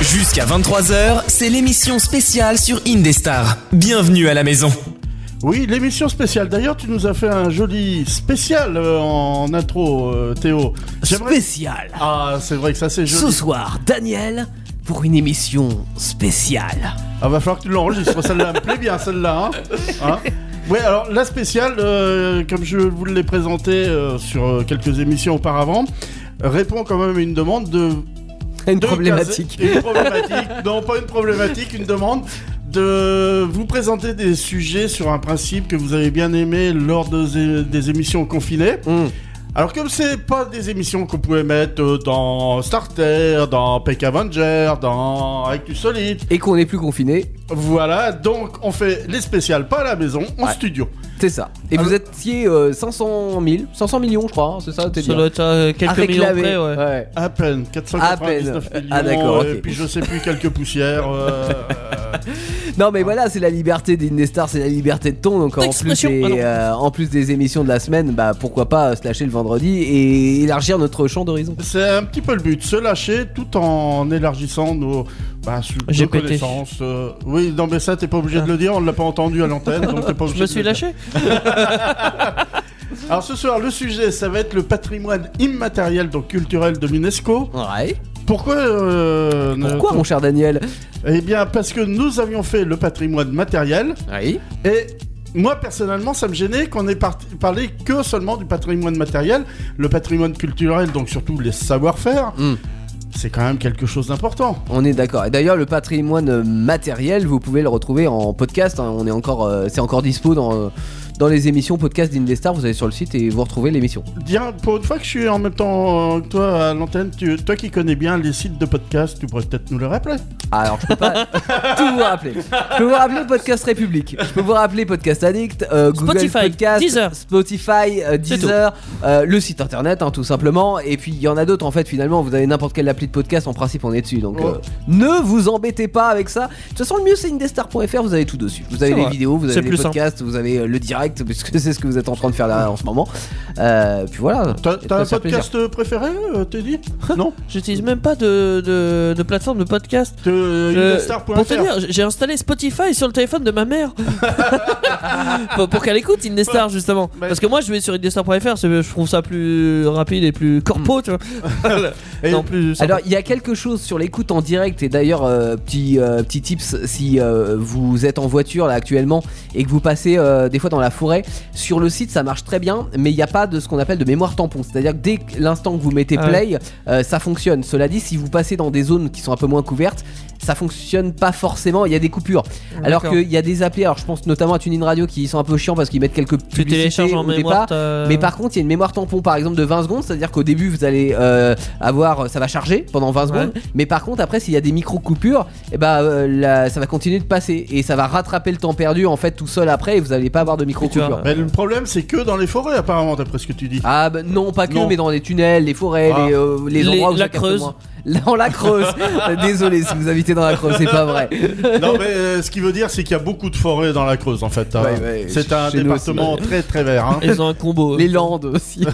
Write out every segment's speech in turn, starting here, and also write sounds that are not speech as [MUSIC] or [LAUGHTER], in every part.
Jusqu'à 23h, c'est l'émission spéciale sur Indestar. Bienvenue à la maison. Oui, l'émission spéciale. D'ailleurs, tu nous as fait un joli spécial euh, en intro, euh, Théo. J'aimerais- Spécial. Ah, c'est vrai que ça c'est Ce joli. soir, Daniel, pour une émission spéciale. Ah, va falloir que tu l'enregistres. celle-là me plaît bien, celle-là. Hein Hein ouais, alors la spéciale, euh, comme je vous l'ai présenté euh, sur euh, quelques émissions auparavant, répond quand même à une demande de Une deux cases- Une [LAUGHS] problématique. non, pas une problématique, une demande de vous présenter des sujets sur un principe que vous avez bien aimé lors de- des émissions confinées. Mm. Alors comme c'est pas des émissions qu'on pouvait mettre euh, dans Starter, dans Peck Avenger, dans Actu Solide, Et qu'on n'est plus confiné, voilà, donc on fait les spéciales pas à la maison, en Ouais. studio. c'est ça. Et Ah vous oui. étiez euh, 500 000, 500 millions, je crois, hein, c'est ça, t'es Ça bien. doit être euh, À quelques millions réclamer, près, ouais. ouais. À peine, 499 À peine. millions, Ah, d'accord, et ok. puis je sais plus, quelques poussières. euh, [LAUGHS] euh, Non mais voilà, c'est la liberté d'Indestar, c'est la liberté de ton. Donc en plus, D'expression, Ah des, pardon. euh, en plus des émissions de la semaine, bah pourquoi pas se lâcher le vendredi et élargir notre champ d'horizon. C'est un petit peu le but, se lâcher tout en élargissant nos, bah, sous- nos J'ai pété. Ah. connaissances. euh, oui, non, mais ça, t'es pas obligé de le dire, on l'a pas entendu à l'antenne, donc t'es [LAUGHS] pas obligé. Je me de suis le dire. lâché Alors ce soir, le sujet, ça va être le patrimoine immatériel, donc culturel de l'UNESCO. Ouais. Pourquoi euh, ne- Pourquoi mon cher Daniel Eh bien, parce que nous avions fait le patrimoine matériel, Oui. et moi, personnellement, ça me gênait qu'on ait par- parlé que seulement du patrimoine matériel. Le patrimoine culturel, donc surtout les savoir-faire, Mm. c'est quand même quelque chose d'important. On est d'accord. Et d'ailleurs, le patrimoine euh, matériel, vous pouvez le retrouver en podcast. hein. On est encore, euh, c'est encore dispo dans, euh, dans les émissions podcast d'Indestar. Vous allez sur le site et vous retrouvez l'émission. Bien, pour une fois que je suis en même temps euh, que toi à l'antenne, tu- toi qui connais bien les sites de podcast, tu pourrais peut-être nous le rappeler. Ah, Alors, je peux [LAUGHS] pas tout vous rappeler. Je peux vous rappeler Podcast République. Je peux vous rappeler Podcast Addict, euh, Google Spotify, Podcast, Deezer. Spotify, euh, C'est Deezer, euh, le site internet, hein, tout simplement. Et puis, il y en a d'autres, en fait, finalement. Vous avez n'importe quelle appli de podcast, en principe, on est dessus. Donc, Oh. euh, ne vous embêtez pas avec ça. De toute façon, le mieux, c'est indestar.fr. Vous avez tout dessus. Vous avez C'est les vrai. vidéos, vous C'est avez les plus simple. podcasts, vous avez euh, le direct, [LAUGHS] puisque c'est ce que vous êtes en train de faire là en ce moment. Euh, puis voilà. T'as Et t'as de un faire plaisir. podcast préféré, euh, t'es [LAUGHS] dit Non J'utilise même pas de, de, de plateforme de podcast. T'es, euh, Je- indestar.fr. pour te dire, j'ai installé Spotify sur le téléphone de ma mère [LAUGHS] pour, pour qu'elle écoute Indestar justement. Mais- Parce que moi je vais sur Indestar.fr, c'est- je trouve ça plus rapide et plus corpo, tu vois. Et- non plus. Alors il y a quelque chose sur l'écoute en direct et d'ailleurs euh, petit euh, petit tips si euh, vous êtes en voiture là actuellement et que vous passez euh, des fois dans la forêt sur le site ça marche très bien mais il n'y a pas de ce qu'on appelle de mémoire tampon c'est-à-dire que dès que- l'instant que vous mettez Ah play euh, ça fonctionne cela dit si vous passez dans des zones qui sont un peu moins couvertes ça fonctionne pas forcément il y a des coupures alors D'accord. qu'il y a des applis alors je pense notamment à TuneIn Radio qui sont un peu chiants parce qu'ils mettent quelques tu publicités télécharges en au départ. mémoire. ta- Mais par contre, il y a une mémoire tampon par exemple de 20 secondes, c'est-à-dire qu'au début vous allez euh, avoir ça va charger pendant 20 Ouais. secondes, mais par contre après s'il y a des micro coupures, et ben euh, la- ça va continuer de passer et ça va rattraper le temps perdu en fait tout seul après et vous allez pas avoir de micro tu coupures. vois, Mais ben, le problème, c'est que dans les forêts, apparemment, d'après ce que tu dis. Ah bah, non pas que Non. mais dans les tunnels, les forêts, Ah. les, euh, les Les- endroits où la ça capte Creuse. moins. [LAUGHS] Dans la [LAUGHS] Creuse. Désolé si vous habitez dans la Creuse, c'est pas vrai. non, [LAUGHS] mais euh, ce qui veut dire, c'est qu'il y a beaucoup de forêts dans la Creuse, en fait. hein. Ouais, ouais, c'est un chez nous aussi. département très, très vert. [LAUGHS] hein. Ils ont un combo. euh, Les Landes aussi.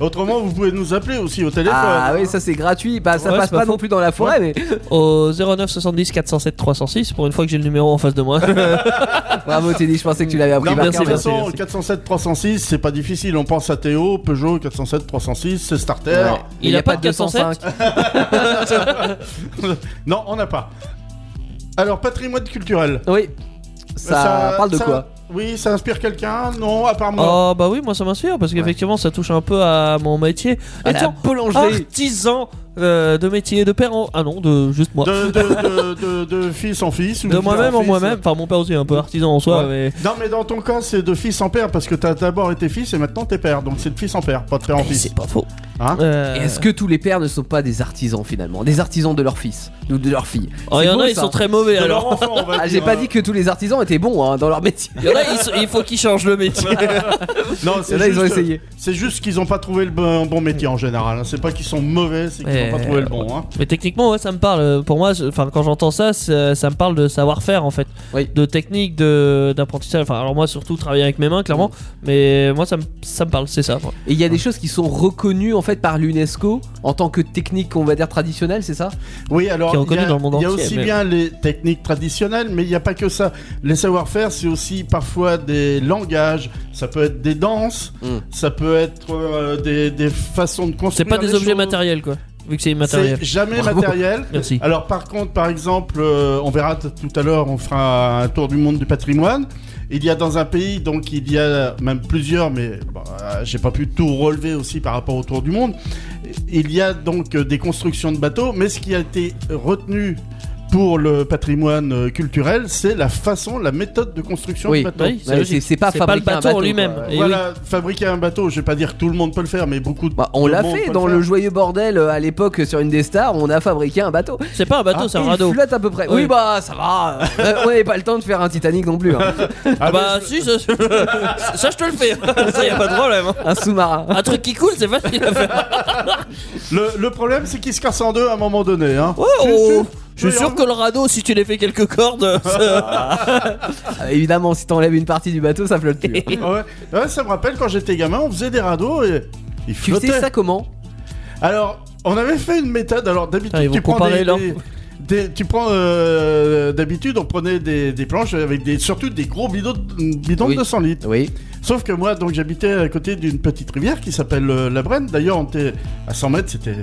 Autrement, vous pouvez nous appeler aussi au téléphone. ah oui, ça c'est gratuit. Bah ça Ouais, passe c'est pas pas, non plus dans la forêt mais Au 09 70 407 306 pour une fois que j'ai le numéro en face [LAUGHS] de moi. bravo Teddy, je pensais que tu l'avais appris Non, par mais de merci, cœur, toute mais- merci, façon, merci. 407 306, c'est pas difficile. On pense à Théo, Peugeot 407 306, c'est starter. Ouais. Il y a pas de 205. [LAUGHS] Non, on n'a pas. Alors, patrimoine culturel. Oui. Ça, parle de ça- quoi Oui, ça inspire quelqu'un Non, à part moi. Ah bah oui, moi ça m'inspire parce qu'effectivement ça touche un peu à mon métier. À la Étant boulangerie. artisan euh, de métier de père en... Ah non, de juste Oh. moi. De, [LAUGHS] De, de, de- de- de fils en fils. ou fils moi-même en fils. moi-même. Enfin mon père aussi est un peu artisan en soi. Mais... Non, mais dans ton cas, c'est de fils en père parce que t'as d'abord été fils et maintenant t'es père. Donc c'est de fils en père, pas de frère en Mais fils. c'est pas faux. Hein Euh, Ah. Est-ce que tous les pères ne sont pas des artisans finalement Des artisans de leur fils ou de leur fille oh, il y en a ils sont très mauvais De leur alors. enfant, on va Ah, dire. j'ai pas dit que tous les artisans étaient bons hein, dans leur métier. [LAUGHS] Il y en a ils sont- il faut qu'ils changent le métier. Non, c'est Là, ils ont juste- essayé. C'est juste qu'ils ont pas trouvé le bon, bon métier en général. hein. C'est pas qu'ils sont mauvais, c'est qu'ils ils ont pas trouvé le bon. Hein. Mais techniquement, ouais, ça me parle. euh, Pour moi, je- enfin, quand j'entends ça, ça ça me parle de savoir-faire en fait, Oui. de technique, de d'apprentissage. Enfin, alors moi surtout travailler avec mes mains, clairement. Mm. Mais moi, ça me ça me parle, c'est ça. moi. Et il y a des choses qui sont reconnues en fait par l'UNESCO en tant que technique, on va dire traditionnelle, c'est ça Oui, alors Qui est il y reconnu a, dans le monde il y a entier, aussi mais- bien les techniques traditionnelles, mais il n'y a pas que ça. Les savoir-faire, c'est aussi parfois des langages, ça peut être des danses, Mm. ça peut être euh, des, des façons de construire. C'est pas des les objets choses. matériels quoi, vu que c'est immatériel. C'est jamais Bravo. matériel. Merci. Alors par contre, par exemple, euh, on verra t- tout à l'heure, on fera un tour du monde du patrimoine. Il y a dans un pays, donc il y a même plusieurs, mais bon, euh, j'ai pas pu tout relever aussi par rapport au tour du monde. Il y a donc euh, des constructions de bateaux, mais ce qui a été retenu pour le patrimoine euh, culturel, c'est la façon, la méthode de construction Oui. du bateau. Oui, Ouais, logique. c'est- c'est pas c'est pas le fabriquer un bateau en bateau, lui-même. quoi. Et oui. voilà, fabriquer un bateau, je vais pas dire que tout le monde peut le faire, mais beaucoup de Bah, On de l'a monde peut fait le dans faire. le joyeux bordel euh, à l'époque sur une des stars, on a fabriqué un bateau. C'est pas un bateau, Ah, Oh, c'est un Et il radeau. flotte à peu près. Ouais. Oui bah ça va. Euh, on n'avait pas le temps de faire un Titanic non plus. [LAUGHS] hein. Ah, Ah mais bah si, ça, ça, je te le fais. [LAUGHS] ça y a pas de problème. hein. Un sous-marin. Un truc qui coule, c'est facile à faire. Le, le problème, c'est qu'il se casse en deux à un moment donné. Hein. Ouais, Je suis oh, sûr. Je suis sûr que le radeau, si tu l'as fait quelques cordes, ça- Ah, Évidemment, si t'enlèves une partie du bateau, ça flotte plus. hein. Ah ouais. Ouais, ça me rappelle quand j'étais gamin, on faisait des radeaux et ils tu flottaient. sais ça comment Alors, on avait fait une méthode. Alors Ah, ils d'habitude, vont tu prends comparer des, leur- des- des- tu prends euh, d'habitude, on prenait des, des planches avec des surtout des gros bidons, de- bidons Oui. de 200 litres. Oui. Sauf que moi, donc j'habitais à côté d'une petite rivière qui s'appelle euh, la Brenne. D'ailleurs, on était à 100 mètres, c'était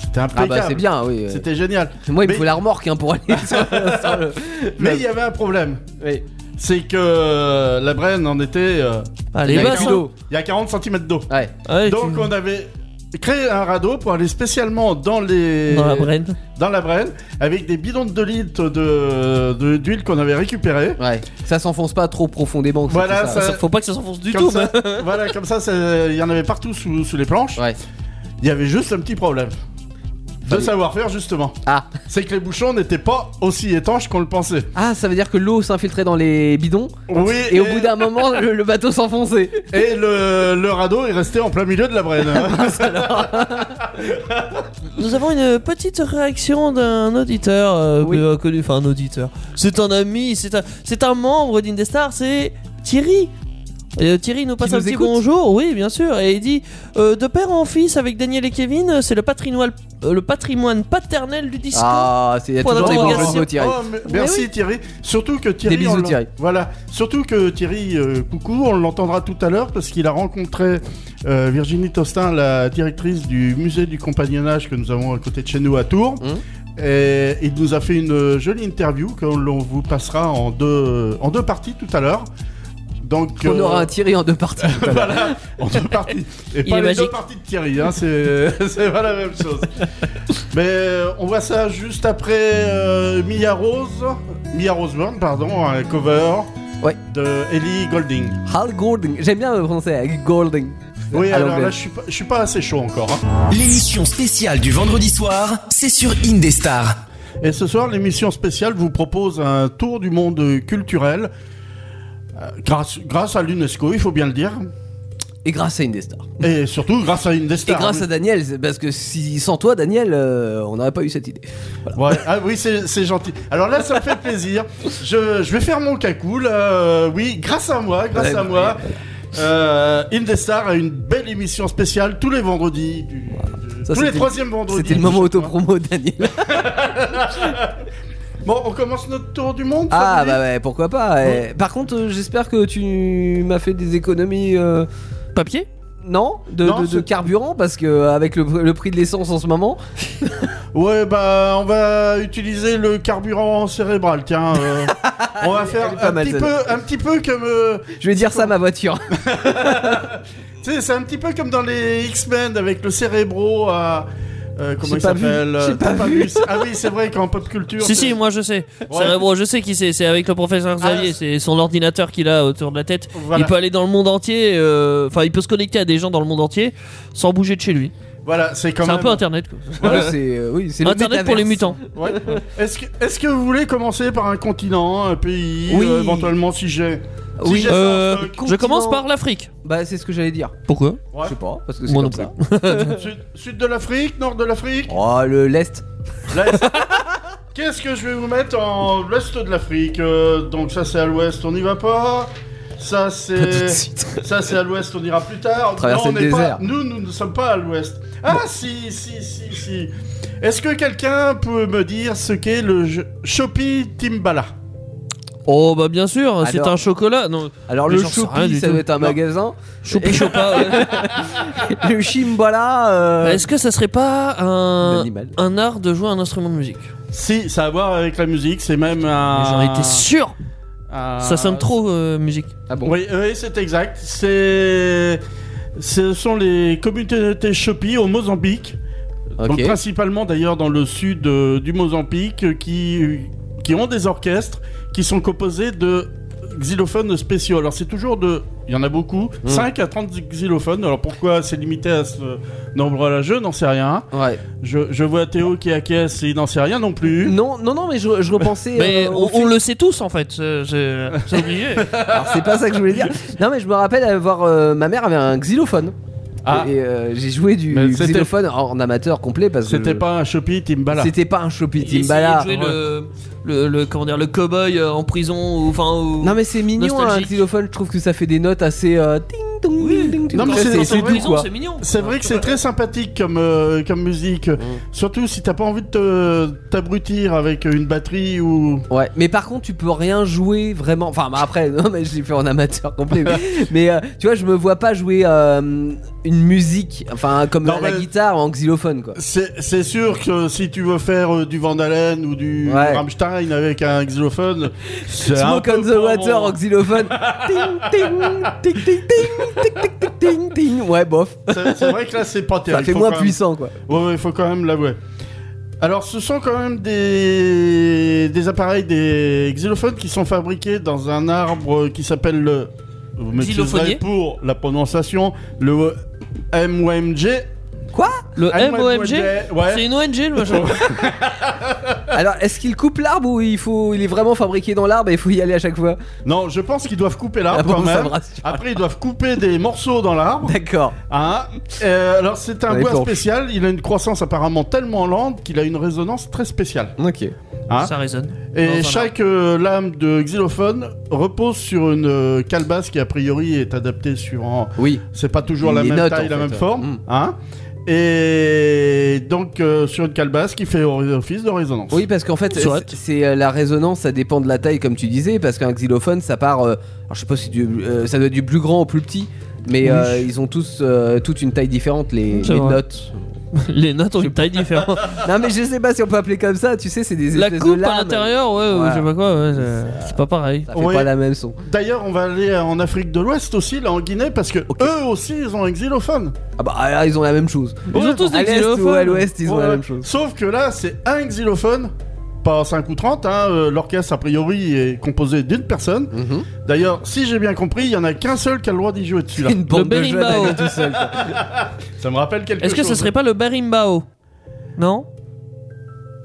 c'était Ah impeccable. bah c'est bien, oui. euh. C'était génial. Moi, il me Mais- faut la remorque hein, pour aller sur, sur le. Mais il y avait un problème, Oui. c'est que euh, la Brenne en était euh, Ah, Il y les a basses. du hein. l'eau. il y a 40 cm d'eau. Ouais. Ouais, Donc tu- on avait créé un radeau pour aller spécialement dans les Dans la Brenne. dans la Brenne, avec des bidons de 2 litres de de- d'huile qu'on avait récupérée. Ouais. Ça s'enfonce pas trop profondément. c'est Voilà, ça- ça. Ça- Faut pas que ça s'enfonce du Comme tout. ça, mais- voilà, comme ça, c'est- il y en avait partout sous, sous les planches. Ouais. Il y avait juste un petit problème de Fallait- savoir-faire justement. Ah. C'est que les bouchons n'étaient pas aussi étanches qu'on le pensait. Ah, ça veut dire que l'eau s'infiltrait dans les bidons Oui. et, au bout d'un moment, le, le bateau s'enfonçait. et le, le radeau est resté en plein milieu de la [LAUGHS] Brenne. Nous avons une petite réaction d'un auditeur euh, Oui. euh, connu, enfin un auditeur. C'est un ami, c'est un, c'est un membre d'Indestar, c'est Thierry. Et, euh, Thierry nous passe un nous petit écoute bonjour, oui bien sûr, et il dit euh, de père en fils avec Daniel et Kevin, euh, c'est le patrimoine, euh, le patrimoine paternel du disco. Ah, c'est il y a Point toujours des bons jeux de d'interrogation. mots, Thierry. Oh, mais- merci oui. Thierry. Surtout que Thierry. Des bisous, on l'en- Thierry. Voilà. Surtout que Thierry, euh, coucou, on l'entendra tout à l'heure parce qu'il a rencontré euh, Virginie Tostin, la directrice du musée du compagnonnage que nous avons à côté de chez nous à Tours. Mmh. Et il nous a fait une euh, jolie interview que l'on vous passera en deux, en deux parties tout à l'heure. Donc, On euh, aura un Thierry en deux parties. [LAUGHS] voilà, en deux parties. Et Il pas les est deux magique. parties de Thierry, hein, c'est [LAUGHS] c'est pas la même chose. Mais euh, on voit ça juste après euh, Mia Rose, Mia Roseburn, pardon, un cover Ouais. de Ellie Golding. Hal Golding. J'aime bien le prononcer avec Golding. Oui, À alors l'anglais. là, je suis pas, je suis pas assez chaud encore. hein. L'émission spéciale du vendredi soir, c'est sur Indestar. Et ce soir, l'émission spéciale vous propose un tour du monde culturel. euh, Grâce, grâce à l'UNESCO, il faut bien le dire. Et grâce à Indestar. Et surtout grâce à Et Indestar. grâce à Daniel, c'est- parce que si sans toi, Daniel, euh, on n'aurait pas eu cette idée. Ouais, ah oui, c'est c'est gentil. Alors là, ça me fait plaisir. Je, je vais faire mon cacoule. euh, oui, grâce à moi, grâce Ouais, à bah, moi. Euh, Indestar a une belle émission spéciale tous les vendredis. du- du- Ça, tous les c'était- troisièmes vendredis. C'était le de moment chaque mois. autopromo de Daniel. Bon, on commence notre tour du monde. ça Ah vous dit bah ouais, pourquoi pas. eh. Par contre, euh, j'espère que tu m'as fait des économies. euh, Papier Non, de, Non, de- de c'est- carburant parce que euh, avec le, le prix de l'essence en ce moment, Ouais, bah, on va utiliser le carburant cérébral. Tiens, [LAUGHS] euh, on va faire Elle est pas un mal, petit, celle-là. peu, un petit peu comme. euh, je vais dire ça à ma [LAUGHS] voiture. tu sais, c'est un petit peu comme dans les X-Men avec le cérébro à. euh, comment J'ai il pas vu, s'appelle j'ai T'as pas vu. c'est- Ah oui, c'est vrai qu'en pop culture. Si, c'est- si, moi je sais. Ouais. Cérébro, je sais qui c'est. C'est avec le professeur Xavier. Ah, c'est son ordinateur qu'il a autour de la tête. Voilà. Il peut aller dans le monde entier. euh, Enfin, il peut se connecter à des gens dans le monde entier sans bouger de chez lui. Voilà, c'est quand C'est un même. peu Internet. Quoi. Voilà, c'est euh, oui, c'est le Internet pour métaverse. les mutants. Ouais. Est-ce que, est-ce que vous voulez commencer par un continent, un pays, Oui. euh, éventuellement si j'ai. Oui. j'ai ça en Euh, stock. je commence par l'Afrique. Bah, c'est ce que j'allais dire. Pourquoi Ouais. Je sais pas, parce que c'est Moi comme non ça. Sud, sud de l'Afrique, nord de l'Afrique. Oh, le [LAUGHS] lest. l'Est. Qu'est-ce que je vais vous mettre en l'est de l'Afrique Euh, Donc ça c'est à l'ouest, on n'y va pas. Ça Pas tout de c'est suite. ça c'est à l'ouest, on ira plus tard. Traverser Non, on le n'est pas- désert. Nous nous ne sommes pas à l'ouest. Ah si si si si. Est-ce que quelqu'un peut me dire ce qu'est le je- Chopi Timbala Oh bah bien sûr, c'est Alors- un chocolat. Non, Alors, Mais le j'en sais rien choupi, du ça tout. doit être un Non. magasin. [LAUGHS] choupi chopa. ouais. le chimbala. euh, Bah, Est-ce que ça serait pas un, L'animal. un art de jouer un instrument de musique Si, ça a à voir avec la musique, c'est même Mais un. J'en étais sûr. un- Ça sonne trop euh, musique. Ah bon Oui, oui, c'est exact. C'est, ce sont les communautés Chopi au Mozambique, donc Ok. principalement d'ailleurs dans le sud euh, du Mozambique, euh, qui qui ont des orchestres qui sont composés de xylophones spéciaux. Alors c'est toujours de, il y en a beaucoup, 5 à 30 xylophones. Alors pourquoi c'est limité à ce nombre-là Je n'en sais rien. Ouais. Je, je vois Théo qui acquiesce, et il n'en sait rien non plus. Non, non, non, mais je, je repensais. Mais euh, au on, fait- on le sait tous en fait. euh, J'ai j'ai oublié. Alors, c'est pas ça que je voulais dire. Non, mais je me rappelle avoir. euh, ma mère avait un xylophone. Ah. Et euh, j'ai joué du Mais c'était- xylophone en amateur complet parce que. C'était je- pas un Chopi Timbala. C'était pas un Chopi Il Timbala. essayait de jouer le, le, le- comment dire le cowboy euh, en prison ou enfin ou- Non mais c'est mignon hein, un Nostalgique. xylophone, je trouve que ça fait des notes assez euh, ding dong ding, ding, Non, ding. mais Ça, c'est- c'est c'est c'est en vrai, doux prison, quoi. c'est mignon. C'est vrai que c'est très sympathique comme, euh, comme musique. Surtout si t'as pas envie de te- t'abrutir avec une batterie ou. Ouais, mais par contre tu peux rien jouer vraiment. Enfin bah, après [LAUGHS] non mais je l'ai fait en amateur [LAUGHS] complet. mais mais, euh, tu vois je me vois pas jouer euh, une musique, enfin comme Non, la mais- guitare en xylophone quoi. C'est c'est sûr que si tu veux faire euh, du Van Halen ou du Ouais. Rammstein avec un [LAUGHS] xylophone, c'est un Smoke peu on the pour water moi. en xylophone. Ting, ting, tic, tic, ting, tic, tic, tic, ting, ting. Ouais bof, C'est c'est vrai que là c'est pas ça terrible. fait faut moins quand même- puissant quoi. Ouais, ouais, faut quand même l'avouer. Alors, ce sont quand même des, des appareils, des xylophones qui sont fabriqués dans un arbre qui s'appelle le. Vous m'excuserez Xylophonier. pour la prononciation, le MOMG. Le MOMG. Eh, C'est Ouais. une ONG le machin. Alors est-ce qu'il coupe l'arbre ou il faut il est vraiment fabriqué dans l'arbre et il faut y aller à chaque fois Non, je pense qu'ils doivent couper Ah l'arbre bon, quand ça même. me rassure. Après, ils doivent couper des morceaux dans l'arbre. D'accord. Hein Euh, alors, c'est un Dans les bois planches. spécial. Il a une croissance apparemment tellement lente qu'il a une résonance très spéciale. OK. Hein Ça résonne. Dans un Et chaque euh, lame de xylophone repose sur une euh, calebasse qui a priori est adaptée sur un- Oui. c'est pas toujours la Les même notes, taille, en la fait, même ouais. forme, Mm. hein Et donc euh, sur une calebasse qui fait office de résonance. Oui, parce qu'en fait, c'est- Soit. c'est euh, la résonance, ça dépend de la taille, comme tu disais, parce qu'un xylophone, ça part. euh, alors, je sais pas si du, euh, ça doit être du plus grand au plus petit, mais euh, ils ont tous euh, toute une taille différente les, C'est les vrai. notes. arbre. Les notes ont une taille différente. non, mais je sais pas si on peut appeler comme ça. Tu sais, c'est des La espèces coupe de à lames. l'intérieur, ouais, Voilà. ou je sais pas quoi. ouais, c'est- c'est pas pareil. Ça fait Oui. pas la même son. D'ailleurs, on va aller en Afrique de l'Ouest aussi, là en Guinée, parce que Ok. eux aussi ils ont un xylophone. Ah bah là, ils ont la même chose. Ils ont tous à des l'est ou à xylophones. l'ouest, ils ont la Ouais. même chose. Sauf que là, c'est un xylophone, pas 5 ou 30. hein, euh, L'orchestre, a priori, est composé d'une personne. Mhm. D'ailleurs, si j'ai bien compris, il y en a qu'un seul qui a le droit d'y jouer dessus. Là. Une bande de jeunes berimbau. à tout seul. quoi. Ça me rappelle quelque Est-ce chose. que ça serait pas le barimbao Non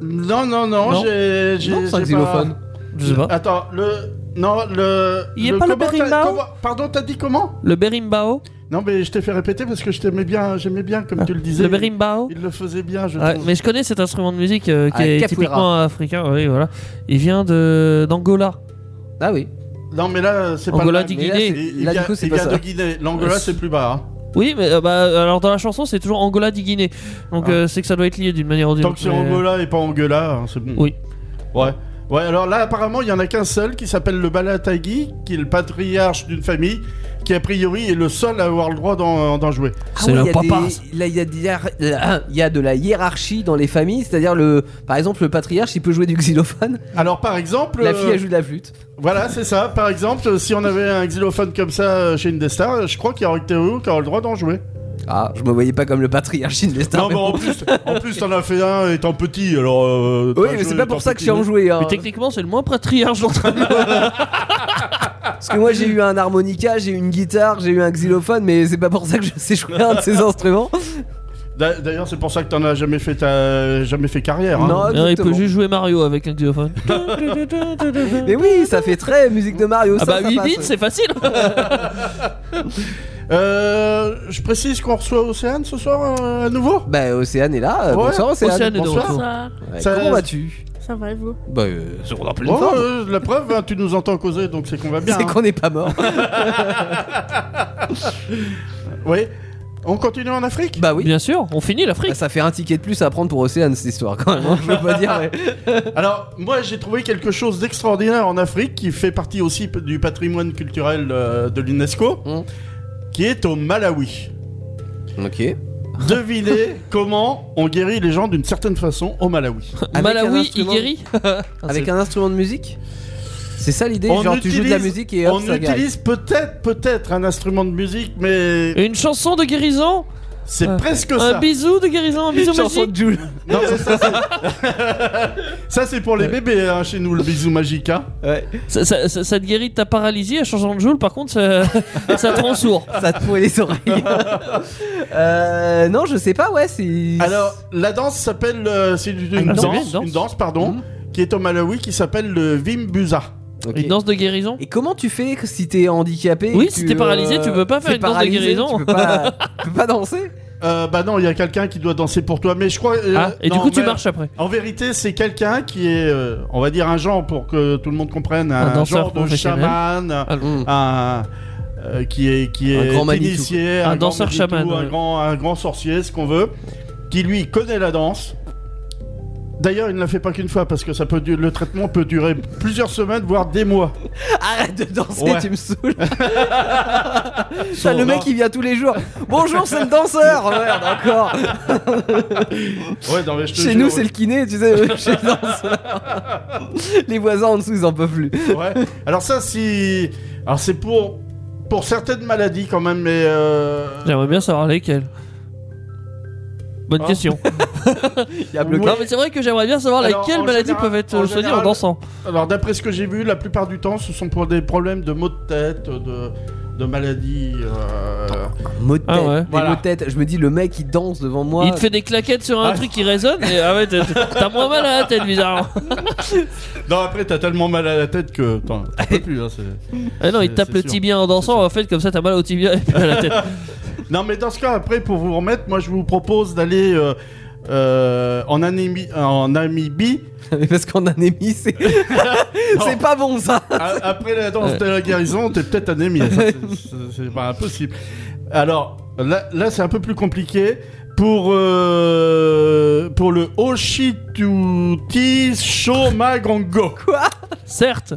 Non, non, non, Non. j'ai. j'ai- Non, c'est un j'ai xylophone. Je sais pas. Attends, le. Non, le. Il y a pas le comment t'as- berimbau comment- Pardon, t'as dit comment Le berimbao Non, mais je t'ai fait répéter parce que je t'aimais bien, j'aimais bien comme tu le disais. Le berimbao Il le faisait bien, je Ouais, trouve. mais je connais cet instrument de musique euh, qui Ah, est capoeira. typiquement africain, oui voilà. Il vient de d'Angola. Ah oui. Non, mais là, c'est pas. Angola le dit même. Mais là, Guinée. Il- c'est- il là, du vient- coup, c'est il pas vient ça. de Guinée. L'Angola, Euh, c'est plus bas. hein. Oui, mais euh, bah alors dans la chanson c'est toujours Angola dit Guinée. Donc Ah. euh, c'est que ça doit être lié d'une manière ou d'une Tant autre. que c'est mais- euh, Angola et pas Angola, hein, c'est bon. Oui. Ouais. Ouais, alors là, apparemment, il y en a qu'un seul qui s'appelle le Balatagi, qui est le patriarche d'une famille, qui a priori est le seul à avoir le droit d'en d'en jouer. Ah C'est oui, leur il y a papa, des- ça. là, il y, a des hiér- là, il y a de la hiérarchie dans les familles, c'est-à-dire le, par exemple, le patriarche, il peut jouer du xylophone, Alors, par exemple. la euh, fille elle joue de la flûte. Voilà, c'est ça. Par exemple, si on avait un xylophone comme ça euh, chez Indestar, je crois qu'il y aurait Théo qui aurait le droit d'en jouer. Ah, je me voyais pas comme le patriarche des non, stars. mais en plus, en plus, t'en as fait un étant petit, alors. euh, Oui, t'as mais joué c'est pas étant pour ça que je petit. suis en joué. hein. Mais techniquement c'est le moins patriarche d'entre nous. Parce que moi j'ai eu un harmonica, j'ai eu une guitare, j'ai eu un xylophone, mais c'est pas pour ça que je sais jouer à un de ces instruments. D'a- D'ailleurs, c'est pour ça que t'en as jamais fait ta jamais fait carrière. hein. Non, Il peut exactement. juste jouer Mario avec un xylophone. Mais oui, ça fait très musique de Mario. ça, ah bah ça 8 passe. bits, c'est facile Euh, je précise qu'on reçoit Océane ce soir euh, à nouveau. Bah Océane est là. euh, Ouais, Bonsoir Océane. Océane est de bonsoir. retour. Ça, Ouais, Ça- Comment vas-tu ça va et vous Bah euh, c'est qu'on est en pleine Bon, forme. euh, la preuve, hein, tu nous entends causer, donc c'est qu'on [LAUGHS] va bien. C'est hein. qu'on n'est pas mort. [LAUGHS] Oui. On continue en Afrique. bah oui. Bah, Bien sûr, on finit l'Afrique. Ça fait un ticket de plus à prendre pour Océane cette histoire quand même. hein, Je veux pas dire. mais- [LAUGHS] Alors, moi, j'ai trouvé quelque chose d'extraordinaire en Afrique qui fait partie aussi p- du patrimoine culturel euh, de l'UNESCO, Mm. qui est au [LAUGHS] Malawi. Ok. Devinez comment on guérit les gens d'une certaine façon au Malawi. Bah, Avec un Malawi, il instrument- guérit. Avec un instrument de musique. C'est ça l'idée. On Genre tu joues de la utilise- musique et hop on ça guérit. utilise peut-être, peut-être un instrument de musique, mais Une chanson de guérison c'est Euh, presque Un ça. bisou de guérison, un bisou Une chanson magique [LAUGHS] de Jules. Non, mais ça, c'est- ça, c'est pour les bébés hein, chez nous, le bisou magique. hein. Ouais. Ça, ça- ça- ça te guérit de ta paralysie, en changeant de joule, par [LAUGHS] contre, ça, ça te rend sourd. Ça te pourrit les oreilles. euh, non, je sais pas. Ouais, c'est. Alors, la danse s'appelle. euh, c'est une, une danse, danse. une danse, pardon, Mhm. qui est au Malawi qui s'appelle le Vimbuza. Ok. Une danse de guérison Et comment tu fais que si t'es handicapé et Oui, que si tu, t'es paralysé, tu peux pas faire t'es une danse de paralysé, Tu guérison. peux pas, [LAUGHS] tu peux pas danser Euh, bah non, il y a quelqu'un qui doit danser pour toi, mais je crois. euh, Ah, et non, du coup, tu mais marches après. En vérité, c'est quelqu'un qui est, euh, on va dire, un genre pour que tout le monde comprenne, un, danseur genre de professionnel. Ah, chaman, un euh, qui est qui est Mhm. Un grand Manitou. initié, Un grand danseur Manitou, chaman, un ouais. grand un grand sorcier, ce qu'on veut, qui lui connaît la danse. D'ailleurs, il ne la fait pas qu'une fois parce que ça peut du- le traitement peut durer plusieurs semaines, voire des mois. Arrête de danser, Ouais. tu me [LAUGHS] saoules. T'as le mec qui vient tous les jours. Bonjour, c'est le danseur. Merde, encore. Ouais, non, mais je te Chez jure, nous, c'est le kiné, tu sais, euh, chez le danseur. Les voisins en dessous, ils en peuvent plus. Ouais. Alors ça, si, alors c'est pour pour certaines maladies quand même, mais euh, J'aimerais bien savoir lesquelles. Bonne Ah. [LAUGHS] question. Il y a bloqué. Non, mais c'est vrai que j'aimerais bien savoir Alors, lesquelles en maladies général- peuvent être en euh, soignées général- en dansant. Alors d'après ce que j'ai vu, la plupart du temps, ce sont pour des problèmes de maux de tête, de, de maladies. euh, Mot de tête. Ah ouais. des Voilà. mots de tête. Je me dis, le mec, il danse devant moi. Il te fait des claquettes sur un Ah. truc qui résonne et ah ouais, t'as- t'as moins mal à la tête, [LAUGHS] bizarrement. Non, après t'as tellement mal à la tête que t'en t'en peux plus. hein, c'est- Ah non, il C'est- te tape c'est le sûr. tibia en dansant, en fait, comme ça t'as mal au tibia et puis à la [LAUGHS] tête. [LAUGHS] non, mais dans ce cas, après pour vous remettre, moi je vous propose d'aller euh, euh, en, Animi- en Namibie [LAUGHS] Mais parce qu'en anémie, [LAUGHS] c'est. c'est pas bon ça. [LAUGHS] A- Après la danse de la guérison, t'es peut-être anémie. Ça, c'est- c'est- C'est pas impossible. Alors, là, là, c'est un peu plus compliqué. Pour, euh, pour le Oshituti Shomagongo. Certes,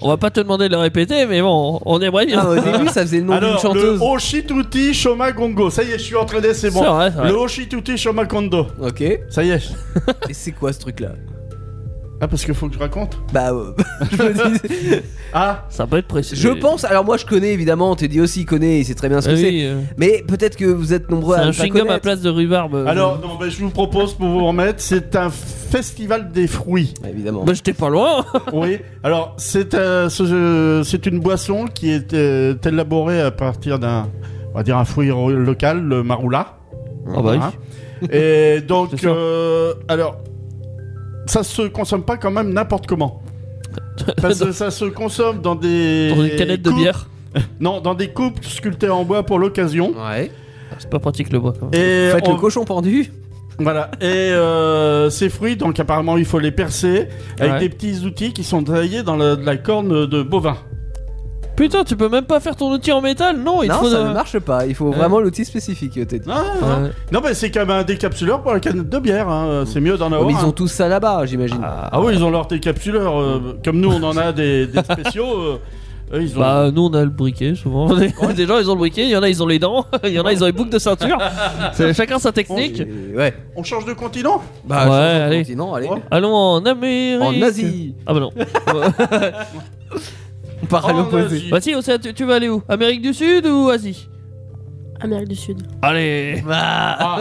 on va pas te demander de le répéter, mais bon, on aimerait bien. Ah, au début, ça faisait le nom d'une Alors, le chanteuse. Oshituti Shomagongo. Ça y est, je suis entraîné, c'est bon. C'est vrai, c'est vrai. Le Oshituti Shomakondo. Ok. Et Ça y est. c'est quoi ce truc là Ah, parce qu'il faut que je raconte. Bah, euh, [LAUGHS] je, me dis- [LAUGHS] Ah, Ça peut être précis. je pense. Alors moi, je connais évidemment. Teddy aussi il connaît. Il sait très bien ce Ah que oui, euh, c'est. Mais peut-être que vous êtes nombreux c'est à un ne pas chewing-gum à connaître. place de rhubarbe. euh, alors, non, ben, je vous propose pour vous remettre, c'est un festival des fruits. Ouais, Évidemment. Bah j'étais pas loin Oui, alors c'est euh, ce- euh, c'est une boisson qui est euh, élaborée à partir d'un on va dire un fruit ro- local, le maroula. Ah bah oui. Hein. [LAUGHS] Et donc C'est sûr. euh, alors ça se consomme pas quand même n'importe comment. Parce [LAUGHS] que ça se consomme dans des Dans une canette de coupes- bière Non, dans des coupes sculptées en bois pour l'occasion. Ouais. C'est pas pratique le bois quand même. Et Faites on- le cochon pendu. voilà. Et euh, ces fruits, donc apparemment il faut les percer avec Ouais. des petits outils qui sont taillés dans la- de la corne de bovin. Putain tu peux même pas faire ton outil en métal Non il te non, faut ça de- ne marche pas. Il faut Ouais. vraiment l'outil spécifique, euh, Teddy. Ah, Ouais. non. Non, mais c'est comme un décapsuleur pour la canette de bière. hein. C'est mieux d'en Oh, avoir. mais ils un. ont tous ça là-bas, j'imagine. Ah, Ah oui, ils ont leur décapsuleur. euh, comme nous, on en a des, [LAUGHS] des spéciaux. euh, eux, ils ont. euh, Bah nous on a le briquet [LAUGHS] souvent Des des gens ils ont le briquet, il y en a ils ont les dents [LAUGHS] Il y en a ils ont les boucles de ceinture C'est- Chacun sa technique Et- Ouais. On change de continent Bah, Ouais, je change de allez. continent, allez. Ouais. Allons en Amérique En Asie. Ah [LAUGHS] bah non On part à En l'opposé. Asie. Bah si Océane, tu, tu vas aller où Amérique du Sud ou Asie Amérique du Sud. [LAUGHS] Bah. Allez Ah,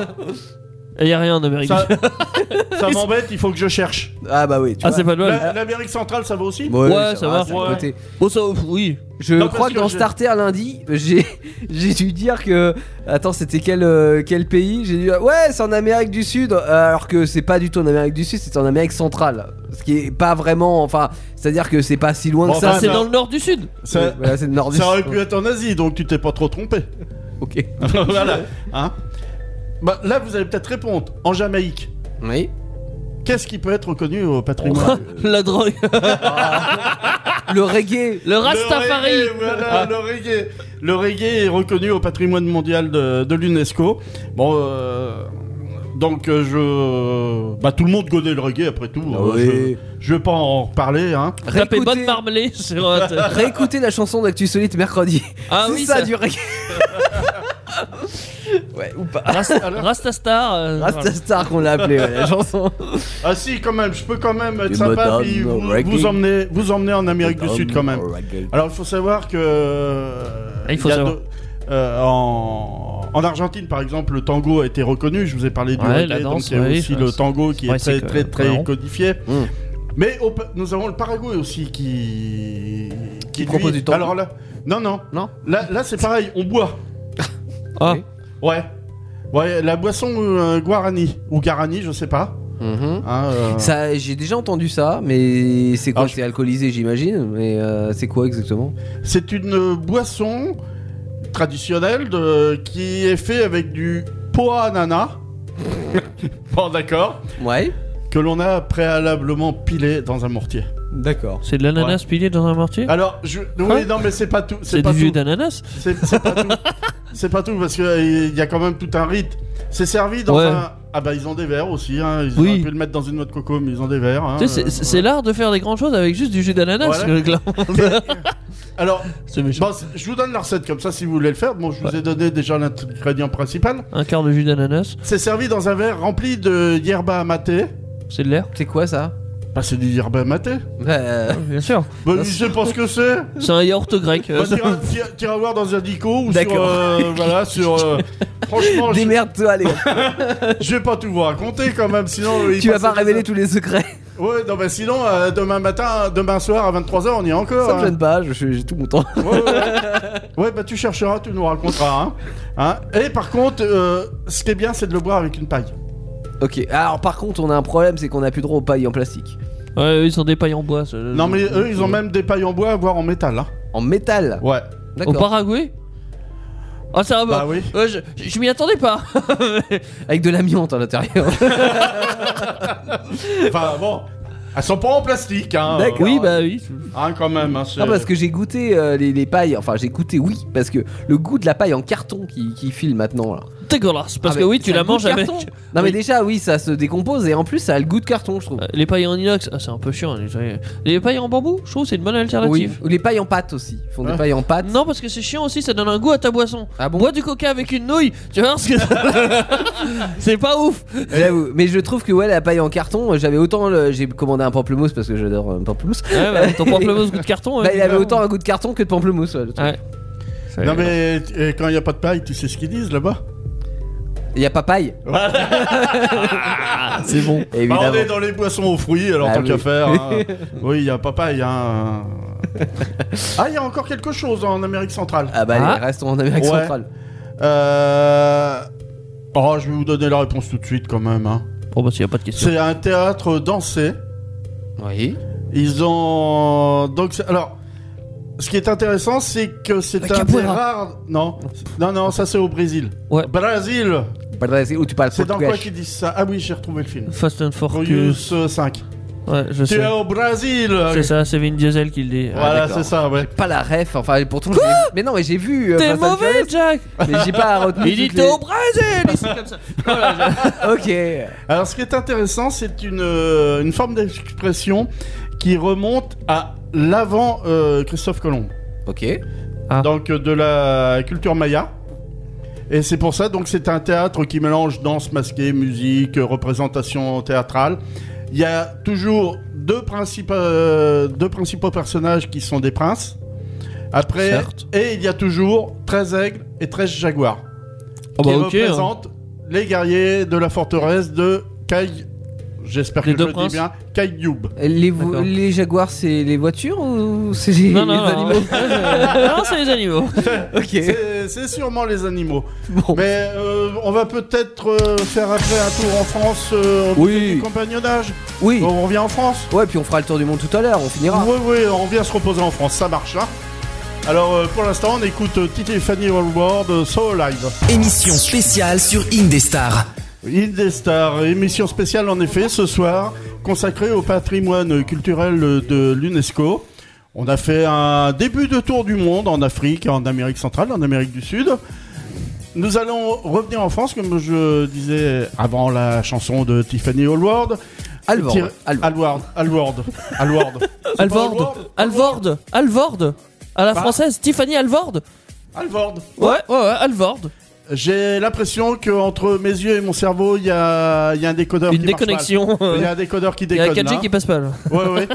Il y a rien en Amérique. Ça, ça m'embête, il faut que je cherche. Ah bah oui, tu ah, vois. c'est pas de bol. La- L'Amérique centrale, ça va aussi Ouais, Ouais, ça va. c'est à Ouais. côté. Bon, ça, oui. Je Non, parce crois que que dans je- Starter lundi, j'ai [LAUGHS] j'ai dû dire que attends, c'était quel euh, quel pays J'ai dit ouais, c'est en Amérique du Sud euh, alors que c'est pas du tout en Amérique du Sud, c'est en Amérique centrale. Ce qui est pas vraiment enfin, c'est-à-dire que c'est pas si loin Bon, que enfin, ça. C'est ça- dans le nord du sud. Ça, Voilà, c'est le nord du ça aurait Sud. pu être en Asie, donc tu t'es pas trop trompé. OK. [LAUGHS] voilà. Hein bah, là, vous allez peut-être répondre. En Jamaïque, Oui. qu'est-ce qui peut être reconnu au patrimoine [LAUGHS] La drogue. Le reggae. Le Rastafari. Le reggae, voilà, le reggae. Le reggae est reconnu au patrimoine mondial de, de l'UNESCO. Bon, euh, donc euh, je, bah tout le monde connaît le reggae après tout. hein, Ah Oui. je, je vais pas en reparler, hein. Tapez Réécoutez- bonne marmelée sur. euh, un- Réécoutez la chanson d'Actu Solite mercredi. Ah [LAUGHS] C'est oui, ça, ça. du reggae. ouais, ou pas. Rast- Rastastar. euh, voilà. Rastastar qu'on l'a appelé ouais, la chanson. Ah si, quand même, je peux quand même être Du sympa modern puis vous, reggae. vous emmener, vous emmener en Amérique du Sud quand même. Reggae. Alors il faut savoir que euh, Ah, il faut y a savoir. deux- euh, en, en Argentine par exemple le tango a été reconnu. Je vous ai parlé du Ouais, reggae, la danse, donc il y a ouais, aussi ça, le c'est- tango qui ouais, est c'est très très que- très marrant. codifié. Mm. Mais au pa- nous avons le Paraguay aussi qui Qui propose du tango. Alors là, non non Non Là là c'est pareil, on boit. Ah. Ouais. Ouais, la boisson euh, guarani ou guarani, je sais pas. Mhm. Hein, euh, Ça, j'ai déjà entendu ça, mais c'est quoi Alors, je- C'est alcoolisé, j'imagine. Mais euh, c'est quoi exactement C'est une euh, boisson traditionnelle de- qui est faite avec du poa [LAUGHS] anana. bon, d'accord. Ouais. Que l'on a préalablement pilé dans un mortier. D'accord. C'est de l'ananas pilé dans un mortier Alors, je. Oui, non, mais c'est pas tout. Ah, C'est C'est pas du jus tout. d'ananas C'est c'est pas [LAUGHS] tout. C'est pas tout parce qu'il y a quand même tout un rite. C'est servi dans Ouais. un. Ah bah ils ont des verres aussi. Hein. Ils Oui. auraient pu le mettre dans une noix de coco, mais ils ont des verres. hein. Tu sais, c'est- c'est l'art de faire des grandes choses avec juste du jus d'ananas. Voilà. euh, clairement. Alors, [LAUGHS] C'est méchant. bon, c'est- je vous donne la recette comme ça si vous voulez le faire. Bon, je vous ai donné déjà l'ingrédient principal. Un quart de jus d'ananas, C'est servi dans un verre rempli de yerba maté. c'est de l'air. C'est quoi ça Bah, c'est du yerba maté. Euh, Bien sûr. Bah, je sais pas ce que [LAUGHS] c'est. C'est un yaourt grec. euh, Bah, t'iras- t'iras- T'iras voir dans un dico ou sur. D'accord. euh, voilà, sur. [LAUGHS] euh, Franchement, je, [LAUGHS] Démerde-toi, [LAUGHS] allez. je vais pas tout vous raconter quand même, sinon. euh, il tu vas passe pas des- révéler tous les secrets. Ouais, non, bah sinon, euh, demain matin, demain soir à 23h, on y est encore. [LAUGHS] Ça me hein. gêne pas, je suis- j'ai tout mon temps. Ouais, ouais, ouais. Ouais, bah tu chercheras, tu nous raconteras. Hein. Hein. Et par contre, euh, ce qui est bien, c'est de le boire avec une paille. [LAUGHS] ok. Alors par contre, on a un problème, c'est qu'on a plus droit aux pailles en plastique, Ouais, ils sont des pailles en bois. ça- Non, mais eux, Mmh. ils ont même des pailles en bois, voire en métal. Hein. en métal. Ouais. Au D'accord. Paraguay Ah, ça va. Bah oui. Ouais, je je- je m'y attendais pas. Avec de l'amiante à l'intérieur. Enfin, bon. Elles sont pas en plastique, hein. D'accord. Ah, oui, bah oui. Hein, quand même. Hein, c'est- Non, parce que j'ai goûté euh, les, les pailles. Enfin, j'ai goûté, oui, parce que le goût de la paille en carton qui, qui file maintenant. Là. Dégueulasse. Parce Ah, que mais oui, tu ça a la le goût manges de avec. carton. Non, mais Oui. déjà, oui, ça se décompose et en plus, ça a le goût de carton, je trouve. Euh, Les pailles en inox, ah, c'est un peu chiant. Les, les pailles en bambou, je trouve que c'est une bonne Oui. alternative. Ou les pailles en pâte aussi. Ils font Ouais. des pailles en pâte. bah, Non, parce que c'est chiant aussi, ça donne un goût à ta boisson. Ah bon Bois du coca avec une nouille, tu vois ce que [LAUGHS] C'est pas ouf. J'avoue. Eh, Mais je trouve que ouais, la paille en carton, euh, j'avais autant. le- J'ai commandé un pamplemousse parce que j'adore euh, pamplemousse. Ouais, [LAUGHS] bah, ton pamplemousse goût de carton. Bah, hein, il avait clairement. autant un goût de carton que de pamplemousse. ouais, le truc. Ouais. Non, mais et quand il n'y a pas de paille, tu sais ce qu'ils disent là-bas Bah, Il y a [LAUGHS] pas paille. [LAUGHS] c'est bon. Bah, Évidemment. on est dans les boissons aux fruits, alors Ah tant oui. qu'à faire. [LAUGHS] hein. oui, il y a papaye. Hein. ah, il y a encore quelque chose en Amérique centrale. Ah bah allez, Ah. restons en Amérique Ouais. centrale. Euh... Oh, je vais vous donner la réponse tout de suite quand même. hein. Bon, bah, s'il y a pas de question. C'est un théâtre dansé. Oui. Ils ont donc c'est- alors. Ce qui est intéressant, c'est que c'est La un des capoeira. rares. Non, non, non, ça c'est au Brésil. Ouais. Brésil, Où oh, tu parles c'est dans quoi portugais. qu'ils disent ça Ah oui, j'ai retrouvé le film. Fast and Furious. Furious 5. Ouais, je Tu es sais. au Brésil. C'est ça, c'est Vin Diesel qui le dit. Ah, Voilà, Ah, d'accord. c'est ça, ouais. Pas la ref. Enfin, pourtant. j'ai- Mais non, mais j'ai vu. euh, T'es Fast and mauvais, Jack Furious, Mais j'ai pas retenu. [LAUGHS] Il dit toutes t'es les- au Brésil et c'est comme ça. Ok. Alors, ce qui est intéressant, c'est une, euh, une forme d'expression qui remonte à l'avant euh, Christophe Colomb, Ok. Ah. donc euh, de la culture maya. Et c'est pour ça, donc, c'est un théâtre qui mélange danse masquée, musique, euh, représentation théâtrale. Il y a toujours deux, principes, euh, deux principaux personnages qui sont des princes. Après, Certes. et il y a toujours 13 aigles et 13 jaguars Oh, qui bah, ok. hein. représentent Les guerriers de la forteresse de Kai. J'espère que Les je deux le dis princes bien. Kai Youb. Les, vo- D'accord. les jaguars, c'est les voitures ou c'est les, Non, les non, non. animaux [LAUGHS] non, c'est les animaux. Ok. C'est c'est sûrement les animaux. [LAUGHS] Bon. Mais euh, on va peut-être euh, faire après un tour en France euh, au Oui. musée du compagnonnage. Oui. Ah. On revient en France Ouais, puis on fera le tour du monde tout à l'heure, on finira. Oui, oui, on vient se reposer en France, ça marche. hein. Alors euh, pour l'instant, on écoute euh, Titi et Fanny World euh, So Alive. Émission spéciale sur Indestar. Indestar, émission spéciale en effet ce soir, consacrée au patrimoine culturel de l'UNESCO. On a fait un début de tour du monde en Afrique, en Amérique centrale, en Amérique du Sud. Nous allons revenir en France, comme je disais avant la chanson de Tiffany Hallward. Alvord, Tire- Alvord. Hallward. Hallward. [LAUGHS] Hallward. C'est pas Alvord. Alvord. Alvord. À la Bah. française, Tiffany Alvord. Hallward. Ouais, ouais, ouais, Alvord. J'ai l'impression que entre mes yeux et mon cerveau, il y a, il y a un décodeur Une qui marche déconnexion. pas. Il y a un décodeur qui Il y déconne. hein. a 4G là. qui passe pas là. Ouais, ouais.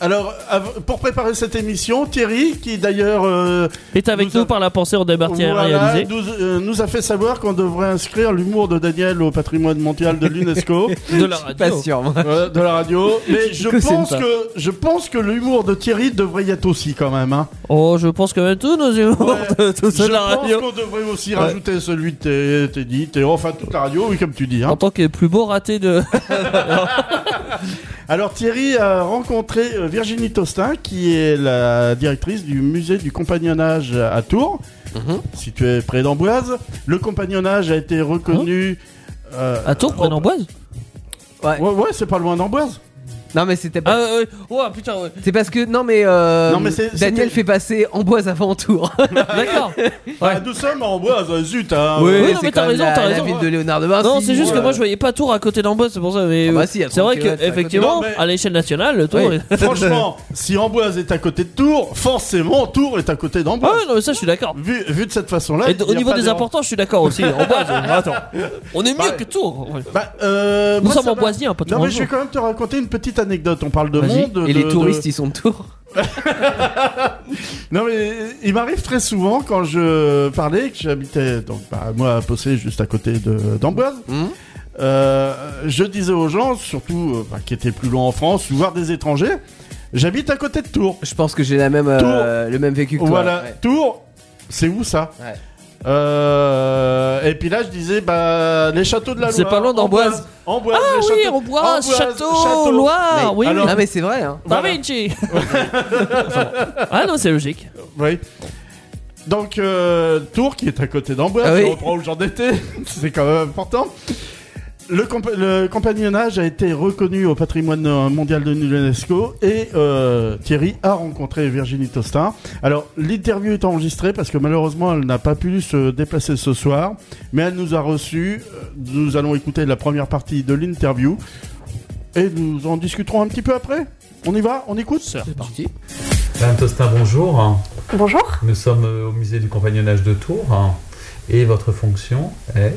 Alors, av- pour préparer cette émission, Thierry, qui d'ailleurs euh, Est avec Nous nous a- par la pensée en débarqué à voilà, réaliser. nous, euh, nous a fait savoir qu'on devrait inscrire l'humour de Daniel au patrimoine mondial de [LAUGHS] l'UNESCO, De la Pas radio. sûr, moi. euh, de la radio. Mais je Que c'est pense pas. que je pense que l'humour de Thierry devrait y être aussi quand même. Hein. Oh, je pense que même tous nos humours Ouais. de tout je ça Oh, de la pense radio. qu'on devrait aussi rajouter celui de Té- Teddy, Té- enfin toute la radio, oui comme tu dis. hein. En tant que plus beau raté de. Alors Thierry a rencontré euh, Virginie Tostin, qui est la directrice du musée du compagnonnage à Tours, Mhm. situé près d'Amboise. Le compagnonnage a été reconnu. Hein euh, À Tours, près en- d'Amboise Ouais. Ouais, ouais, c'est pas loin d'Amboise. Non, mais c'était pas. Ah, ouais, ouais. Ouah, putain, ouais. C'est parce que. Non, mais. euh, Non, mais c'est- Daniel c'était- fait passer Amboise avant Tours. [LAUGHS] D'accord. Ah, nous sommes à Amboise, euh, zut. hein. [LAUGHS] Oui. Ouais, non, c'est mais quand t'as même raison, la, t'as la raison. ville de Léonard de Vinci. Non, c'est juste que euh, moi je voyais pas Tours à côté d'Amboise, c'est pour ça. Mais euh, Ah bah si, à c'est vrai 30 kilomètres, que c'est à côté. effectivement, Non, mais- à l'échelle nationale, le Tours. Oui. est- [LAUGHS] Franchement, si Amboise est à côté de Tours, forcément Tours est à côté Ah d'Amboise. ouais, non, mais ça, je suis d'accord. Vu, vu de cette façon-là. Et il d- y au a niveau pas des d'erreur. importants, je suis [LAUGHS] d'accord aussi. Amboise, attends. On est mieux Bah, que Tours. ouais. Bah, euh, Nous moi, sommes ça m'a- amboisiens, pas Non, Tours. mais je vais quand même te raconter une petite anecdote. On parle de Vas-y. monde. Et de- les touristes, de- ils sont de Tours. Non mais il m'arrive très souvent quand je parlais que j'habitais donc bah, moi à Possé juste à côté de d'Amboise. Mhm. Euh, je disais aux gens, surtout euh, bah, qui étaient plus loin en France, ou voire des étrangers, j'habite à côté de Tours. Je pense que j'ai la même, euh, le même vécu que toi. voilà, ouais. Tours, c'est où ça Ouais. Euh, et puis là, je disais, bah, les châteaux de la Loire. C'est pas loin d'Amboise. Amboise, Ah les oui, châteaux- Amboise, Château, Loire, oui. Alors- Non, mais c'est vrai, hein. Da Voilà. [LAUGHS] Vinci. Ah non, c'est logique. Oui. Donc, euh, Tours, qui est à côté d'Amboise, Ah oui. on reprend où j'en étais, [LAUGHS] c'est quand même important. Le, compa- le compagnonnage a été reconnu au patrimoine euh, mondial de l'UNESCO et euh, Thierry a rencontré Virginie Tostin. Alors, l'interview est enregistrée parce que malheureusement, elle n'a pas pu se déplacer ce soir, mais elle nous a reçus. Euh, Nous allons écouter la première partie de l'interview et nous en discuterons un petit peu après. On y va On écoute C'est parti. Madame Tosta, bonjour. Bonjour, Nous sommes euh, au musée du compagnonnage de Tours hein. et votre fonction est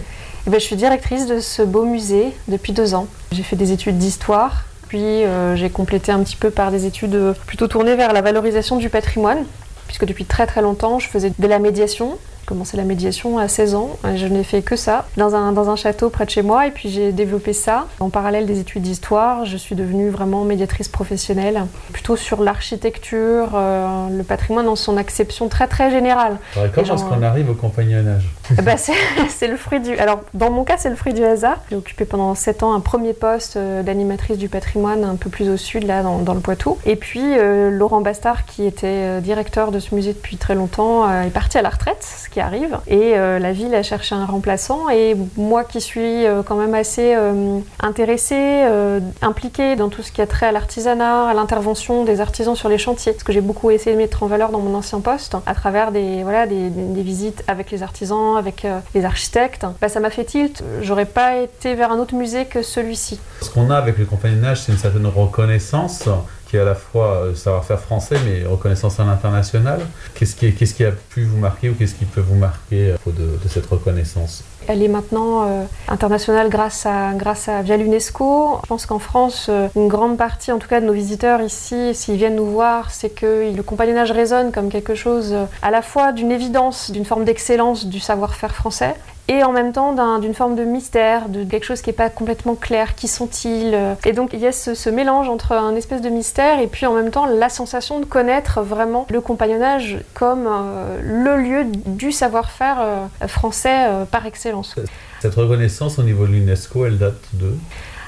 Eh ben, je suis directrice de ce beau musée depuis deux ans. J'ai fait des études d'histoire, puis euh, j'ai complété un petit peu par des études euh, plutôt tournées vers la valorisation du patrimoine, puisque depuis très très longtemps je faisais de la médiation. J'ai commencé la médiation à 16 ans, et je n'ai fait que ça dans un, dans un château près de chez moi, et puis j'ai développé ça. En parallèle des études d'histoire, je suis devenue vraiment médiatrice professionnelle, plutôt sur l'architecture, euh, le patrimoine dans son acception très très générale. Alors, Bah, Comment Genre, est-ce qu'on arrive au compagnonnage Eh ben, c'est [LAUGHS] c'est le fruit du. Alors, dans mon cas, c'est le fruit du hasard. J'ai occupé pendant 7 ans un premier poste euh, d'animatrice du patrimoine un peu plus au sud, là, dans, dans le Poitou. Et puis, euh, Laurent Bastard, qui était euh, directeur de ce musée depuis très longtemps, euh, est parti à la retraite, ce qui arrive. Et euh, la ville a cherché un remplaçant. Et moi, qui suis euh, quand même assez euh, intéressée, euh, impliquée dans tout ce qui a trait à l'artisanat, à l'intervention des artisans sur les chantiers, ce que j'ai beaucoup essayé de mettre en valeur dans mon ancien poste, à travers des, voilà, des, des- des visites avec les artisans, avec euh, les architectes, bah, ça m'a fait tilt. J'aurais pas été vers un autre musée que celui-ci. Ce qu'on a avec le compagnonnage, c'est une certaine reconnaissance qui est à la fois euh, savoir-faire français mais reconnaissance à l'international. Qu'est-ce qui, qu'est-ce qui a pu vous marquer ou qu'est-ce qui peut vous marquer à propos de, de cette reconnaissance Elle est maintenant euh, internationale grâce à, grâce à via l'UNESCO. Je pense qu'en France, euh, une grande partie, en tout cas, de nos visiteurs ici, s'ils viennent nous voir, c'est que le compagnonnage résonne comme quelque chose euh, à la fois d'une évidence, d'une forme d'excellence du savoir-faire français. et en même temps d'un- d'une forme de mystère, de quelque chose qui n'est pas complètement clair. Qui sont-ils euh. Et donc il y a ce, ce mélange entre un espèce de mystère et puis en même temps la sensation de connaître vraiment le compagnonnage comme euh, le lieu du savoir-faire euh, français euh, par excellence. Cette reconnaissance au niveau de l'UNESCO, elle date de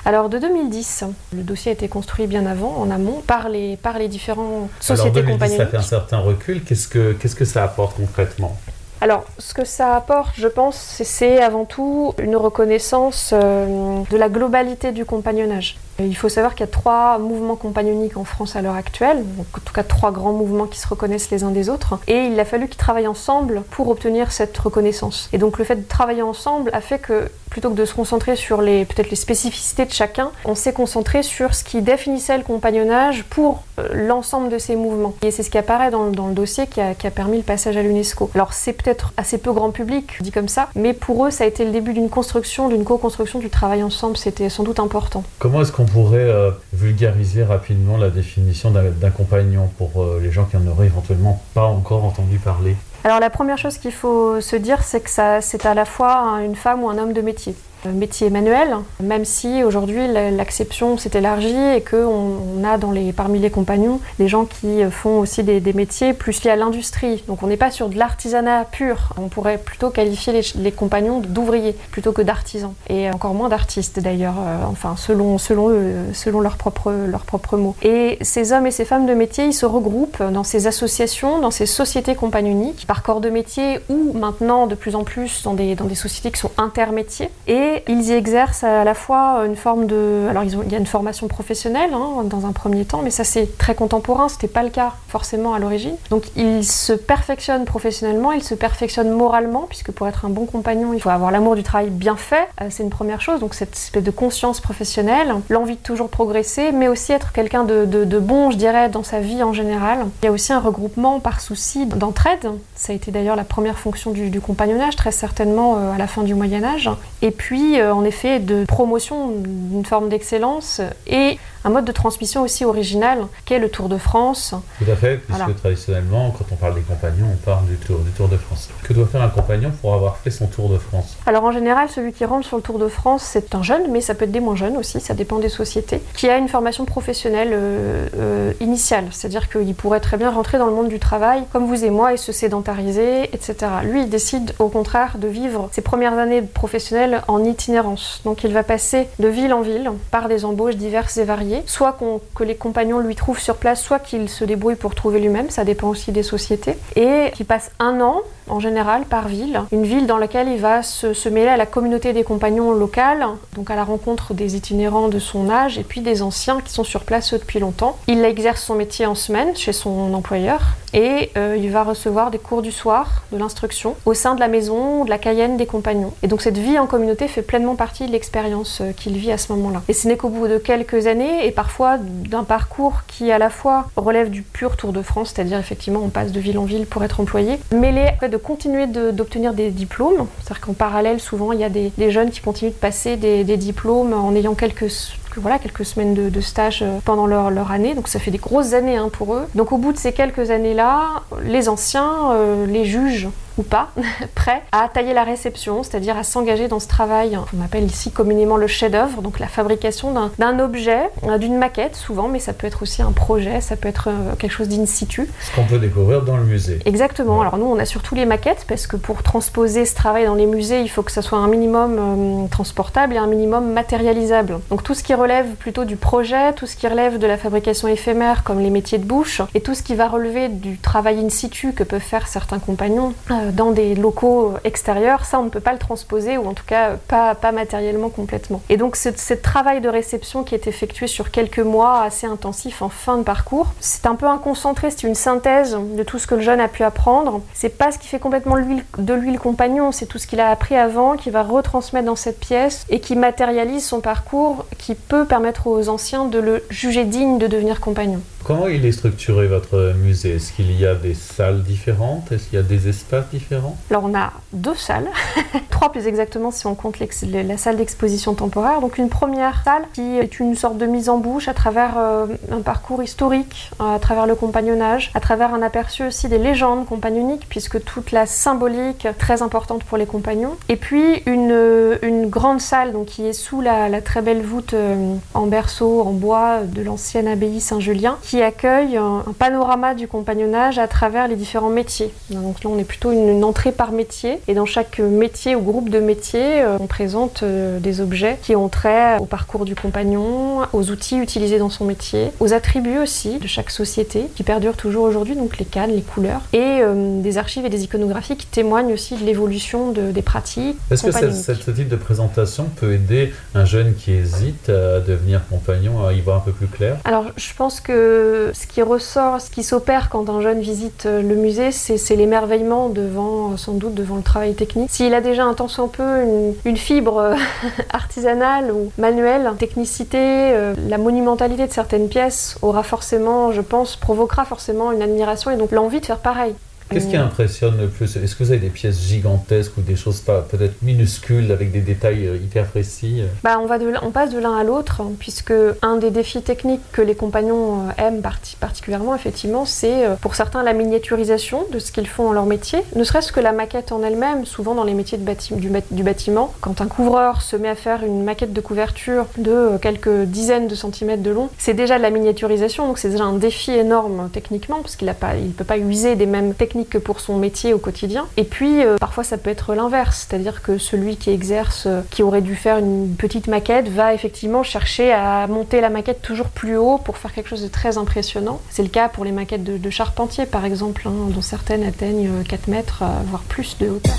Alors de 2010, le dossier a été construit bien avant, en amont, par les, par les différentes Alors sociétés 2010, ça fait un compagnonniques. certain recul. Qu'est-ce que qu'est-ce que ça apporte concrètement Alors, ce que ça apporte, je pense, c'est- c'est avant tout une reconnaissance euh, de la globalité du compagnonnage. Et il faut savoir qu'il y a trois mouvements compagnonniques en France à l'heure actuelle, donc en tout cas trois grands mouvements qui se reconnaissent les uns des autres, et il a fallu qu'ils travaillent ensemble pour obtenir cette reconnaissance. Et donc le fait de travailler ensemble a fait que plutôt que de se concentrer sur les peut-être les spécificités de chacun, on s'est concentré sur ce qui définissait le compagnonnage pour euh, l'ensemble de ces mouvements. Et c'est ce qui apparaît dans, le- dans le dossier qui a, qui a permis le passage à l'UNESCO. Alors c'est peut-être assez peu grand public dit comme ça, mais pour eux ça a été le début d'une construction, d'une co-construction du travail ensemble. C'était sans doute important. Comment est-ce qu'on pourrait euh, vulgariser rapidement la définition d'un d'un compagnon pour euh, les gens qui en auraient éventuellement pas encore entendu parler Alors la première chose qu'il faut se dire, c'est que ça, c'est à la fois un- une femme ou un homme de métier. Un euh, métier manuel, même si aujourd'hui la- l'acception s'est élargie et qu'on on a dans les, parmi les compagnons des gens qui euh, font aussi des, des métiers plus liés à l'industrie. Donc on n'est pas sur de l'artisanat pur. On pourrait plutôt qualifier les, les compagnons d'ouvriers plutôt que d'artisans. Et encore moins d'artistes d'ailleurs, euh, enfin selon, selon, eux, euh, selon leurs propres leurs propres mots. Et ces hommes et ces femmes de métier, ils se regroupent dans ces associations, dans ces sociétés compagnoniques, par corps de métier ou maintenant de plus en plus dans des, dans des sociétés qui sont intermétiers. Et ils y exercent à la fois une forme de. Alors, ils ont, il y a une formation professionnelle hein, dans un premier temps, mais ça c'est très contemporain, c'était pas le cas forcément à l'origine. Donc, ils se perfectionnent professionnellement, ils se perfectionnent moralement, puisque pour être un bon compagnon, il faut avoir l'amour du travail bien fait, Euh, c'est une première chose. Donc, cette espèce de conscience professionnelle, l'envie de toujours progresser, mais aussi être quelqu'un de, de- de bon, je dirais, dans sa vie en général. Il y a aussi un regroupement par souci d'entraide. Ça a été d'ailleurs la première fonction du, du compagnonnage, très certainement euh, à la fin du Moyen Âge. Et puis, euh, en effet, de promotion d'une forme d'excellence et un mode de transmission aussi original, qu'est le Tour de France. Tout à fait, puisque Voilà. traditionnellement, quand on parle des compagnons, on parle du tour, du tour de France. Que doit faire un compagnon pour avoir fait son Tour de France Alors en général, celui qui rentre sur le Tour de France, c'est un jeune, mais ça peut être des moins jeunes aussi, ça dépend des sociétés, qui a une formation professionnelle euh, euh, initiale. C'est-à-dire qu'il pourrait très bien rentrer dans le monde du travail, comme vous et moi, et se sédentariser, etc. Lui, il décide au contraire de vivre ses premières années professionnelles en itinérance. Donc il va passer de ville en ville par des embauches diverses et variées, soit qu'on- que les compagnons lui trouvent sur place, soit qu'il se débrouille pour trouver lui-même, ça dépend aussi des sociétés, et qui passe un an en général par ville. Une ville dans laquelle il va se, se mêler à la communauté des compagnons locales, donc à la rencontre des itinérants de son âge et puis des anciens qui sont sur place eux, depuis longtemps. Il exerce son métier en semaine chez son employeur et euh, il va recevoir des cours du soir, de l'instruction, au sein de la maison ou de la cayenne des compagnons. Et donc cette vie en communauté fait pleinement partie de l'expérience euh, qu'il vit à ce moment-là. Et ce n'est qu'au bout de quelques années et parfois d'un parcours qui à la fois relève du pur Tour de France, c'est-à-dire effectivement on passe de ville en ville pour être employé, mêlé au fait de continuer de- d'obtenir des diplômes, c'est-à-dire qu'en parallèle souvent il y a des, des jeunes qui continuent de passer des, des diplômes en ayant quelques s- que voilà, quelques semaines de, de stage euh, pendant leur, leur année, donc ça fait des grosses années hein, pour eux. Donc au bout de ces quelques années-là, les anciens, euh, les juges ou pas, [LAUGHS] prêt à tailler la réception, c'est-à-dire à s'engager dans ce travail hein, qu'on appelle ici communément le chef-d'œuvre, donc la fabrication d'un- d'un objet, euh, d'une maquette souvent, mais ça peut être aussi un projet, ça peut être euh, quelque chose d'in situ. Ce qu'on peut découvrir dans le musée. Exactement, Ouais. alors nous on a surtout les maquettes parce que pour transposer ce travail dans les musées, il faut que ça soit un minimum euh, transportable et un minimum matérialisable. Donc tout ce qui relève plutôt du projet, tout ce qui relève de la fabrication éphémère comme les métiers de bouche et tout ce qui va relever du travail in situ que peuvent faire certains compagnons euh, dans des locaux euh, extérieurs, ça on ne peut pas le transposer ou en tout cas euh, pas, pas matériellement complètement. Et donc ce, ce travail de réception qui est effectué sur quelques mois assez intensif en fin de parcours, c'est un peu un concentré, c'est une synthèse de tout ce que le jeune a pu apprendre. C'est pas ce qui fait complètement l'huile- de lui le compagnon, c'est tout ce qu'il a appris avant, qu'il va retransmettre dans cette pièce et qui matérialise son parcours, qui peut permettre aux anciens de le juger digne de devenir compagnon. Comment il est structuré votre musée Est-ce qu'il y a des salles différentes Est-ce qu'il y a des espaces différents Alors on a deux salles, [LAUGHS] trois plus exactement si on compte l'ex- le- la salle d'exposition temporaire. Donc une première salle qui est une sorte de mise en bouche à travers euh, un parcours historique, euh, à travers le compagnonnage, à travers un aperçu aussi des légendes compagnoniques puisque toute la symbolique très importante pour les compagnons. Et puis une, euh, une grande salle donc, qui est sous la, la très belle voûte euh, en berceau, en bois de l'ancienne abbaye Saint-Julien qui accueille un, un panorama du compagnonnage à travers les différents métiers. Donc là on est plutôt une, une entrée par métier et dans chaque métier ou groupe de métiers euh, on présente euh, des objets qui ont trait au parcours du compagnon, aux outils utilisés dans son métier, aux attributs aussi de chaque société qui perdurent toujours aujourd'hui, donc les cannes, les couleurs et euh, des archives et des iconographies qui témoignent aussi de l'évolution de- des pratiques. Est-ce que cette- compagnoniques. cette- ce type de présentation peut aider un jeune qui hésite à devenir compagnon à y voir un peu plus clair Alors, je pense que ce qui ressort, ce qui s'opère quand un jeune visite euh, le musée, c'est c'est l'émerveillement devant, euh, sans doute, devant le travail technique. S'il a déjà un temps soit peu une, une fibre euh, [LAUGHS] artisanale ou manuelle, technicité, euh, la monumentalité de certaines pièces aura forcément, je pense, provoquera forcément une admiration et donc l'envie de faire pareil. Qu'est-ce qui Euh, impressionne le plus Est-ce que vous avez des pièces gigantesques ou des choses pas peut-être minuscules avec des détails euh, hyper précis euh Bah, on, va de l'un- on passe de l'un à l'autre, hein, puisque un des défis techniques que les compagnons euh, aiment parti- particulièrement, effectivement, c'est euh, pour certains la miniaturisation de ce qu'ils font en leur métier, ne serait-ce que la maquette en elle-même, souvent dans les métiers de bati- du, bati- du bâtiment. Quand un couvreur se met à faire une maquette de couverture de euh, quelques dizaines de centimètres de long, c'est déjà de la miniaturisation, donc c'est déjà un défi énorme euh, techniquement, parce qu'il ne peut pas user des mêmes techniques que pour son métier au quotidien. Et puis, euh, parfois, ça peut être l'inverse, c'est-à-dire que celui qui exerce, euh, qui aurait dû faire une petite maquette, va effectivement chercher à monter la maquette toujours plus haut pour faire quelque chose de très impressionnant. C'est le cas pour les maquettes de, de charpentiers, par exemple, hein, dont certaines atteignent euh, 4 mètres, euh, voire plus de hauteur.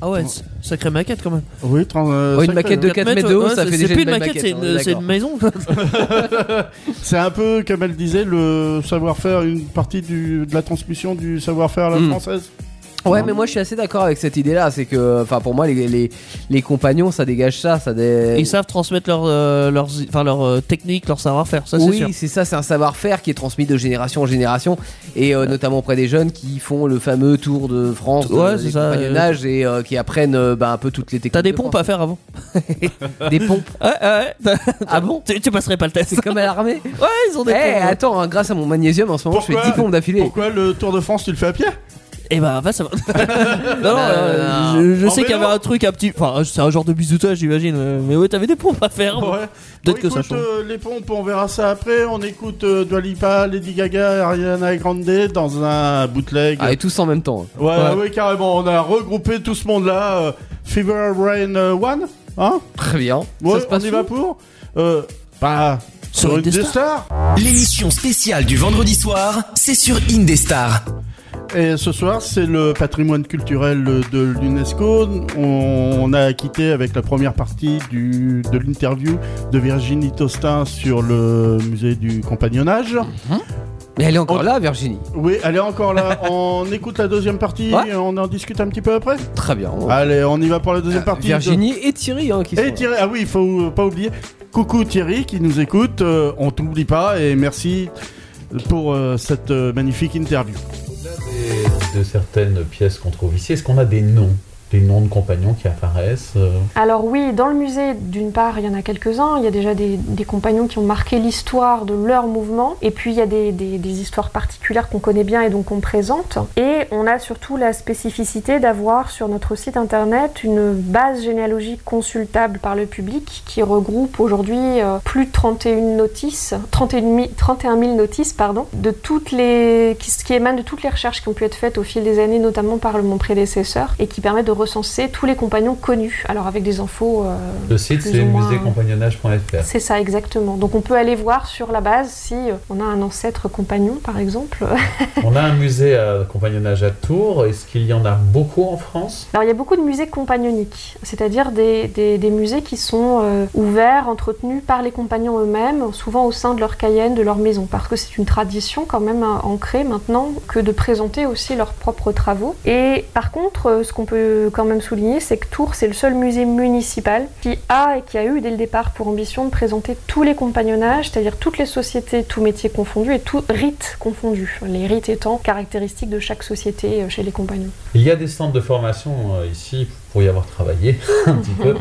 Ah ouais, c'est- sacrée maquette quand même. Oui, trans- euh, Ouais, Oh, sacré, une maquette de hein. 4 mètres de haut, ouais, ça c'est- fait C'est déjà plus une une belle maquette, maquette, c'est on une, est c'est d'accord. [LAUGHS] une maison. C'est un peu, comme elle disait, le savoir-faire, une partie du, de la transmission du savoir-faire à la Mm. française. Ouais, mais moi je suis assez d'accord avec cette idée-là. C'est que, enfin, pour moi, les, les, les compagnons, ça dégage ça. ça dé- Ils savent transmettre leur, euh, leurs, enfin, leur euh, technique, leur savoir-faire, ça c'est oui, sûr. c'est ça, c'est un savoir-faire qui est transmis de génération en génération, et euh, notamment auprès des jeunes qui font le fameux tour de France, Ouais, euh, c'est des ça, compagnonnages, et euh, qui apprennent euh, bah, un peu toutes les techniques. T'as des de pompes à faire avant. France. Des [LAUGHS] pompes, Ouais, ouais, ouais. Ah bon tu, tu passerais pas le test. c'est comme à l'armée. [LAUGHS] Ouais, ils ont Eh, des pompes. attends, hein, grâce à mon magnésium, en ce moment, je fais Pourquoi 10 pompes d'affilée. Pourquoi le Tour de France, tu le fais à pied Et bah, va, [LAUGHS] ça va. non, non, Euh, euh, je, je en sais qu'il y vélo. avait un truc un petit. Enfin, c'est un genre de bisoutage, j'imagine. euh, Mais ouais, t'avais des pompes à faire. Ouais. Ah Peut-être Bon, que ça écoute, change. euh, les pompes, on verra ça après. On écoute euh, Dua Lipa, Lady Gaga, Ariana Grande dans un bootleg. Ah, et tous en même temps. Ouais, Ouais. ouais, carrément. On a regroupé tout ce monde-là. euh, Fever Rain euh, One, hein Très bien. Ouais, ça se on passe y va où pour euh, Bah, sur, une des stars. L'émission spéciale du vendredi soir, c'est sur Indestar. Et ce soir, c'est le patrimoine culturel de l'UNESCO. On, on a quitté avec la première partie du, de l'interview de Virginie Tostin sur le musée du compagnonnage. Mais elle est encore On- là, Virginie. Oui, elle est encore là. on écoute la deuxième partie Ouais. et on en discute un petit peu après. Très bien. Allez, on y va pour la deuxième partie. de- Virginie et Thierry, hein, qui sont Ah, Et Thierry, ah oui, il faut euh, pas oublier. Coucou Thierry qui nous écoute, euh, on t'oublie pas et merci pour euh, cette euh, magnifique interview. Au-delà des- de certaines pièces qu'on trouve ici, est-ce qu'on a des noms Des noms de compagnons qui apparaissent euh, Alors oui, dans le musée, d'une part, il y en a quelques-uns. Il y a déjà des, des compagnons qui ont marqué l'histoire de leur mouvement. Et puis, il y a des, des- des histoires particulières qu'on connaît bien et donc qu'on présente. Et on a surtout la spécificité d'avoir sur notre site internet une base généalogique consultable par le public qui regroupe aujourd'hui euh, plus de 31 notices, 31 000, 31 000 notices, pardon, de toutes les, qui, qui émanent de toutes les recherches qui ont pu être faites au fil des années, notamment par le- mon prédécesseur, et qui permet de recenser tous les compagnons connus. Alors avec des infos. euh, Le site, Plus c'est ou moins. muséecompagnonnage.fr. c'est ça exactement. Donc on peut aller voir sur la base si euh, on a un ancêtre compagnon par exemple. On a un musée à compagnonnage à Tours. Est-ce qu'il y en a beaucoup en France Alors il y a beaucoup de musées compagnoniques, c'est-à-dire des, des- des musées qui sont euh, ouverts, entretenus par les compagnons eux-mêmes, souvent au sein de leur cayenne, de leur maison, parce que c'est une tradition quand même hein, euh, ancrée maintenant que de présenter aussi leurs propres travaux. Et par contre, euh, ce qu'on peut peut quand même souligner, c'est que Tours, c'est le seul musée municipal qui a et qui a eu dès le départ pour ambition de présenter tous les compagnonnages, c'est-à-dire toutes les sociétés, tous métiers confondus et tous rites confondus. Les rites étant caractéristiques de chaque société euh, chez les compagnons. Il y a des centres de formation euh, ici pour y avoir travaillé [LAUGHS] un petit [LAUGHS] peu,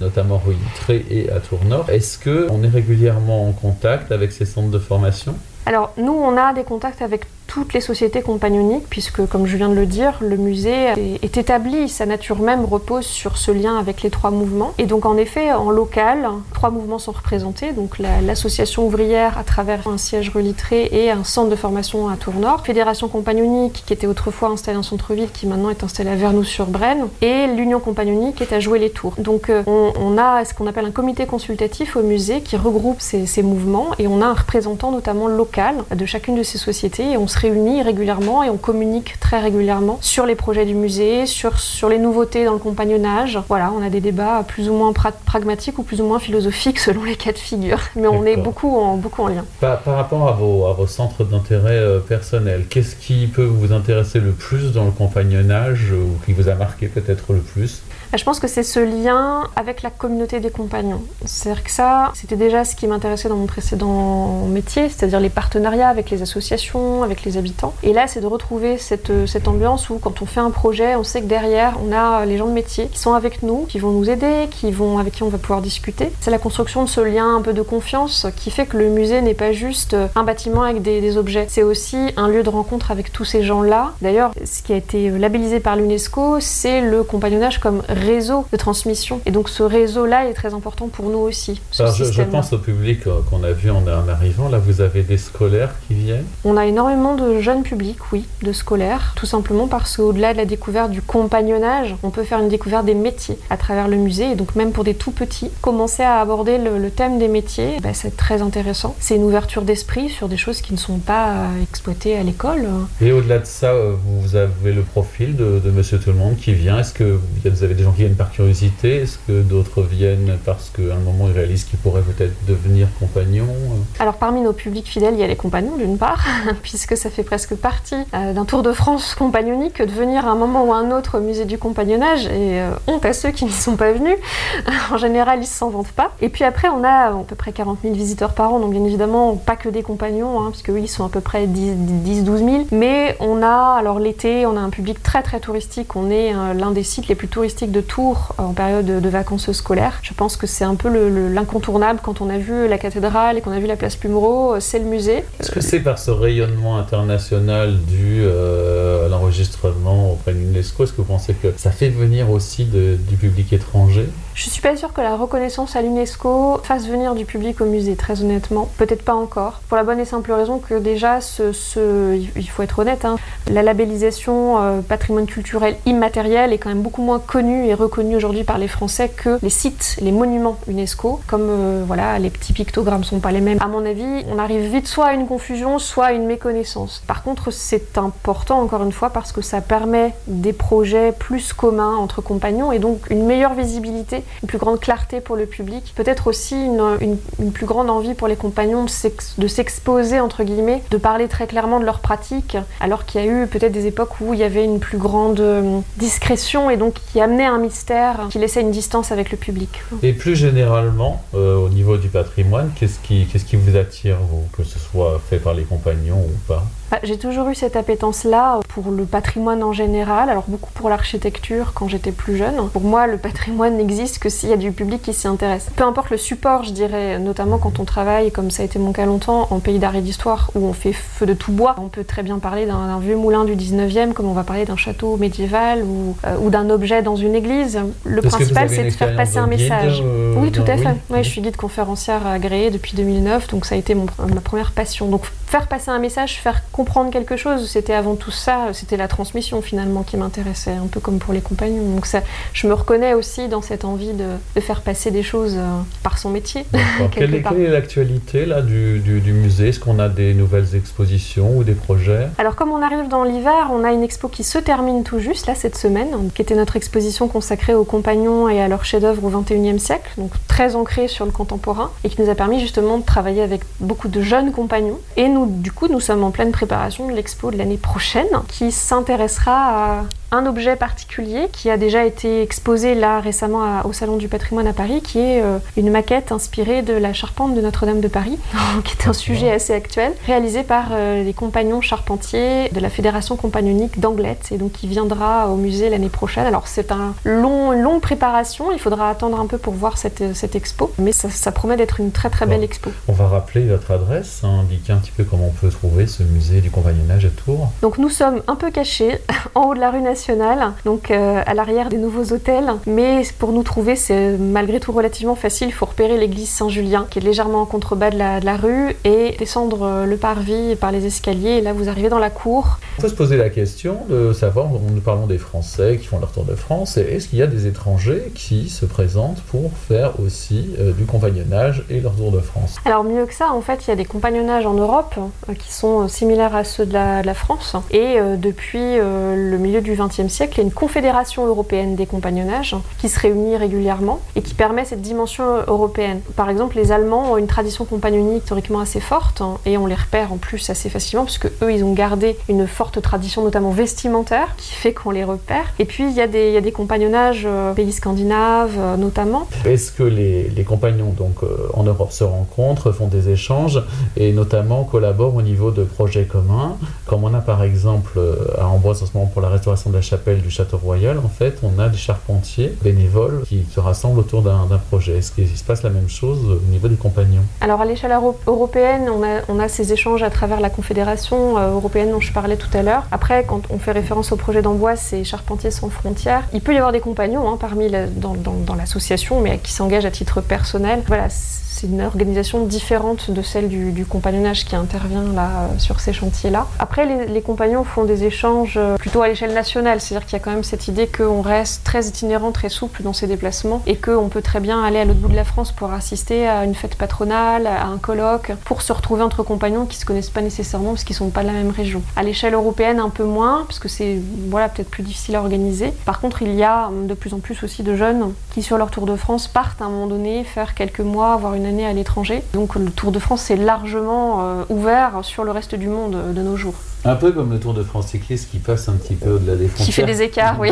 notamment rue Vitré et à Tours-Nord. Est-ce que on est régulièrement en contact avec ces centres de formation Alors, nous, on a des contacts avec toutes les sociétés compagnoniques, puisque, comme je viens de le dire, le musée est, est établi, sa nature même repose sur ce lien avec les trois mouvements. Et donc, en effet, en local, trois mouvements sont représentés. Donc, la- l'association ouvrière à travers un siège rue Littré et un centre de formation à Tournord, Fédération compagnonique qui était autrefois installée en centre-ville, qui maintenant est installée à Vernoux-sur-Brenne, et l'Union compagnonique qui est à jouer les tours. Donc, euh, on, on a ce qu'on appelle un comité consultatif au musée qui regroupe ces, ces mouvements et on a un représentant notamment local de chacune de ces sociétés et on se réunit régulièrement et on communique très régulièrement sur les projets du musée, sur, sur les nouveautés dans le compagnonnage. Voilà, on a des débats plus ou moins pra- pragmatiques ou plus ou moins philosophiques [LAUGHS] selon les cas de figure, mais on est D'accord. beaucoup en, beaucoup en lien. Par, par rapport à vos, à vos centres d'intérêt euh, personnels, qu'est-ce qui peut vous intéresser le plus dans le compagnonnage euh, ou qui vous a marqué peut-être le plus Bah, Je pense que c'est ce lien avec la communauté des compagnons. C'est-à-dire que ça, c'était déjà ce qui m'intéressait dans mon précédent métier, c'est-à-dire les partenariats avec les associations, avec les habitants. Et là, c'est de retrouver cette, euh, cette ambiance où quand on fait un projet, on sait que derrière, on a les gens de métier qui sont avec nous, qui vont nous aider, qui vont, avec qui on va pouvoir discuter. C'est la construction de ce lien un peu de confiance qui fait que le musée n'est pas juste euh, un bâtiment avec des, des objets. C'est aussi un lieu de rencontre avec tous ces gens-là. D'ailleurs, ce qui a été labellisé par l'UNESCO, c'est le compagnonnage comme réseau de transmission. Et donc ce réseau-là est très important pour nous aussi. ce Alors, je, je système-là. pense au public euh, qu'on a vu en, en arrivant. Là, vous avez des scolaires qui viennent. On a énormément de jeunes publics, oui, de scolaires, tout simplement parce qu'au-delà de la découverte du compagnonnage, on peut faire une découverte des métiers à travers le musée, et donc même pour des tout petits, commencer à aborder le, le thème des métiers, bah, c'est très intéressant. C'est une ouverture d'esprit sur des choses qui ne sont pas euh, exploitées à l'école. Et au-delà de ça, euh, vous avez le profil de, de Monsieur Tout le Monde qui vient. Est-ce que vous avez des gens qui viennent par curiosité Est-ce que d'autres viennent parce qu'à un moment ils réalisent qu'ils pourraient peut-être devenir compagnons euh Alors parmi nos publics fidèles, il y a les compagnons d'une part, [LAUGHS] puisque ça fait presque partie euh, d'un tour de France compagnonique que de venir à un moment ou à un autre au musée du compagnonnage, et euh, honte à ceux qui n'y sont pas venus. [LAUGHS] en général, ils s'en vantent pas. Et puis après, on a euh, à peu près 40 000 visiteurs par an, donc bien évidemment, pas que des compagnons, hein, parce que oui, ils sont à peu près 10-12 000. Mais on a, alors l'été, on a un public très très touristique. On est euh, l'un des sites les plus touristiques de Tours euh, en période de vacances scolaires. Je pense que c'est un peu le- le- l'incontournable quand on a vu la cathédrale et qu'on a vu la place Plumereau, euh, c'est le musée. Est-ce que c'est par ce rayonnement international dû euh, à l'enregistrement auprès de l'UNESCO Est-ce que vous pensez que ça fait venir aussi de- du public étranger Je suis pas sûre que la reconnaissance à l'UNESCO fasse venir du public au musée, très honnêtement. Peut-être pas encore. Pour la bonne et simple raison que déjà, ce, ce- il faut être honnête, hein, la labellisation euh, patrimoine culturel immatériel est quand même beaucoup moins connue et reconnue aujourd'hui par les Français que les sites, les monuments UNESCO. Comme euh, voilà, les petits pictogrammes sont pas les mêmes. À mon avis, on arrive vite soit à une confusion, soit à une méconnaissance. Par contre, c'est important encore une fois parce que ça permet des projets plus communs entre compagnons et donc une meilleure visibilité, une plus grande clarté pour le public, peut-être aussi une, une- une plus grande envie pour les compagnons de s'ex- de s'exposer entre guillemets, de parler très clairement de leurs pratiques, alors qu'il y a eu peut-être des époques où il y avait une plus grande euh, discrétion et donc qui amenait un mystère, qui laissait une distance avec le public. Et plus généralement, euh, au niveau du patrimoine, qu'est-ce qui, qu'est-ce qui vous attire, vous, que ce soit fait par les compagnons ou pas Bah, J'ai toujours eu cette appétence-là pour le patrimoine en général, alors beaucoup pour l'architecture quand j'étais plus jeune. Pour moi, le patrimoine n'existe que s'il y a du public qui s'y intéresse. Peu importe le support, je dirais, notamment quand on travaille, comme ça a été mon cas longtemps, en pays d'art et d'histoire, où on fait feu de tout bois. On peut très bien parler d'un d'un vieux moulin du 19e, comme on va parler d'un château médiéval ou, euh, ou d'un objet dans une église. Est-ce Le que vous principal, avez c'est une de faire expérience passer un de guide, message. euh, Oui, tout dans- à fait. Ouais, oui. je suis guide conférencière agréée depuis 2009, donc ça a été mon- ma première passion. Donc faire passer un message, faire comprendre quelque chose, c'était avant tout ça, c'était la transmission finalement qui m'intéressait, un peu comme pour les compagnons. Donc ça, je me reconnais aussi dans cette envie de, de faire passer des choses euh, par son métier. [LAUGHS] D'accord. Quelque Quelle, est- part. quelle est l'actualité là du, du- du musée Est-ce qu'on a des nouvelles expositions ou des projets Alors comme on arrive dans l'hiver, on a une expo qui se termine tout juste, là cette semaine, hein, qui était notre exposition consacrée aux compagnons et à leurs chefs-d'œuvre au XXIe siècle, donc très ancrée sur le contemporain, et qui nous a permis justement de travailler avec beaucoup de jeunes compagnons. Et nous, du coup, nous sommes en pleine préparation de l'expo de l'année prochaine, qui s'intéressera à un objet particulier qui a déjà été exposé là récemment à- au Salon du patrimoine à Paris, qui est euh, une maquette inspirée de la charpente de Notre-Dame de Paris, [LAUGHS] qui est un sujet assez actuel, réalisé par euh, les compagnons charpentiers de la Fédération compagnonique d'Anglette, et donc qui viendra au musée l'année prochaine. Alors c'est un long, une longue préparation, il faudra attendre un peu pour voir cette, euh, cette expo, mais ça, ça promet d'être une très très belle Bon. expo. On va rappeler votre adresse, hein, indiquer un petit peu comment on peut trouver ce musée du compagnonnage à Tours. Donc nous sommes un peu cachés [LAUGHS] en haut de la rue nationale, donc euh, à l'arrière des nouveaux hôtels. Mais pour nous trouver, c'est malgré tout relativement facile. Il faut repérer l'église Saint-Julien, qui est légèrement en contrebas de la, de la rue, et descendre euh, le parvis par les escaliers. Et là, vous arrivez dans la cour. On peut se poser la question de savoir, nous parlons des Français qui font leur tour de France, et est-ce qu'il y a des étrangers qui se présentent pour faire aussi euh, du compagnonnage et leur tour de France Alors mieux que ça, en fait, il y a des compagnonnages en Europe euh, qui sont euh, similaires à ceux de la, de la France. Et euh, depuis euh, le milieu du XXe siècle, il y a une confédération européenne des compagnonnages qui se réunit régulièrement et qui permet cette dimension euh, européenne. Par exemple, les Allemands ont une tradition compagnonique historiquement assez forte hein, et on les repère en plus assez facilement parce que eux, ils ont gardé une forte tradition, notamment vestimentaire, qui fait qu'on les repère. Et puis, il y a des, il y a des compagnonnages euh, pays scandinaves euh, notamment. Est-ce que les, les compagnons donc, euh, en Europe se rencontrent, font des échanges et notamment collaborent au niveau de projets communs Comme on a par exemple euh, à Ambroise en ce moment pour la restauration de la chapelle du Château Royal, en fait, on a des charpentiers bénévoles qui se rassemblent autour d'un d'un projet. Est-ce qu'il se passe la même chose au niveau des compagnons Alors à l'échelle euro- européenne, on a, on a ces échanges à travers la Confédération euh, européenne dont je parlais tout à l'heure. Après, quand on fait référence au projet d'Amboise, c'est Charpentiers sans frontières. Il peut y avoir des compagnons hein, parmi la- dans, dans- dans l'association, mais qui s'engagent à titre personnel. Voilà, c'est une organisation différente de celle du, du compagnonnage qui intervient là euh, sur ces chantiers-là. Après, les, les compagnons font des échanges euh, plutôt à l'échelle nationale, c'est-à-dire qu'il y a quand même cette idée qu'on reste très itinérant, très souple dans ses déplacements et qu'on peut très bien aller à l'autre bout de la France pour assister à une fête patronale, à un colloque, pour se retrouver entre compagnons qui se connaissent pas nécessairement parce qu'ils sont pas de la même région. À l'échelle européenne, un peu moins, parce que c'est voilà, peut-être plus difficile à organiser. Par contre, il y a hum, de plus en plus aussi de jeunes qui, sur leur tour de France, partent à un moment donné faire quelques mois, voire une année à l'étranger. Donc le tour de France est largement euh, ouvert sur le reste du monde euh, de nos jours. Un peu comme le Tour de France cycliste qui passe un petit peu au-delà des frontières. Qui fait des écarts, oui,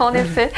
en effet.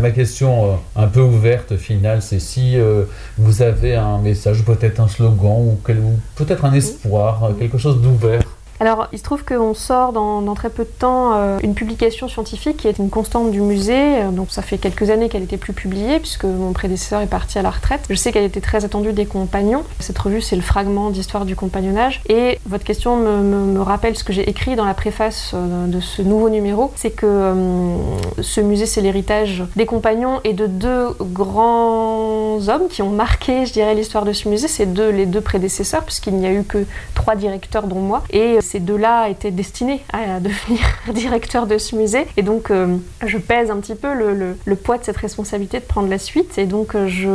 Ma question euh, un peu ouverte finale, c'est si euh, vous avez un message, peut-être un slogan ou, quel- ou peut-être un espoir, euh, quelque chose d'ouvert. Alors, il se trouve qu'on sort dans, dans très peu de temps euh, une publication scientifique qui est une constante du musée. Euh, Donc, ça fait quelques années qu'elle n'était plus publiée, puisque mon prédécesseur est parti à la retraite. Je sais qu'elle était très attendue des compagnons. Cette revue, c'est le fragment d'histoire du compagnonnage. Et votre question me, me- me rappelle ce que j'ai écrit dans la préface euh, de ce nouveau numéro c'est que euh, ce musée, c'est l'héritage des compagnons et de deux grands hommes qui ont marqué, je dirais, l'histoire de ce musée. C'est deux, les deux prédécesseurs, puisqu'il n'y a eu que trois directeurs dont moi et euh, ces deux-là étaient destinés à [LAUGHS] devenir directeurs de ce musée et donc euh, je pèse un petit peu le, le- le poids de cette responsabilité de prendre la suite et donc euh, je,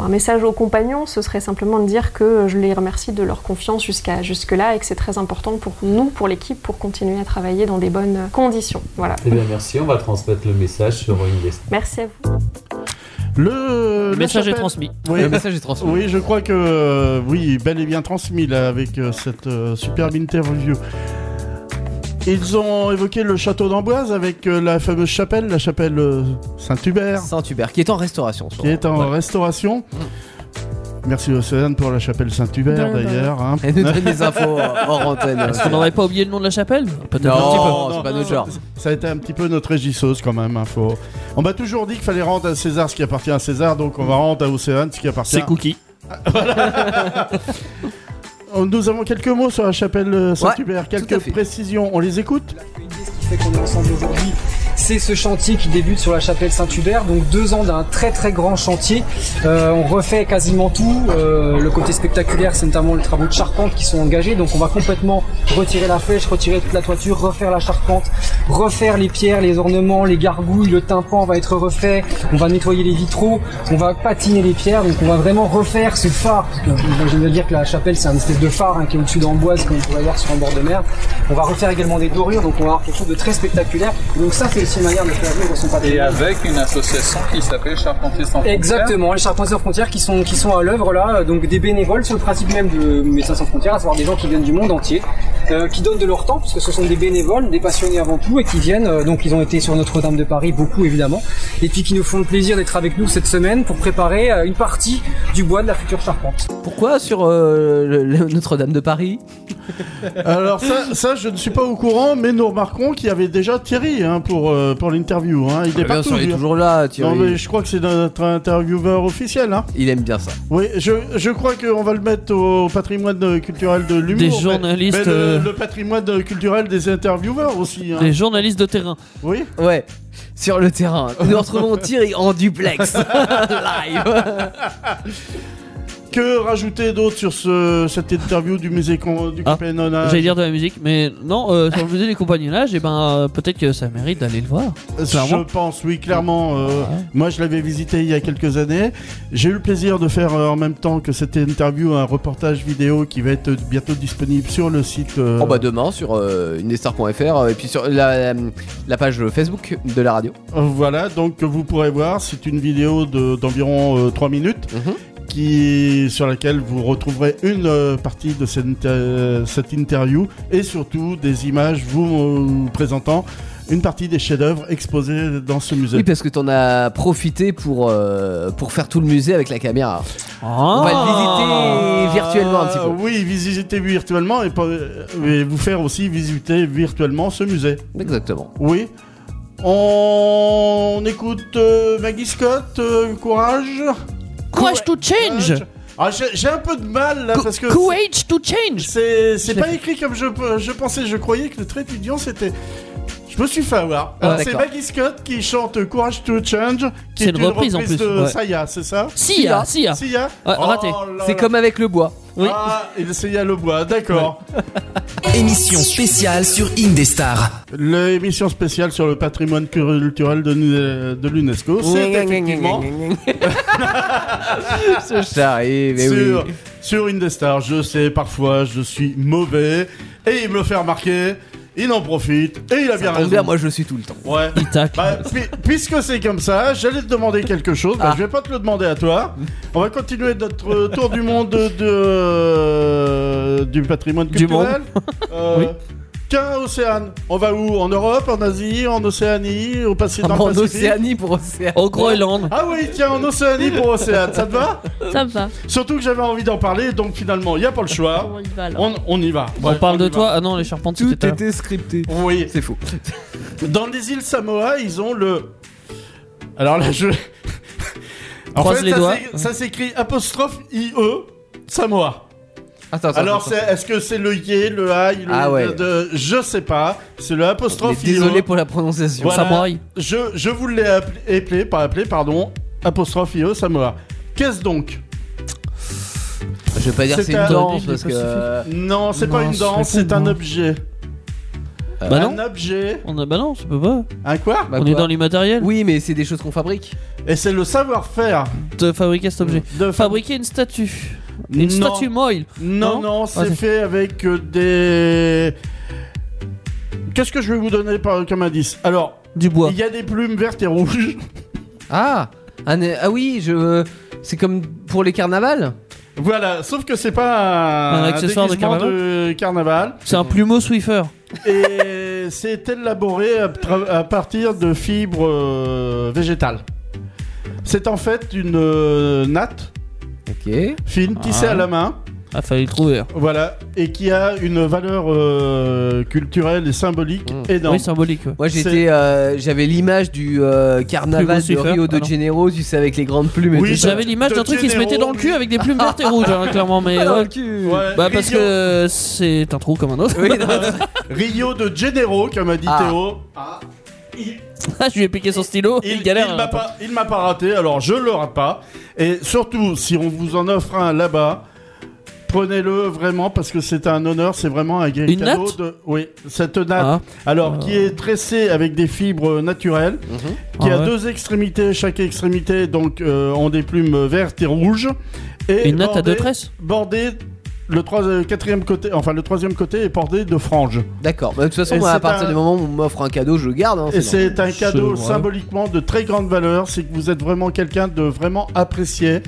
un message aux compagnons ce serait simplement de dire que je les remercie de leur confiance jusqu'à jusque-là et que c'est très important pour nous, pour l'équipe, pour continuer à travailler dans des bonnes conditions. Voilà. Eh bien merci, on va transmettre le message sur Index. Merci à vous. Le Le message la est chapelle- transmis. Oui, Le message est transmis. Oui, je crois que euh, oui, bel et bien transmis là, avec euh, cette euh, superbe interview. Ils ont évoqué le château d'Amboise avec euh, la fameuse chapelle, la chapelle euh, Saint-Hubert, Saint-Hubert, qui est en restauration. en ce qui moment. est en restauration. Merci Océane pour la chapelle Saint-Hubert De rien, de d'ailleurs. hein. Elle nous donne des infos euh, hors antenne. [LAUGHS] Est-ce qu'on n'aurait pas oublié le nom de la chapelle Peut-être un petit peu. Non, c'est pas notre genre. Ça a été un petit peu notre régisseuse quand même. hein, faut- On m'a toujours dit qu'il fallait rendre à César ce qui appartient à César, donc on va rendre à Océane ce qui appartient C'est à Cookie. Oh, Nous avons quelques mots sur la chapelle euh, Saint-Hubert, tout à quelques fait. précisions. On les écoute Une idée, ce qui fait qu'on est ensemble aujourd'hui, c'est ce chantier qui débute sur la chapelle Saint-Hubert. Donc deux ans d'un très très grand chantier. Euh, on refait quasiment tout. Euh, le côté spectaculaire, c'est notamment les travaux de charpente qui sont engagés. Donc on va complètement retirer la flèche, retirer toute la toiture, refaire la charpente, refaire les pierres, les ornements, les gargouilles, le tympan va être refait. On va nettoyer les vitraux, on va patiner les pierres. Donc on va vraiment refaire ce phare. Euh, J'aime bien dire que la chapelle, c'est un espèce de phare hein, qui est au-dessus d'Amboise, comme on pourrait voir sur un bord de mer. On va refaire également des dorures, donc on va avoir quelque chose de très spectaculaire. Donc ça, c'est aussi une manière de faire vivre son patrimoine. avec une association qui s'appelle Charpentier sans Exactement, les charpentiers sans frontières qui sont, qui sont à l'œuvre là, donc des bénévoles sur le principe même de Médecins sans frontières, à savoir des gens qui viennent du monde entier, euh, qui donnent de leur temps, puisque ce sont des bénévoles, des passionnés avant tout, et qui viennent. euh, donc ils ont été sur Notre-Dame de Paris, beaucoup évidemment, et puis qui nous font le plaisir d'être avec nous cette semaine pour préparer euh, une partie du bois de la future charpente. Pourquoi sur euh, le- le Notre-Dame de Paris Alors ça, ça, je ne suis pas au courant, mais nous remarquons qu'il y avait déjà Thierry hein, pour, euh, pour l'interview. hein. Il est Ah, Bien partout. sûr, il est lui. toujours là, Non Thierry. mais je crois que c'est notre intervieweur officiel. Hein. Il aime bien ça. Oui, je, je crois qu'on va le mettre au patrimoine culturel de l'humour. Des mais- journalistes, mais le- euh, le, patrimoine culturel des intervieweurs aussi. hein. Les journalistes de terrain. Oui. Ouais, sur le terrain. Nous retrouvons Thierry en duplex. Live. Que rajouter d'autre sur ce, cette interview du musée Con- du Ah, Copenhague J'allais dire de la musique, mais non, euh, sur le musée des compagnonnages, et ben euh, peut-être que ça mérite d'aller le voir. Je pense, oui, clairement. euh, Moi, je l'avais visité il y a quelques années. J'ai eu le plaisir de faire euh, en même temps que cette interview un reportage vidéo qui va être bientôt disponible sur le site. euh, [LAUGHS] Oh bah demain sur euh, indestar.fr euh, et puis sur la, la- la page Facebook de la radio. euh, Voilà, donc que vous pourrez voir. C'est une vidéo de- d'environ 3 minutes. Mhm. Qui, sur laquelle vous retrouverez une euh, partie de cette, inter- cette interview et surtout des images vous euh, présentant une partie des chefs-d'œuvre exposés dans ce musée. Oui parce que t'en as profité pour, euh, pour faire tout le musée avec la caméra. On va Ah le visiter virtuellement un petit peu. Euh, Oui, visiter virtuellement et, pas- euh, et vous faire aussi visiter virtuellement ce musée. Exactement. Oui. On écoute euh, Maggie Scott, euh, Courage. Courage to change Ah, j'ai j'ai un peu de mal là Cou- parce que Courage to change c'est c'est Je l'ai pas écrit comme je, je pensais. Je croyais que le trait étudiant c'était. Je me suis fait avoir. Ah, Alors, c'est d'accord. Maggie Scott qui chante Courage to Change, qui C'est est une reprise, en plus, de ouais. Saya, c'est ça Si, ah, si, ah. Sia Oh Ouais, raté. là C'est là. comme avec le bois. Oui. Ah, il Sia le bois, d'accord. Émission spéciale sur Indestar. L'émission spéciale sur le patrimoine culturel de, de l'UNESCO, c'est effectivement [LAUGHS] Ce charrier, mais sur, eh oui. sur Indestar. Je sais, parfois, je suis mauvais et il me le fait remarquer. Il en profite et il a bien Tombe raison. bien, moi je le suis tout le temps. Ouais. Il tacle. Bah, pi- puisque c'est comme ça, j'allais te demander quelque chose. Bah, Ah. Je vais pas te le demander à toi. On va continuer notre tour du monde de, de- du patrimoine Du [LAUGHS] culturel. Euh, Qu'un océane. On va où En Europe, en Asie, en Océanie, au Pacifique. dans le En Pacifique Océanie pour Océanie. Au Groenland. Ah oui, tiens, en Océanie pour Océane, ça te va Ça me va. Surtout que j'avais envie d'en parler, donc finalement, il n'y a pas le choix. On y va alors. On, on y va. On Ouais, parle de y va. toi Ah non, les charpentes, Tout c'était tout à l'heure. était scripté. Oui. C'est faux. Dans les îles Samoa, ils ont le. Alors là, [LAUGHS] je. En Croise fait, les ça doigts. s'é- Ça s'écrit apostrophe IE Samoa. Attends, attends, Alors, attends, c'est- est-ce que c'est le yé, le aïe, le. Ah ouais. le- de- je sais pas. C'est le attends. Mais apostrophe IE. Désolé pour la prononciation. Voilà. Samouraï. Je, je vous l'ai appelé, appelé- pas appelé, pardon, apostrophe IE Samoa. Qu'est-ce donc Je vais pas dire que C'est c'est une un- danse parce que. euh, Non, c'est pas Non, une c'est danse, pas une c'est un danse. objet. Bah non, Un objet. on a... bah non, ça peut pas. Un quoi Bah on est quoi dans l'immatériel Oui, mais c'est des choses qu'on fabrique. Et c'est le savoir-faire de fabriquer cet objet. de fa- Fabriquer une statue. Une Euh, Non. statue moil. Non, Non non, Ah, c'est c'est- fait avec euh, des. Qu'est-ce que je vais vous donner par- comme indice Alors, Du bois. il y a des plumes vertes et rouges. [LAUGHS] Ah un- Ah oui, je. C'est comme pour les carnavals Voilà, sauf que c'est pas un, Un accessoire de déguisement de carnaval. C'est un plumeau Swiffer. et [LAUGHS] c'est élaboré à, tra- à partir de fibres euh, végétales. C'est en fait une euh, natte Ok. fine tissée Ah. à la main. Ah, fallait le trouver. Voilà, et qui a une valeur euh, culturelle et symbolique Mm. énorme. Oui, symbolique. ouais. Moi C'est- j'étais, euh, j'avais l'image du euh, carnaval Plus de beau surfeur, Rio de pardon. Janeiro, tu sais, avec les grandes plumes et hein, Oui, tout ça. J'avais l'image De d'un truc qui se mettait dans le cul Gennaro. avec des plumes vertes et rouges, hein, clairement, Ah, mais. ouais. Ouais, Bah, parce Rio, que c'est un trou comme un autre. Oui, non, Rio de Janeiro, comme a dit Ah. Théo. Ah, il Ah, [LAUGHS] je lui ai piqué son stylo, il, il- galère. hein. il m'a pas, il m'a pas raté, alors je le rate pas. Et surtout, si on vous en offre un là-bas, prenez-le vraiment parce que c'est un honneur, c'est vraiment un Une cadeau natte de. Oui, cette natte. Ah, Alors, Euh. qui est tressé avec des fibres naturelles, qui Ah a ouais. deux extrémités, chaque extrémité donc euh, ont des plumes vertes et rouges. Et une natte à bordée- deux tresses Bordée, le trois- euh, quatrième côté, enfin le troisième côté est bordé de franges. D'accord, Bah, de toute façon, Et moi, c'est à partir un- du moment où on m'offre un cadeau, je le garde. hein, Et c'est normal. c'est un cadeau C'est vrai. symboliquement de très grande valeur, c'est que vous êtes vraiment quelqu'un de vraiment apprécié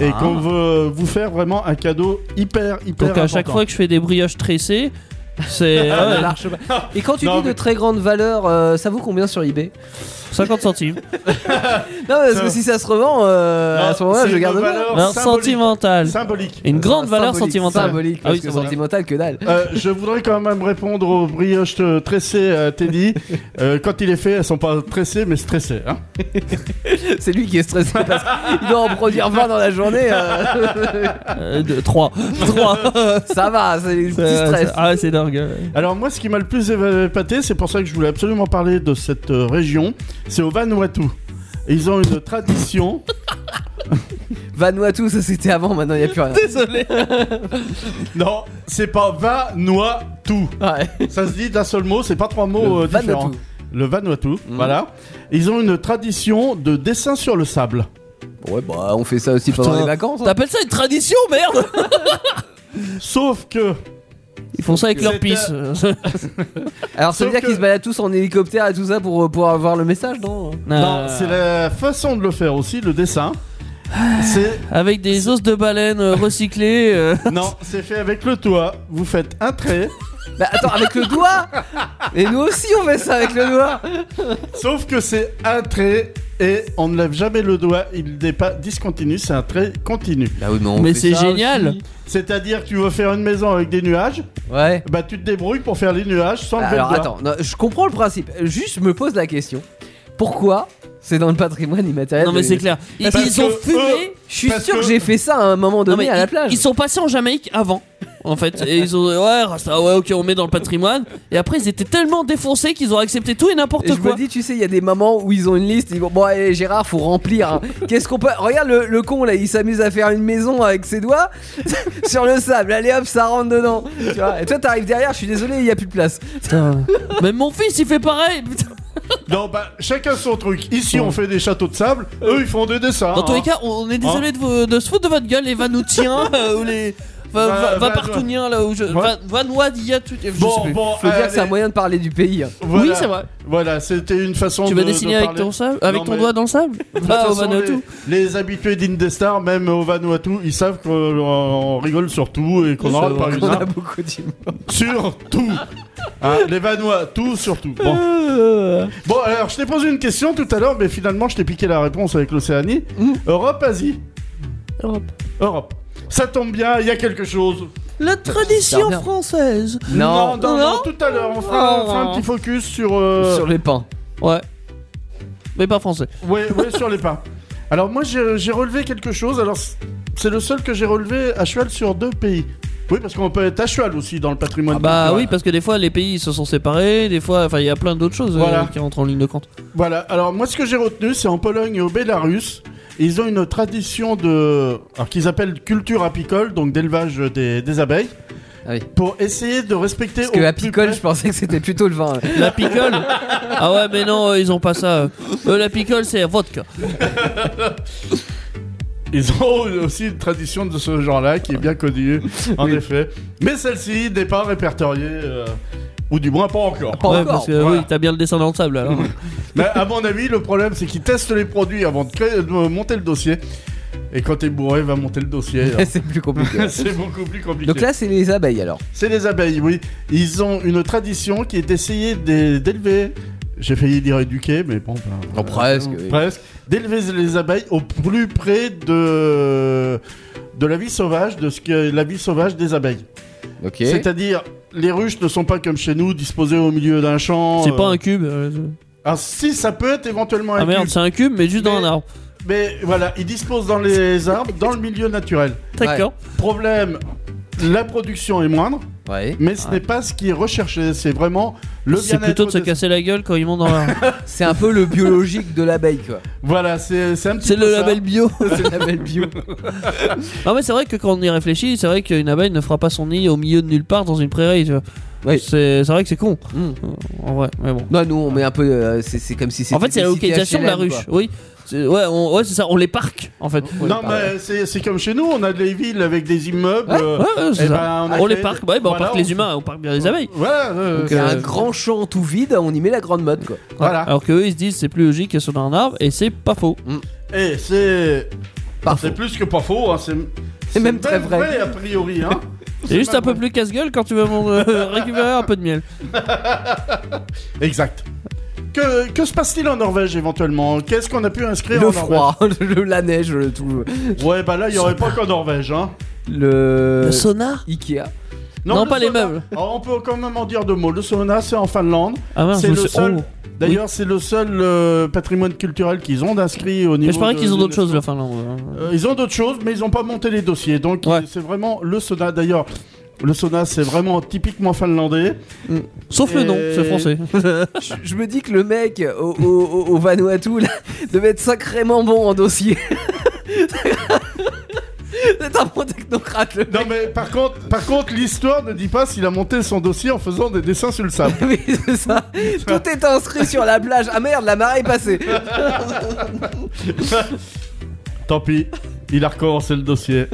et Ah. qu'on veut vous faire vraiment un cadeau hyper, hyper Donc, à chaque important. fois que je fais des brioches tressées, [LAUGHS] C'est Ah, ouais, là. je sais pas, Et quand tu Non, dis de mais- très grande valeur, euh, ça vaut combien sur eBay 50 centimes. Non, parce que si ça se revend, euh, Non, à ce moment-là, c'est je une garde bien. valeur Non, symbolique. sentimental. Symbolique. Une grande Ah, valeur symbolique, sentimentale. Symbolique, Ah oui, parce que c'est vrai. sentimental que dalle. Euh, je voudrais quand même répondre au brioche euh, tressé à Teddy. Euh, quand il est fait, elles sont pas tressées mais stressées. Hein C'est lui qui est stressé parce qu'il doit en produire 20 dans la journée. euh. [LAUGHS] 3. 3. ça va, c'est le petit stress. Ah ouais, c'est dingue. Alors moi, ce qui m'a le plus éva- épaté, c'est pour ça que je voulais absolument parler de cette euh, région, c'est au Vanuatu. Ils ont une tradition. Vanuatu, ça c'était avant, maintenant il n'y a plus rien. Désolé. [LAUGHS] Non, c'est pas Vanuatu. Ouais. Ça se dit d'un seul mot, c'est pas trois mots Le euh, différents. Vanuatu. Le Vanuatu, voilà. Ils ont une tradition de dessin sur le sable. Ouais, bah on fait ça aussi pendant Putain. les vacances. hein. T'appelles ça une tradition, merde Sauf que Ils font ça avec leur C'est euh, pisse. [LAUGHS] Alors ça Sauf veut dire qu'ils que- se baladent tous en hélicoptère et tout ça pour, euh, pour avoir le message, non Non, c'est la façon de le faire aussi, le dessin. C'est Avec des os de baleine euh, recyclés. euh. non, c'est fait avec le toit. Vous faites un trait, Bah attends, avec le doigt Et nous aussi on fait ça avec le doigt sauf que c'est un trait et on ne lève jamais le doigt. Il n'est pas discontinu, c'est un trait continu. Bah oui, on Mais c'est génial. C'est-à-dire que tu veux faire une maison avec des nuages, Ouais. bah tu te débrouilles pour faire les nuages Bah, sans lever Alors le doigt. attends, non, je comprends le principe. Juste, je me pose la question. Pourquoi c'est dans le patrimoine immatériel Non mais de- c'est clair. Ils, Parce ils ont que fumé. eux- Je suis Parce sûr que, que- j'ai fait ça à un moment Non, donné mais à ils, la plage. ils sont passés en Jamaïque avant. En fait, et ils ont dit, ouais, Rasta, ouais, ok, on met dans le patrimoine. Et après, ils étaient tellement défoncés qu'ils ont accepté tout et Et n'importe je me quoi. dis, tu sais, il y a des moments où ils ont une liste, ils vont, bon, allez, Gérard, faut [LAUGHS] remplir. hein. Qu'est-ce qu'on peut. Regarde le, le con là, il s'amuse à faire une maison avec ses doigts [LAUGHS] sur le sable. Allez hop, ça rentre dedans. Tu vois, et toi, t'arrives derrière, je suis désolé, il n'y a plus de place. Même mon fils, il fait pareil. putain. Non, bah chacun son truc. Ici on fait des châteaux de sable, eux ils font des dessins. Dans tous hein. les cas, on on est désolé de, vous- de se foutre de votre gueule, les Vanoutiens [LAUGHS] euh, ou les va, Va- va- va- Vapartouniens, là où je. Va, Vanois, tout. je sais Bon, plus. bon, Faut dire que c'est un allez, moyen de parler du pays. hein. voilà. Oui, c'est vrai. Voilà, c'était une façon Tu de vas dessiner de avec parler. ton, sable, avec Non, ton mais- doigt dans le sable [LAUGHS] De toute Ah, au façon, Vanuatu. Les, les habitués d'Indestar, même au Vanuatu, ils savent qu'on rigole sur tout et qu'on en parle par On a exemple. beaucoup dit. Sur tout Hein, Les Vanuatu, sur tout. Bon. bon, alors je t'ai posé une question tout à l'heure, mais finalement je t'ai piqué la réponse avec l'Océanie. Europe, Asie Mm. Europe. Europe. Ça tombe bien, il y a quelque chose. La tradition bien. française. non, Non, non, Non. non, tout à l'heure, on fera, Non. on fera un petit focus sur. euh, sur les pins. Ouais. Mais pas français. Ouais, ouais, sur les pas. Alors moi j'ai j'ai relevé quelque chose. Alors c- c'est le seul que j'ai relevé à cheval sur deux pays. Oui, parce qu'on peut être à cheval aussi dans le patrimoine. Ah bah oui, culturel. parce que des fois les pays ils se sont séparés, des fois, enfin il y a plein d'autres choses euh, Voilà. qui rentrent en ligne de compte. Voilà. Alors moi ce que j'ai retenu c'est en Pologne et au Bélarus, ils ont une tradition de, alors qu'ils appellent culture apicole, donc d'élevage des, des abeilles, Ah oui. pour essayer de respecter. Parce que au la plus picole, près- je pensais que c'était plutôt le vin. hein. [LAUGHS] La picole Ah ouais, mais non, euh, ils ont pas ça. euh. Eux, la picole c'est vodka. Ils ont aussi une tradition de ce genre-là qui est bien [LAUGHS] connue, en effet. Mais celle-ci n'est pas répertoriée, euh, ou du moins pas encore. Pas ouais, encore. parce que voilà. oui, t'as bien le dessin dans le sable alors. Mais à mon avis, le problème, c'est qu'ils testent les produits avant de, créer- de monter le dossier. Et quand t'es bourré, va monter le [LAUGHS] dossier. c'est [LAUGHS] plus compliqué. c'est beaucoup plus compliqué. Donc là, c'est les abeilles alors. c'est les abeilles, oui. Ils ont une tradition qui est d'essayer d'é- d'élever. J'ai failli dire éduquer, mais bon. ben, Oh, presque, oui. Presque. D'élever les abeilles au plus près de de la vie sauvage, de ce que la vie sauvage des abeilles. Ok. C'est-à-dire, les ruches ne sont pas comme chez nous, disposées au milieu d'un champ. C'est pas euh. un cube. euh, c'est- Ah si, ça peut être éventuellement Ah un merde, culte. c'est un cube, mais juste dans un Mais- arbre. Mais voilà, ils disposent dans les arbres, dans le milieu naturel. D'accord. Problème, la production est moindre, Ouais. mais ce n'est pas ce qui est recherché, c'est vraiment le C'est bien-être. plutôt de se des- casser la gueule quand [LAUGHS] ils montent dans l'arbre. C'est un peu le biologique de l'abeille quoi. Voilà, c'est c'est un petit C'est peu le ça. label bio. [LAUGHS] C'est le label bio. Non mais c'est vrai que quand on y réfléchit, c'est vrai qu'une abeille ne fera pas son nid au milieu de nulle part dans une prairie. Tu vois. Oui. C'est c'est vrai que c'est con. Mm. En vrai, mais bon. Non, nous on met un peu. euh, c'est c'est comme si c'était. En fait, c'est la des cités localisation de la HLM, ruche. quoi. Oui. C'est- Ouais, on- ouais, c'est ça. On les parque en fait. Non, mais c'est c'est comme chez nous, on a des villes avec des immeubles. euh, Ouais, ouais, c'est eh ça. ben, on, a les fait- parque, bah, ouais, bah, on voilà, parque les humains, on parque bien les abeilles. Voilà, euh, Donc, un grand champ tout vide, on y met la grande mode quoi. voilà. Alors qu'eux ils se disent c'est plus logique qu'elles sont dans un arbre et c'est pas faux. Et c'est Parfait. c'est plus que pas faux, hein, c'est c'est même très vrai. [LAUGHS] a priori. Hein. C'est juste un peu plus casse-gueule quand tu veux [LAUGHS] mon- euh, récupérer un peu de miel. Exact. Que, que se passe-t-il en Norvège éventuellement Qu'est-ce qu'on a pu inscrire Le en froid, [LAUGHS] le, la neige, le tout. Norvège Ouais, bah là, il n'y aurait pas qu'en Norvège. Hein. Le. Le sauna Ikea. Non, le pas les sauna- meubles. Alors, on peut quand même en dire deux mots. Le sauna, c'est en Finlande. Ah mince, C'est je le sais- seul. oh. D'ailleurs, c'est le seul euh, patrimoine culturel qu'ils ont d'inscrit au niveau. Mais je parie de qu'ils ont d'autres l'UNESCO. choses, la Finlande. hein. Euh, ils ont d'autres choses, mais ils n'ont pas monté les dossiers. Donc euh, Ouais. c'est vraiment le sauna. D'ailleurs, le sauna, c'est vraiment typiquement finlandais. Sauf le nom, c'est français. Je, je me dis que le mec au, au- au- au Vanuatu là, [LAUGHS] devait être sacrément bon en dossier. [LAUGHS] C'est un bon technocrate le mec. [LAUGHS] Non mais par contre, par contre, l'histoire ne dit pas s'il a monté son dossier en faisant des dessins sur le [LAUGHS] sable. Oui, c'est ça. Tout est inscrit sur la plage. Ah merde, la marée est passée. Tant pis. Il a recommencé le dossier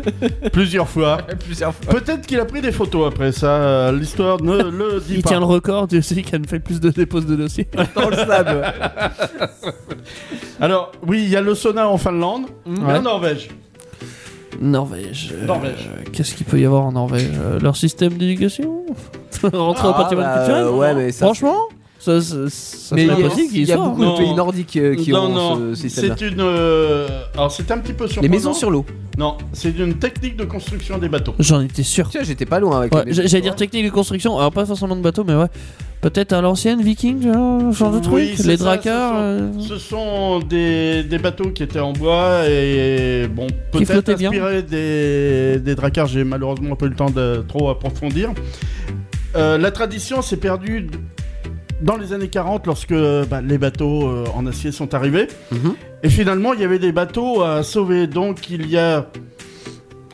plusieurs fois. Plusieurs fois. Peut-être qu'il a pris des photos après ça. euh, L'histoire [LAUGHS] ne le dit Il pas. tient le record, tu sais qu'elle me fait plus de déposes de dossiers. Dans le sable. Alors oui, il y a le sauna en Finlande, Mmh. mais Ouais. en Norvège. Norvège. euh, Norvège. Qu'est-ce qu'il peut y avoir en Norvège Euh, Leur système d'éducation [LAUGHS] Rentrer au Ah, patrimoine bah, culturel euh, ouais, mais ça- Franchement ça, ça, ça Mais serait il y a, possible qu'ils il y a sortent, beaucoup hein. non. de pays nordiques euh, qui non, ont non, ce système-là. c'est une. euh, Alors c'est un petit peu hein. surprenant. Les maisons sur l'eau. Non, c'est une technique de construction des bateaux. J'en étais sûr. Tiens, j'étais pas loin avec Ouais, les maisons j'- J'allais sur dire technique de construction, alors pas forcément de bateau, mais ouais. Peut-être à l'ancienne viking, genre, genre de truc, Oui, c'est les ça, drakkars. euh, Ce sont des, des bateaux qui étaient en bois et bon, peut-être flottaient bien. inspirés des, des dracars, j'ai malheureusement pas eu le temps de trop approfondir. Euh, la tradition s'est perdue d- dans les années 40 lorsque bah, les bateaux euh, en acier sont arrivés. Mhm. Et finalement, il y avait des bateaux à sauver. Donc il y a,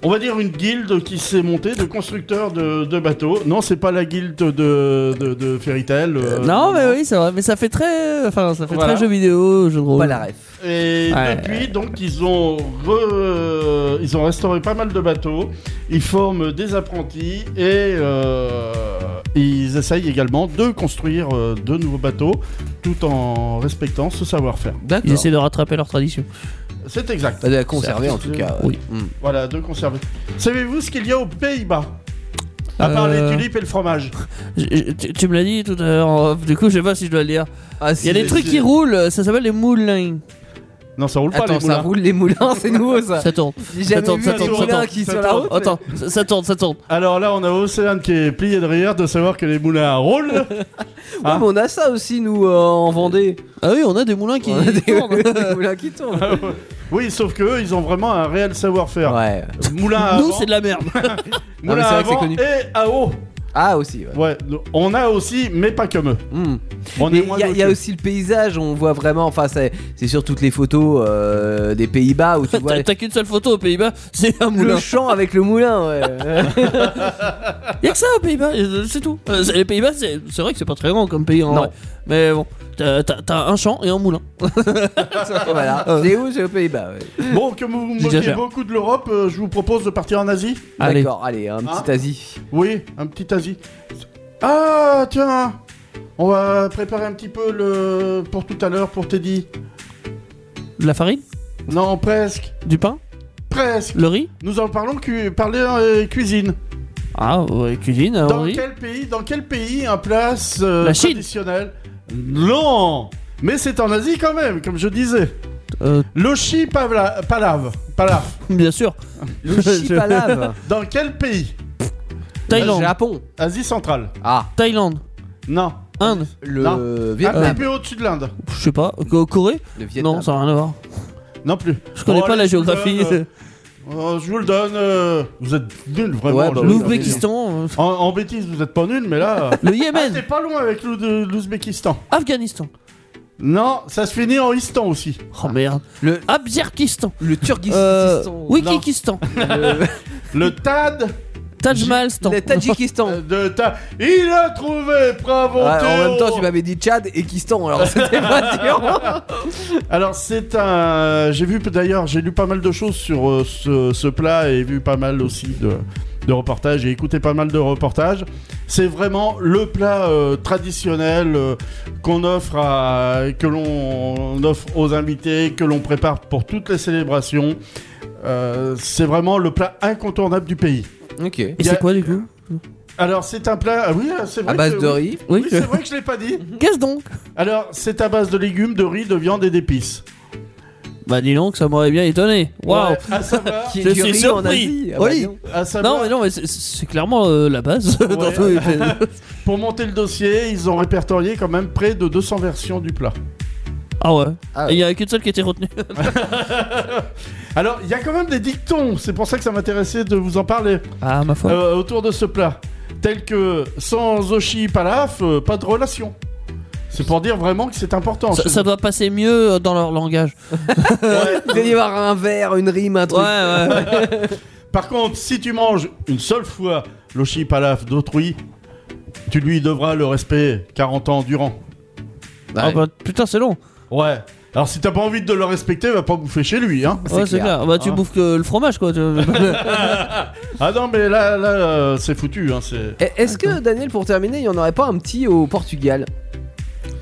on va dire, une guilde qui s'est montée de constructeurs de, de bateaux. Non, c'est pas la guilde de, de, de Fairy Tail, euh, non, mais oui, c'est vrai, mais ça fait très. Enfin, ça fait Voilà. très jeu vidéo, jeu de l'eau. rôle. Pas la ref. Et Ouais. depuis, donc, ils ont, re- ils ont restauré pas mal de bateaux. Ils forment des apprentis et euh, ils essayent également de construire euh, de nouveaux bateaux tout en respectant ce savoir-faire. Ils D'accord. essaient de rattraper leur tradition. C'est exact. Bah, de la conserver en tout cas. Oui. Mm. Voilà, de conserver. Savez-vous ce qu'il y a aux Pays-Bas À part Euh, les tulipes et le fromage. Je- je- tu, tu me l'as dit tout à l'heure, en off, du coup, je sais pas si je dois le lire. Ah, si, Il y a des si. trucs qui roulent, ça s'appelle les moulins. Non, ça roule pas Attends, Ah, les ça moulins. roule les moulins, c'est nouveau ça. Ça tourne. J'ai jamais Attends, vu attends, des attends, moulins attends. qui sur la route. mais- Attends, ça, ça tourne, ça tourne. Alors là, on a Océane qui est plié de rire de savoir que les moulins roulent. Ouais, Hein Ah, mais on a ça aussi nous euh, en Vendée. Ah oui, on a des moulins qui. On a des, [LAUGHS] tournent. des moulins qui tournent. oui, sauf qu'eux, ils ont vraiment un réel savoir-faire. Ah, Ouais. Moulin Ah, à Nous, vent. c'est de [LAUGHS] la merde. Non, mais Moulin Ah c'est à vrai que c'est vent connu. et à eau. Ah aussi. Ouais. Ouais, donc, on a aussi, mais pas comme eux. Mm. On Mais est Il moins y, a- il y a gauchers. aussi le paysage, on voit vraiment, enfin c'est c'est sur toutes les photos euh, des Pays-Bas [LAUGHS] où tu vois T'as- T'as qu'une seule photo aux Pays-Bas, c'est un moulin. le champ avec le moulin. [LAUGHS] Ouais. Y'a que ça aux Pays-Bas, euh, c'est tout. Euh, c'est- les Pays-Bas, c'est c'est vrai que c'est pas très grand comme pays en Non. vrai. Mais bon, t'as t'as- t'as un champ et un moulin. voilà. C'est où C'est aux Pays-Bas. ouais. Bon, comme vous vous moquez J'exagère. beaucoup de l'Europe, euh, je vous propose de partir en Asie. Allez. D'accord, allez, un Hein petit Asie. Oui, un petit Asie. Ah, tiens On va préparer un petit peu le pour tout à l'heure, pour Teddy. De la farine, Non, presque. du pain, Presque. le riz. Nous en parlons cu parler euh, cuisine. Ah, ouais, cuisine, Dans on rit. quel pays Dans quel pays un plat euh, La Chine. traditionnel Non Mais c'est en Asie quand même, comme je disais. Euh, Loshi pavla- palav. Palav. bien sûr. [LAUGHS] Le Chipalave. Dans quel pays [LAUGHS] Thaïlande, Japon. Asie centrale. Ah, Thaïlande, Non. Inde, le Non. Un Vietnam. petit peu au-dessus de l'Inde. je sais pas, Co- Corée Le Vietnam. Oh Non, ça n'a rien à voir. Non plus. Je connais Bon, pas allez, la je vous le géographie. donne, euh, je vous le donne. euh, Vous êtes nuls, vraiment. Ouais, bah, je- L'Ouzbékistan, euh, En, en bêtise, vous êtes pas nuls, mais [LAUGHS] là. euh, le ah, Yémen, t'es pas loin avec l'Ou- de- l'Ouzbékistan. Afghanistan. Non, ça se finit en Istan aussi. Oh merde. Le- Abjerkistan. Le Turkistan. Euh, oui. Wikikistan. Le, Le Tad Taj Mahalstan. le Tadjikistan. euh, de Ta. Il a trouvé, bravo Ouais, en Théo même temps, tu m'avais dit Tchad et Kistan, [LAUGHS] alors c'était pas dur. Alors c'est un, j'ai vu d'ailleurs, j'ai lu pas mal de choses sur euh, ce, ce plat et vu pas mal aussi de, de reportages et écouté pas mal de reportages. C'est vraiment le plat euh, traditionnel euh, qu'on offre à, que l'on offre aux invités, que l'on prépare pour toutes les célébrations. Euh, c'est vraiment le plat incontournable du pays. Ok. Et Y a- c'est quoi du coup Alors, c'est un plat. ah oui, c'est vrai. À base que- de oui. riz. Oui, Oui. c'est vrai que je l'ai pas [LAUGHS] dit. Qu'est-ce donc Alors, c'est à base de légumes, de riz, de viande et d'épices. Bah dis donc, ça m'aurait bien étonné. Waouh Ouais, à savoir, Qui est Je du suis riz en surpris. Asie. Ah bah Oui. non. à savoir- Non, mais non, mais c'est- c'est clairement euh, la base. [LAUGHS] dans Ouais. tous les pays. pour monter le dossier, ils ont répertorié quand même près de 200 versions du plat. ah ouais. Ah Et Il y a qu'une seule qui a été retenue. Alors, il y a quand même des dictons, c'est pour ça que ça m'intéressait de vous en parler Ah ma foi. euh, autour de ce plat. Tels que sans oshi palaf, euh, pas de relation. C'est pour dire vraiment que c'est important. ça, chez ça eux. doit passer mieux euh, dans leur langage. Ouais. Il doit y avoir un verre, une rime, un Ouais, truc. ouais. ouais. Par contre, si tu manges une seule fois l'oshi palaf d'autrui, tu lui devras le respect 40 ans durant. Ah bah, putain, c'est long. Ouais. Alors si t'as pas envie de le respecter, va pas bouffer chez lui, hein. Ouais, c'est clair. Bah, tu Ah. bouffes que le fromage, quoi. tu- [LAUGHS] Ah non, mais là, là, euh, c'est foutu, hein. C'est. Et- Eh, Est-ce que, Daniel, pour terminer, il n'y en aurait pas un petit au Portugal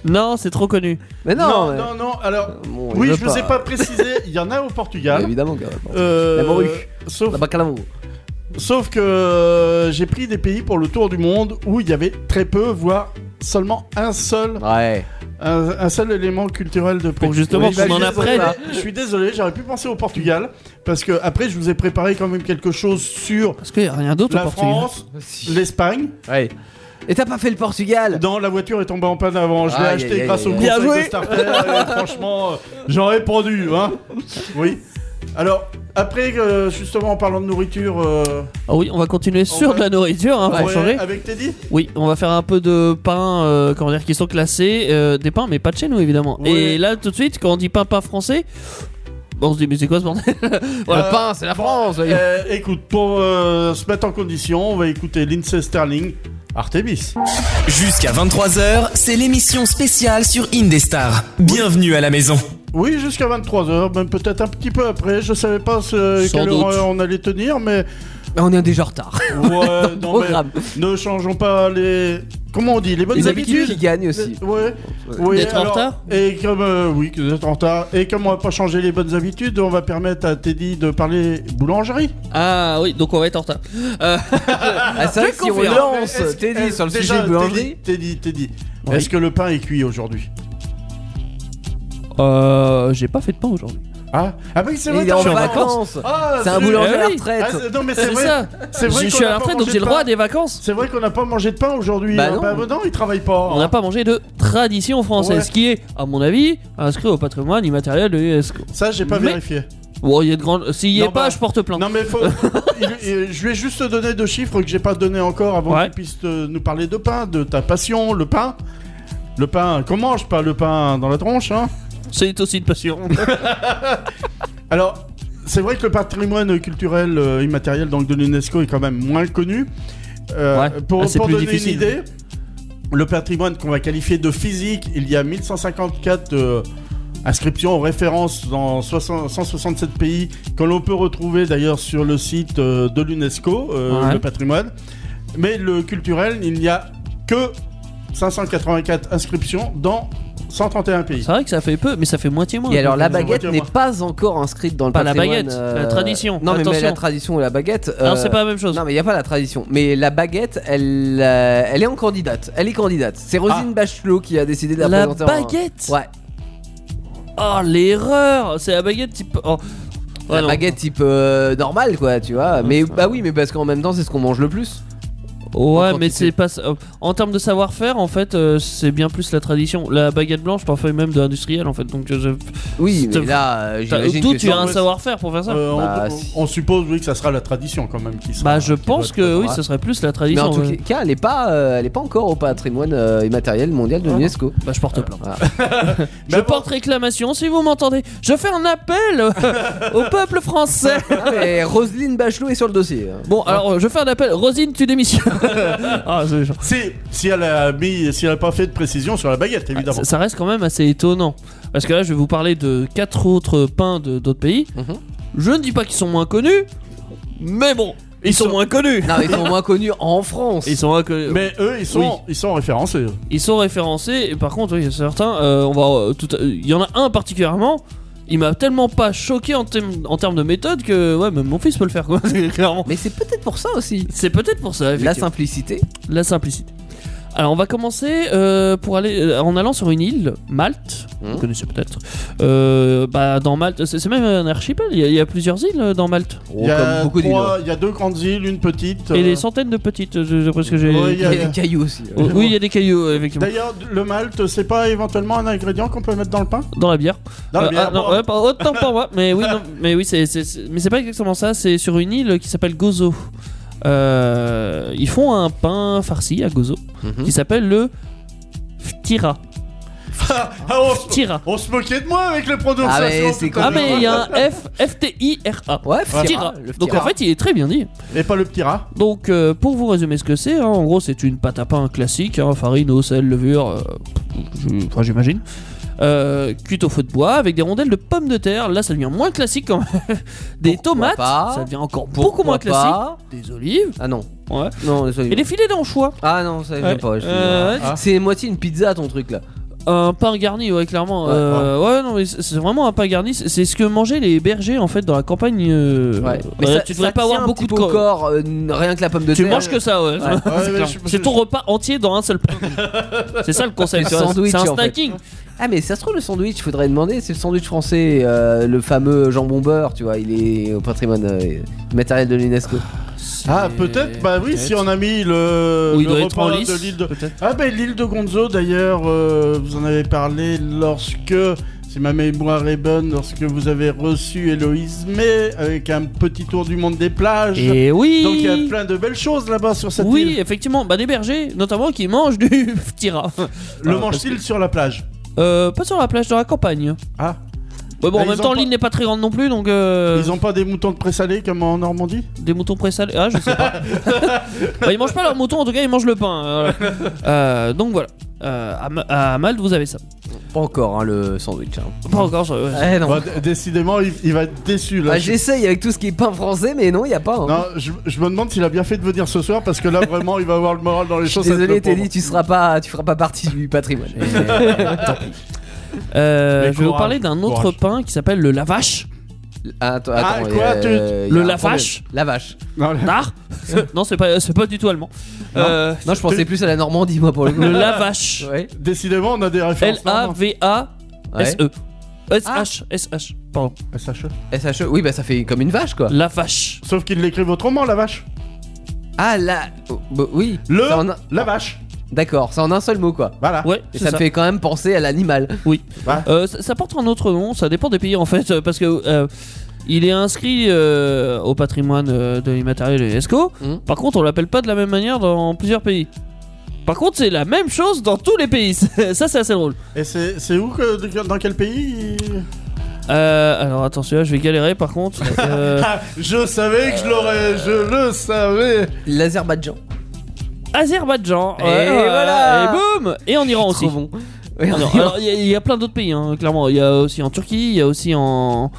non, c'est trop connu. Mais non, non, mais- non, non, Alors, Bon, il oui, veut je vous ai pas précisé. Il y en a au Portugal. Évidemment, qu'il y en a pas. Euh, [LAUGHS] La morue. Sauf, La bacalao. sauf que euh, j'ai pris des pays pour le tour du monde où il y avait très peu, voire seulement un seul, Ouais. un, un seul élément culturel de près. Pour justement Oui, bah, qu'on en je suis désolé, apprenne. Je suis désolé, j'aurais pu penser au Portugal parce que après je vous ai préparé quand même quelque chose sur Parce qu'il y a rien d'autre au la Portugal. France, l'Espagne. Ouais. Et t'as pas fait le Portugal Non, la voiture est tombée en panne avant. Je l'ai Aïe, acheté aïe, aïe, grâce au aïe. conseil Bien de joué. Starter. et franchement, euh, j'en ai pendu, hein. Oui. Alors, après, euh, justement, en parlant de nourriture, euh, Ah oui, on va continuer sur va- de la nourriture, hein, on pour pourrait- changer. avec Teddy Oui, on va faire un peu de pains, euh, comment dire, qui sont classés, euh, des pains, mais pas de chez nous évidemment. Ouais. Et là, tout de suite, quand on dit pain pas français, on se dit mais c'est quoi [LAUGHS] ce bordel Oh, Le pain, c'est la France voyons. Euh, Écoute, pour euh, se mettre en condition, on va écouter Lindsay Sterling, Artemis. Jusqu'à 23h, c'est l'émission spéciale sur Indestar. Bienvenue à la maison. Oui, jusqu'à 23h, même peut-être un petit peu après. Je savais pas ce, Sans quelle doute. heure on allait tenir, [LAUGHS] mais. Ah, On est déjà en retard. Ouais, non, mais Programme. ne changeons pas les. Comment on dit Les bonnes Les habitudes Euh, habitudes qui gagnent aussi. Ouais. Oui, D'être en retard Et comme euh, oui, que d'être en retard. Et comme on va pas changer les bonnes habitudes, on va permettre à Teddy de parler boulangerie. Ah oui, donc on va être en retard. Euh, Ah, c'est vrai que si on Confident. lance Est-ce- Teddy est-ce- sur le déjà, sujet de boulangerie. Teddy, Teddy, Teddy, Oui. est-ce que le pain est cuit aujourd'hui euh, j'ai pas fait de pain aujourd'hui. Ah, ah oui, c'est Il vrai. est t'as- en Je suis en vacances. Ah, C'est un boulanger à Eh la oui. Ah, retraite. c'est- non mais c'est C'est vrai. ça. C'est vrai Je qu'on suis à a la pas retraite, mangé donc de j'ai le droit pain. à des vacances. C'est vrai qu'on n'a pas mangé de pain aujourd'hui. Bah Ah, non. non, il travaille pas. On n'a pas mangé de tradition française, Ouais. ce qui est, à mon avis, inscrit au patrimoine immatériel de l'UNESCO. Ça, j'ai pas Mais- vérifié. Bon, il y a de grandes. S'il y Non, est pas, bah, je porte plainte. Non mais faut... il- il- je lui ai juste donné deux chiffres que j'ai pas donné encore avant Ouais. que tu puisses te- nous parler de pain, de ta passion, le pain. Le pain, qu'on mange pas le pain dans la tronche, hein C'est aussi [LAUGHS] une passion. Alors, c'est vrai que le patrimoine culturel euh, immatériel donc de l'UNESCO est quand même moins connu. Euh, Ouais, pour là, c'est pour plus donner une difficile. idée, le patrimoine qu'on va qualifier de physique, il y a 1154 euh, inscriptions, références dans 60 167 pays que l'on peut retrouver d'ailleurs sur le site euh, de l'UNESCO, euh, Ouais. le patrimoine. Mais le culturel, il n'y a que 584 inscriptions dans 131 pays. c'est vrai que ça fait peu, mais ça fait moitié moins. euh, Et alors la Ils ont baguette voiture, n'est moi. pas encore inscrite dans le Pas la patrimoine, euh, baguette, la tradition. Non mais, mais Attention. la tradition et la baguette. Non, euh, c'est pas la même chose. Non mais il y a pas la tradition. Mais la baguette, elle, euh, elle est en candidate. Elle est candidate. C'est Rosine Bachelot qui a décidé de la, Ah. La présenter. en- baguette Ouais. Oh l'erreur C'est la baguette type. Oh. Ouais, la non. Ah, baguette type euh, normale quoi, tu vois. Mais bah oui, mais parce qu'en même temps, c'est ce qu'on mange le plus. Ouais, en mais quantité. c'est pas. ça. En termes de savoir-faire, en fait, euh, c'est bien plus la tradition. La baguette blanche, t'en fais même de l'industriel, en fait. Donc, je... Oui, C'est- mais là, euh, t'as- j'imagine d'où que tu as sur- un savoir-faire pour faire ça Euh, on- Bah, on, si. on suppose oui que ça sera la tradition quand même qui sera. Bah, je qui pense doit être- que oui, ouais. ce serait plus la Mais tradition. en tout ouais. cas, elle est pas, euh, elle est pas encore au patrimoine euh, immatériel mondial de l'UNESCO. Bah, je porte plainte. Voilà. Je Mais bon. porte réclamation, si vous m'entendez. Je fais un appel [LAUGHS] euh, au [LAUGHS] peuple français. Ah, [LAUGHS] mais Roselyne Bachelot est sur le dossier. hein. Bon, alors, euh, je fais un appel. Rosine, [LAUGHS] tu démissionnes. ah, c'est méchant. Si, si elle a mis, si elle a pas fait de précision sur la baguette, évidemment. Ah, Ça, ça reste quand même assez étonnant. Parce que là, je vais vous parler de quatre autres pains de- d'autres pays. Mhm. Je ne dis pas qu'ils sont moins connus, mais bon, ils, sont, moins connus. Non, ils sont moins connus en France. Ils sont moins connus. mais eux, ils sont, Oui. ils sont référencés. Ils sont référencés, et par contre, oui, certains, euh, on va, euh, tout- euh, il y en a un particulièrement il m'a tellement pas choqué en, thème- en termes de méthode que ouais, même mon fils peut le faire, quoi, [LAUGHS] clairement. Mais c'est peut-être pour ça aussi. C'est peut-être pour ça, La effectivement. simplicité. La simplicité. Alors on va commencer euh, pour aller euh, en allant sur une île, Malte. Mhm. Mmh. Vous connaissez peut-être. Euh, bah dans Malte, c'est c'est même un archipel. Il y, a- il y a plusieurs îles euh, dans Malte Il y, a comme beaucoup d'îles. trois- il y a deux grandes îles, une petite. et euh, des centaines de petites. je- D'après ce que j'ai. Ouais, il Il y a des cailloux aussi. Oh, oui, il y a des cailloux euh, effectivement D'ailleurs, le malt, c'est pas éventuellement un ingrédient qu'on peut mettre dans le pain dans la bière. Dans la Euh, bière, ah, non, bon. ouais, pas- autant pour moi. [LAUGHS] Mais oui, non, mais oui, c'est, c'est- c'est- mais c'est pas exactement ça. C'est sur une île qui s'appelle Gozo. Euh, ils font un pain farci à Gozo Mhm. Mmh. qui s'appelle le ftira. Ah, on, se, Ftira. on se moquait de moi avec les prononciations. Ah, mais c'est tout à Ah l'heure. mais il y a un F F T I R A. Ouais, Ftira, Ftira. le Donc en Ftira. fait, il est très bien dit. Et pas le petit rat. Donc euh, pour vous résumer ce que c'est, hein, en gros, c'est une pâte à pain classique, hein, farine, eau, sel, levure, euh, je- enfin, j'imagine. Euh, cuite au feu de bois avec des rondelles de pommes de terre. Là, ça devient moins classique quand même. [LAUGHS] Des Pourquoi tomates, pas ça devient encore beaucoup Pourquoi moins classique. pas Des olives, Ah non. ouais. Non, désolé. Et des filets d'anchois. Ah non, ça j'aime Ouais. pas. je- Euh, Ah. C'est moitié une pizza ton truc là. Un pain garni, ouais, clairement. Ouais, Euh, ouais, non, mais c'est c'est vraiment un pain garni. C'est c'est ce que mangeaient les bergers en fait dans la campagne. euh, Ouais. euh, ça- tu ça devrais tient pas avoir un beaucoup petit de peu au corps. corps, euh, n- rien que la pomme de Tu terre. manges que ça, ouais. Ouais. Ouais, mais clair. je- [LAUGHS] [LAUGHS] C'est ton repas entier dans un [LAUGHS] seul plat. c'est ça le concept. Le tu vois, sandwich, C'est un en fait. snacking. Ah mais ça se trouve le sandwich, il faudrait demander, c'est le sandwich français, euh, le fameux jambon beurre, tu vois, il est au patrimoine euh, matériel de l'UNESCO. Ah, peut-être, bah oui, si on a mis le, Ou il le doit être en repas lice. de l'île de. peut-être. Ah, bah l'île de Gonzo, d'ailleurs, euh, vous en avez parlé lorsque, si ma mémoire est bonne, lorsque vous avez reçu Héloïse May avec un petit tour du monde des plages. Et oui. Donc il y a plein de belles choses là-bas sur cette oui, île. effectivement, bah des bergers, notamment qui mangent du [LAUGHS] ftira. Le Ah, manche-t-il sur la plage Euh, pas sur la plage, dans la campagne. Ah, Ouais, bon, Bah, en ils même ont temps, pas- l'île n'est pas très grande non plus, donc euh, ils ont pas des moutons de présalés comme en Normandie des moutons présalés. Ah, je sais pas. bah, ils mangent pas leurs moutons, en tout cas, ils mangent le pain. euh, voilà. Euh, donc voilà. Euh, à Ma- à, Malte, vous avez ça. Pas encore hein, le sandwich. hein. Pas encore. ça, Ah, ouais. Eh non. Bah, d- Décidément, il, il va être déçu là. Ah, Je- J'essaye avec tout ce qui est pain français, mais non, il y a pas. hein. Non, je, je me demande s'il a bien fait de venir ce soir parce que là vraiment il va avoir le moral dans les choses. Désolé, Teddy, tu seras pas, tu feras pas partie du patrimoine. [LAUGHS] Euh, Mais je vais vous courage, parler d'un autre courage. pain qui s'appelle le lavache. Ah, attends, Ah, attends, quoi, il y a- tu- il y a Le un la problème. vache La vache. Non, le- Nard Non, c'est pas, c'est pas du tout allemand. Euh, [LAUGHS] Non, je pensais plus à la Normandie, moi, pour le coup. le lavache. Ouais. décidément, on a des références. L-A-V-A-S-E. Ouais. E. S-H, S-H, pardon. normandes. SHE. SHE. Oui, bah ça fait comme une vache, quoi. La vache. hein. Sauf qu'ils l'écrivent autrement, la vache. Ah, la. oh, bah, oui. Le- Ça en un- La vache. D'accord, c'est en un seul mot, quoi. Voilà. Ouais, Et c'est ça, me fait quand même penser à l'animal. Euh, ça, ça porte un autre nom, ça dépend des pays en fait, euh, parce que euh, il est inscrit euh, au patrimoine euh, de l'immatériel de l'UNESCO. Hum. Mhm. Par contre, on l'appelle pas de la même manière dans plusieurs pays. Par contre, c'est la même chose dans tous les pays. [LAUGHS] ça, c'est assez drôle. Et c'est c'est où que, de- dans quel pays il- Euh, alors attention, là, je vais galérer par contre. [LAUGHS] Euh, Ah, Je savais que je l'aurais, je le savais. [LAUGHS] L'Azerbaïdjan. Azerbaïdjan. Et voilà. Et boum Et en Iran aussi. Trop bon. Ouais, Ah non, on- alors, il y, a- il y a plein d'autres pays, hein, clairement. Il y a aussi en Turquie, il y a aussi en.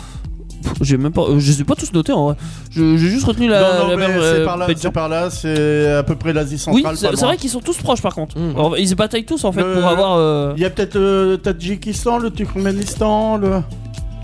Pff, J'ai même pas, euh, je les ai pas tous notés en vrai. Je- J'ai juste retenu la. non, non, la mer, mais euh, c'est par là, Belgique. c'est par là, c'est à peu près l'Asie Oui, centrale. c'est pas c'est vrai loin. qu'ils sont tous proches par contre. Mm. Alors, ils se bataillent tous en fait Le- pour avoir. euh, Il y a peut-être le Tadjikistan, le Turkménistan, le.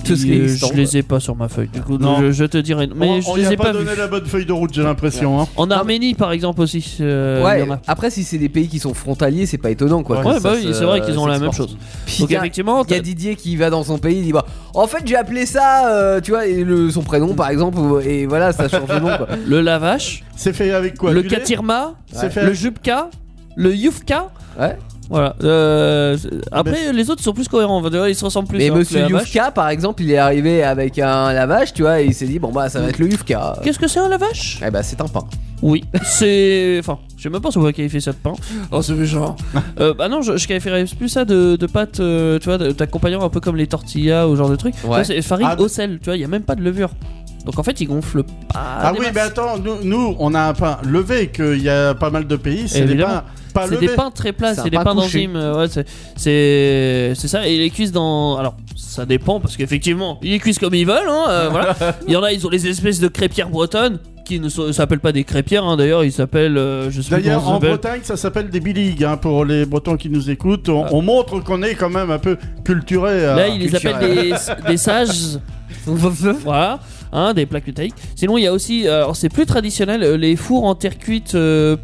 Tout ce qui est euh, existant, je les ai pas sur ma feuille. Du coup, Non. je, je te dirai. Mais on, je on y les a ai pas pas, vus. donné la bonne feuille de route, j'ai l'impression. hein. En Arménie par exemple aussi. euh, il Ouais, y en a. après, si c'est des pays qui sont frontaliers, c'est pas étonnant, quoi. Ouais, que ouais, ça bah oui, se- c'est vrai qu'ils ont la même s'exporte. chose. Puis Donc il y a- effectivement, il y a Didier qui va dans son pays, il dit bah, en fait j'ai appelé ça, euh, tu vois, et le- son prénom par exemple, ou- et voilà, ça change le nom [LAUGHS] quoi. le lavache, C'est fait avec quoi le du lait katirma, C'est fait le jupka, le yufka. Ouais. Voilà. Euh, après, les autres sont plus cohérents. on va dire, Ils se ressemblent plus. Mais hein, que le monsieur lavache. Yufka par exemple, il est arrivé avec un lavage, tu vois, et il s'est dit bon bah ça va être le Yufka. Qu'est-ce que c'est un lavage Eh bah c'est un [LAUGHS] pain. Oui, [LAUGHS] c'est. Enfin, je sais même pas si on va qualifier ça de pain. Oh, c'est méchant. euh, bah non, je, je qualifierais plus ça de, de pâte, euh, tu vois, de- d'accompagnant un peu comme les tortillas ou genre de trucs. Tu vois, Ouais. c'est farine Ah, au sel, tu vois, il y a même pas de levure. Donc en fait, ils gonflent pas. Ah des oui, masses. mais attends, nous, nous, on a un pain levé qu'il y a pas mal de pays, c'est des Évidemment. pains pas C'est levés. des pains très plats, C'est un c'est des pain pains couché. d'enzymes. euh, Ouais, c'est- c'est c'est ça. Et les cuisses dans. Alors, [LAUGHS] ça dépend parce qu'effectivement, ils les cuisent comme ils veulent. Hein, euh, voilà. Il y en a, ils ont les espèces de crêpières bretonnes qui ne sont- s'appellent pas des crêpières, hein, d'ailleurs, ils s'appellent. euh, je sais plus D'ailleurs, comment ça en s'appelle. Bretagne, ça s'appelle des biligues. hein, pour les Bretons qui nous écoutent, on, on montre qu'on est quand même un peu culturé. Ah. Là, euh, ils les culturel. appellent des, des sages. voilà. Hein, des plaques métalliques. Sinon, il y a aussi, euh, alors c'est plus traditionnel, euh, les fours en terre cuite euh,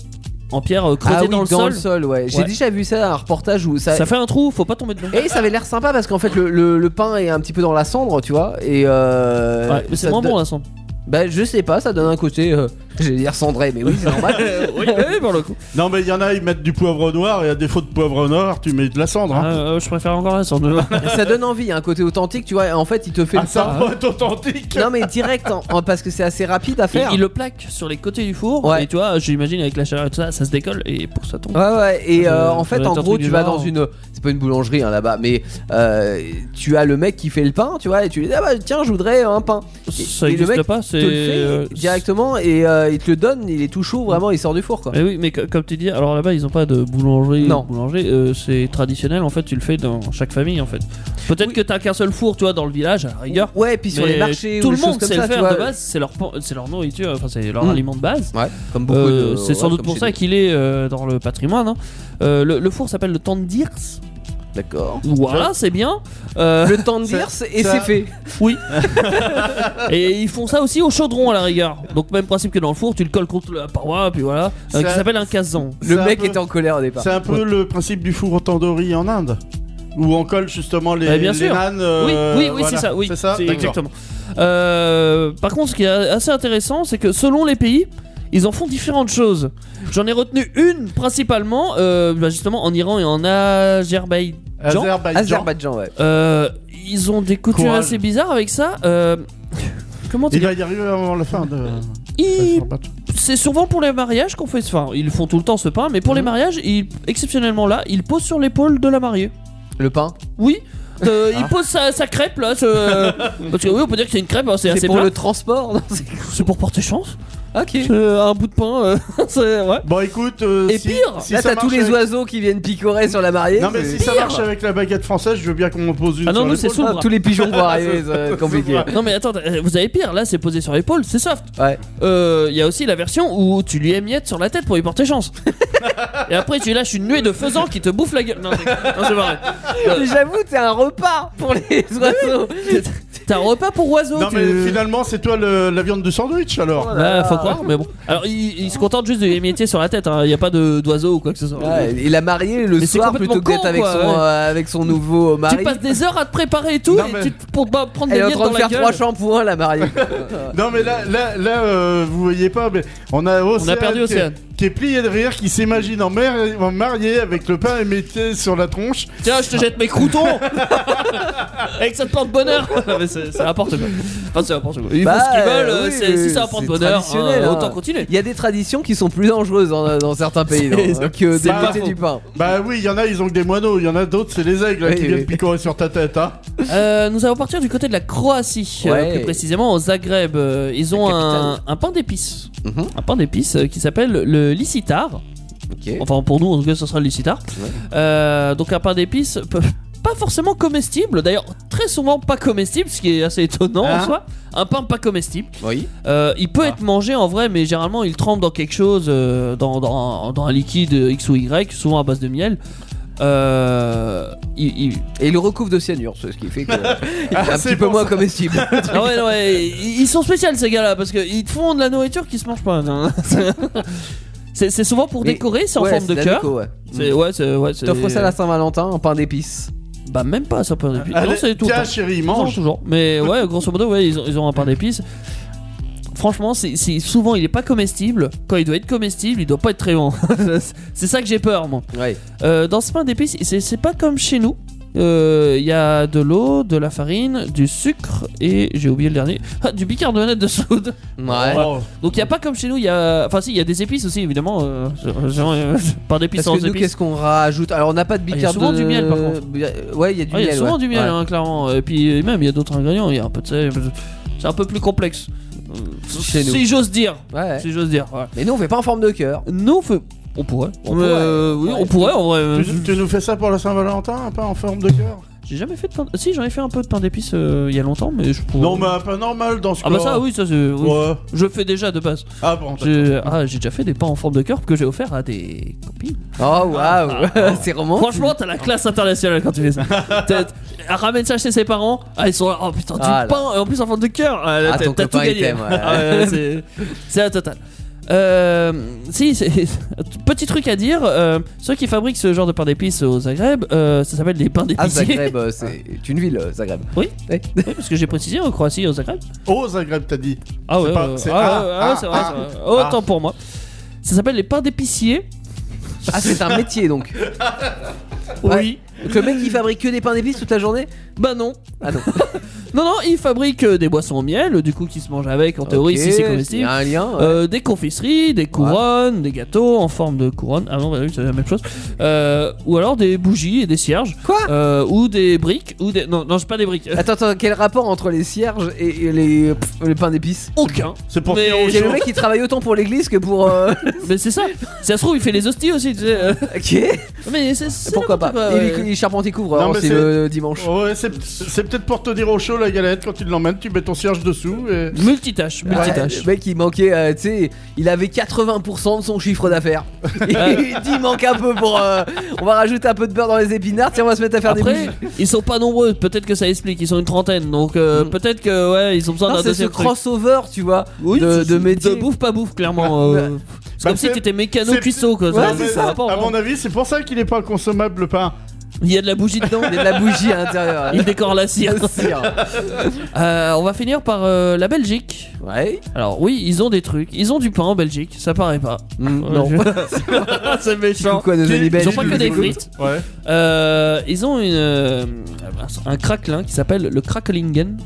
en pierre euh, creusée Ah oui, dans le sol. ouais. J'ai Ouais. déjà vu ça dans un reportage où ça. Ça fait un trou, faut pas tomber dedans. Et ça avait l'air sympa parce qu'en fait le, le- le pain est un petit peu dans la cendre, tu vois. Et euh, Ouais, mais c'est ça moins do- bon hein. la cendre. Bah je sais pas, ça donne un côté. euh, [LAUGHS] J'allais dire cendré, mais oui, c'est normal. [LAUGHS] oui, oui, pour le coup. Non, mais il y en a, ils mettent du poivre noir et à défaut de poivre noir, tu mets de la cendre. Ah, hein. euh, je préfère encore la cendre. ça donne envie, il y a un côté authentique, tu vois. et En fait, il te fait Ah, le ça pain. doit être authentique. Non mais direct, en- en- parce que c'est assez rapide à Il, faire. il le plaque sur les côtés du four. Ouais. Et tu vois, j'imagine avec la chaleur et tout ça, ça se décolle et pour ça tombe. Ouais ouais et euh, Euh, en fait ça doit en être un gros truc tu du vas genre. dans une c'est pas une boulangerie hein, là-bas mais euh, tu as le mec qui fait le pain tu vois et tu lui dis ah bah tiens je voudrais un pain Ça et le n'existe mec pas, tu c'est. le fais euh, directement et euh, il te le donne il est tout chaud vraiment il sort du four quoi Mais Eh oui, mais co- comme tu dis, alors là-bas ils ont pas de boulangerie, Non. boulanger, euh, c'est traditionnel en fait, tu le fais dans chaque famille en fait. Peut-être Oui. que t'as qu'un seul four, toi, dans le village, à la rigueur. ouais et puis sur mais les marchés tout ou le des choses monde comme sait ça le tu faire vois de base, c'est leur, pan- c'est leur nourriture, enfin c'est leur Mm. aliment de base. ouais comme beaucoup Euh, de- c'est sans ouais, doute comme pour chez ça nous. qu'il est euh, dans le patrimoine. hein. Euh, le, le four s'appelle le Tandirs. d'accord Voilà, c'est bien. Euh, le temps de dire c'est- et c'est fait Oui. et ils font ça aussi au chaudron à la rigueur. Donc même principe que dans le four, tu le colles contre la paroi, puis voilà. Euh, qui Ça- s'appelle un kazan. le C'est un mec peu- était en colère au Bah, départ C'est un peu le principe du four tandoori en Inde. Où on colle justement les, Eh bien les sûr. nanes. euh, oui, oui, oui, voilà. c'est ça. Oui, C'est ça c'est D'accord. exactement. Euh, par contre, ce qui est assez intéressant, c'est que selon les pays, ils en font différentes choses. J'en ai retenu une principalement, euh, bah, justement en Iran et en Azerbaïdjan. Azerbaïdjan. Azerbaïdjan ouais Euh, ils ont des coutumes Courage. assez bizarres avec ça. Euh, comment Il dire va y arriver avant la fin de. Ils- Azerbaïdjan. C'est souvent pour les mariages qu'on fait ce pain. Ils font tout le temps ce pain, mais pour les Mhm. mariages, ils, exceptionnellement là, ils posent sur l'épaule de la mariée. le pain Oui. Euh, Ah. Il pose sa, sa crêpe [LAUGHS] là. ce- euh, Parce que oui, on peut dire que c'est une crêpe, hein, c'est c'est assez pour plat. le transport non C'est- C'est pour porter chance. ok Euh, un bout de pain, euh, [LAUGHS] c'est ouais. Bon, écoute. euh, Et si- pire, si là ça t'as tous marche les avec- oiseaux qui viennent picorer sur la mariée Non, mais c'est- si ça pire. marche avec la baguette française, je veux bien qu'on m'en pose une. Ah non, sur nous, c'est l'épaule. sous le Ah, bras. tous les [LAUGHS] pigeons vont arriver, ça va être compliqué. Non mais attends, euh, vous avez pire. Là, c'est posé sur l'épaule, c'est soft. Ouais. Euh, Il y a aussi la version où tu lui émiettes sur la tête pour lui porter [LAUGHS] chance. Et après, tu lâches une nuée de faisans qui te bouffe la gueule. Non, c'est- non, c'est pas vrai. Mais J'avoue, c'est un repas pour les oiseaux. [LAUGHS] T'as un repas pour oiseaux. Non, tu- mais finalement, c'est toi le- la viande de sandwich alors. Ouais, Bah, faut croire, mais bon. Alors, il, il se contente juste de l'émietter sur la tête, hein. il n'y a pas de- d'oiseau ou quoi que ce soit. Ouais, et la mariée le Mais c'est soir complètement plutôt que d'être con, avec, quoi, son, ouais. euh, avec son nouveau tu mari. passes des heures à te préparer et tout, Non, et mais- tu te- pour pas prendre Elle des est en miettes train dans de la faire trois gueule. shampoings, la mariée. Non, mais là, là, là euh, vous voyez pas, mais on a Océane, perdu qui- Océane. Qui, est plié de rire, qui s'imagine en, mer- en marié avec le pain émetté sur la tronche. Tiens, je te jette mes [LAUGHS] croutons Et que ça te porte bonheur [LAUGHS] Non, mais c'est c'est n'importe quoi. Enfin, c'est n'importe quoi. Ils Bah, font ce qu'ils veulent, euh, euh, oui, c'est- si ça c'est leur porte bonheur, traditionnel, hein, hein. autant continuer. [LAUGHS] Il y a des traditions qui sont plus dangereuses dans, dans certains pays non, C'est- hein, que c'est pas de faux. goûter du pain. Bah oui, il y en a, ils ont que des moineaux, il y en a d'autres, c'est les aigles là, Oui, qui oui. viennent picorer sur ta tête. Hein. [LAUGHS] Euh, nous allons partir du côté de la Croatie, euh, Ouais. plus précisément au Zagreb. Euh, Ils ont La capitale. un, un pain d'épices. Mhm. Un pain d'épices euh, qui s'appelle le licitar. Ok. Enfin, pour nous, en tout cas, ce sera le licitar. Ouais. Euh, donc, un pain d'épices, peu- pas forcément comestible. D'ailleurs, très souvent pas comestible, ce qui est assez étonnant en Hein soi. Un pain pas comestible. Oui. Euh, il peut Ah. être mangé en vrai, mais généralement, il trempe dans quelque chose, euh, dans, dans, dans un liquide X ou Y, souvent à base de miel. Euh, il- [LAUGHS] il, Et il recouvre de cyanure, ce qui [LAUGHS] fait que il est un c'est petit peu pour moins ça. comestible. Ah ouais, non, ouais, ils ils sont spéciaux ces gars-là parce qu'ils te font de la nourriture qui se mange pas. non. [LAUGHS] C'est c'est souvent pour Mais- décorer, c'est en Ouais, forme c'est de la cœur. déco, ouais. C'est ouais, c'est ouais. c'est- T'offres ça à la Saint-Valentin, un pain d'épices. Bah même pas, ça peut. Non, Allez, c'est tout. le Tiens, temps. chérie, Ils en ont mange. toujours. Mais ouais, grosso modo, ouais, ils ont, ils ont un pain d'épices. Franchement, c'est c'est- souvent il est pas comestible. Quand il doit être comestible, il doit pas être très bon. [LAUGHS] c'est ça que j'ai peur, moi. Ouais. Euh, dans ce pain d'épices, c'est c'est pas comme chez nous. Euh, Il y a de l'eau, de la farine, du sucre et j'ai oublié le dernier. Ah, du bicarbonate de soude. Ouais. Oh. Donc il y a pas comme chez nous, il y a enfin si, il y a des épices aussi évidemment euh, genre, euh, par Parce d'épices sans que nous, épices. qu'est-ce qu'on rajoute Alors, on n'a pas de Ah, il y a bicarbonate. souvent du miel, par contre. Ouais, il y a du Ah, miel. il y a souvent ouais. du miel Ouais. hein, clairement et puis euh, même il y a d'autres ingrédients, il y a un peu de sel, un peu de- c'est un peu plus complexe. Euh, Chez nous. Si j'ose dire, Ouais. si j'ose dire. ouais. Mais nous, on fait pas en forme de cœur. Nous on fait- on pourrait. On Mais, pourrait. euh, oui, Ouais. on pourrait en vrai. Tu, tu nous fais ça pour la Saint-Valentin, un pain en forme de cœur J'ai jamais fait de pain. Si, j'en ai fait un peu de pain d'épices euh, il y a longtemps, mais je pourrais. Non, mais un peu normal dans ce Ah bah ça, oui, ça c'est. oui. Ouais. Je fais déjà de base. Ah bon, J'ai ah, j'ai déjà fait des pains en forme de cœur que j'ai offert à des copines. Oh waouh, Ah. [LAUGHS] c'est romantique. Oh, Franchement, t'as la classe internationale quand tu fais ça. [LAUGHS] T'as- Elle ramène ça chez ses parents. Ah, ils sont là. Oh putain, du Ah là. pain. Et en plus, en forme de cœur. Ah, là, Ah, t'as ton t'as tout copain, il gagné. t'aime, ouais. Ah, ouais, ouais, c'est- c'est la totale. Euh, si, c'est- [LAUGHS] petit truc à dire. euh, ceux qui fabriquent ce genre de pain d'épices au Zagreb, euh, ça s'appelle des pains Ah, d'épicier. Zagreb, euh, c'est une ville, euh, Zagreb. Oui. Ouais. Oui, [LAUGHS] parce que j'ai précisé en Croatie et au Zagreb. Oh, Zagreb, t'as dit. Ah ouais, pas- euh, c'est- ah, ah, ouais, ah, ouais, c'est vrai, ah, c'est vrai. Autant pour moi. Ça s'appelle les pains d'épicier. Ah, c'est un métier [LAUGHS] donc. Ouais. Oui. Donc, le mec il fabrique que des pains d'épices toute la journée Bah non. Ah non. Non, non, ils fabriquent euh, des boissons au miel, du coup, qui se mangent avec, en théorie, Ok, Bah si c'est Il y comestible. a un lien. ouais. Euh, des confiseries, des couronnes, des gâteaux en forme de couronne. Ah non, bah oui, c'est la même chose. Euh, ou alors des bougies et des cierges. Quoi Euh, Ou des briques. Ou des... Non, non, c'est pas des briques. Attends, attends, quel rapport entre les cierges et, et les, pff, les pains d'épices Aucun. C'est pour Mais- finir au Il y a le chaud. mec qui travaille autant pour l'église que pour. euh, Mais c'est ça. Si ça se trouve, il fait les hosties aussi, tu sais. euh. [LAUGHS] ok. Mais c'est- c'est. Pourquoi pas n'importe quoi, Et ouais. les, les charpentiers couvrent, Non, alors, mais hein, c'est c'est- le dimanche. Oh, Ouais, c'est c'est peut-être pour te dire au chaud la galette quand tu l'emmènes, tu mets ton cierge dessous et. Multitâche, multitâche. Ouais, le mec il manquait, euh, tu sais, il avait 80% de son chiffre d'affaires. [LAUGHS] il dit il manque un peu pour. euh, on va rajouter un peu de beurre dans les épinards, tiens on va se mettre à faire des Après, bougies. Mm. ils sont pas nombreux, peut-être que ça explique, ils sont une trentaine, donc euh, peut-être que ouais, ils ont besoin Non, d'un c'est ce deuxième truc. crossover, tu vois, Oui, de, c'est- de métier. de bouffe pas bouffe, clairement. euh, c'est Bah, comme si c'est- t'étais mécano c'est- cuisseau, quoi. Ouais, ça, c'est mais ça. a pas à rapport. mon avis, c'est pour ça qu'il est pas consommable le pain. Il y a de [LAUGHS] la bougie dedans, Il y a de la bougie à l'intérieur. [LAUGHS] il décore la cire. Le cire. Euh, on va finir par euh, la Belgique. Ouais. Alors, oui, ils ont des trucs, ils ont du pain en Belgique, ça paraît pas. Mm, Euh, non. je- Ah, c'est méchant. quoi, nos Qui- amis ils belges Ils ont pas que des frites. Ouais. Euh, ils ont une, euh, un craquelin qui s'appelle le Krakelingen.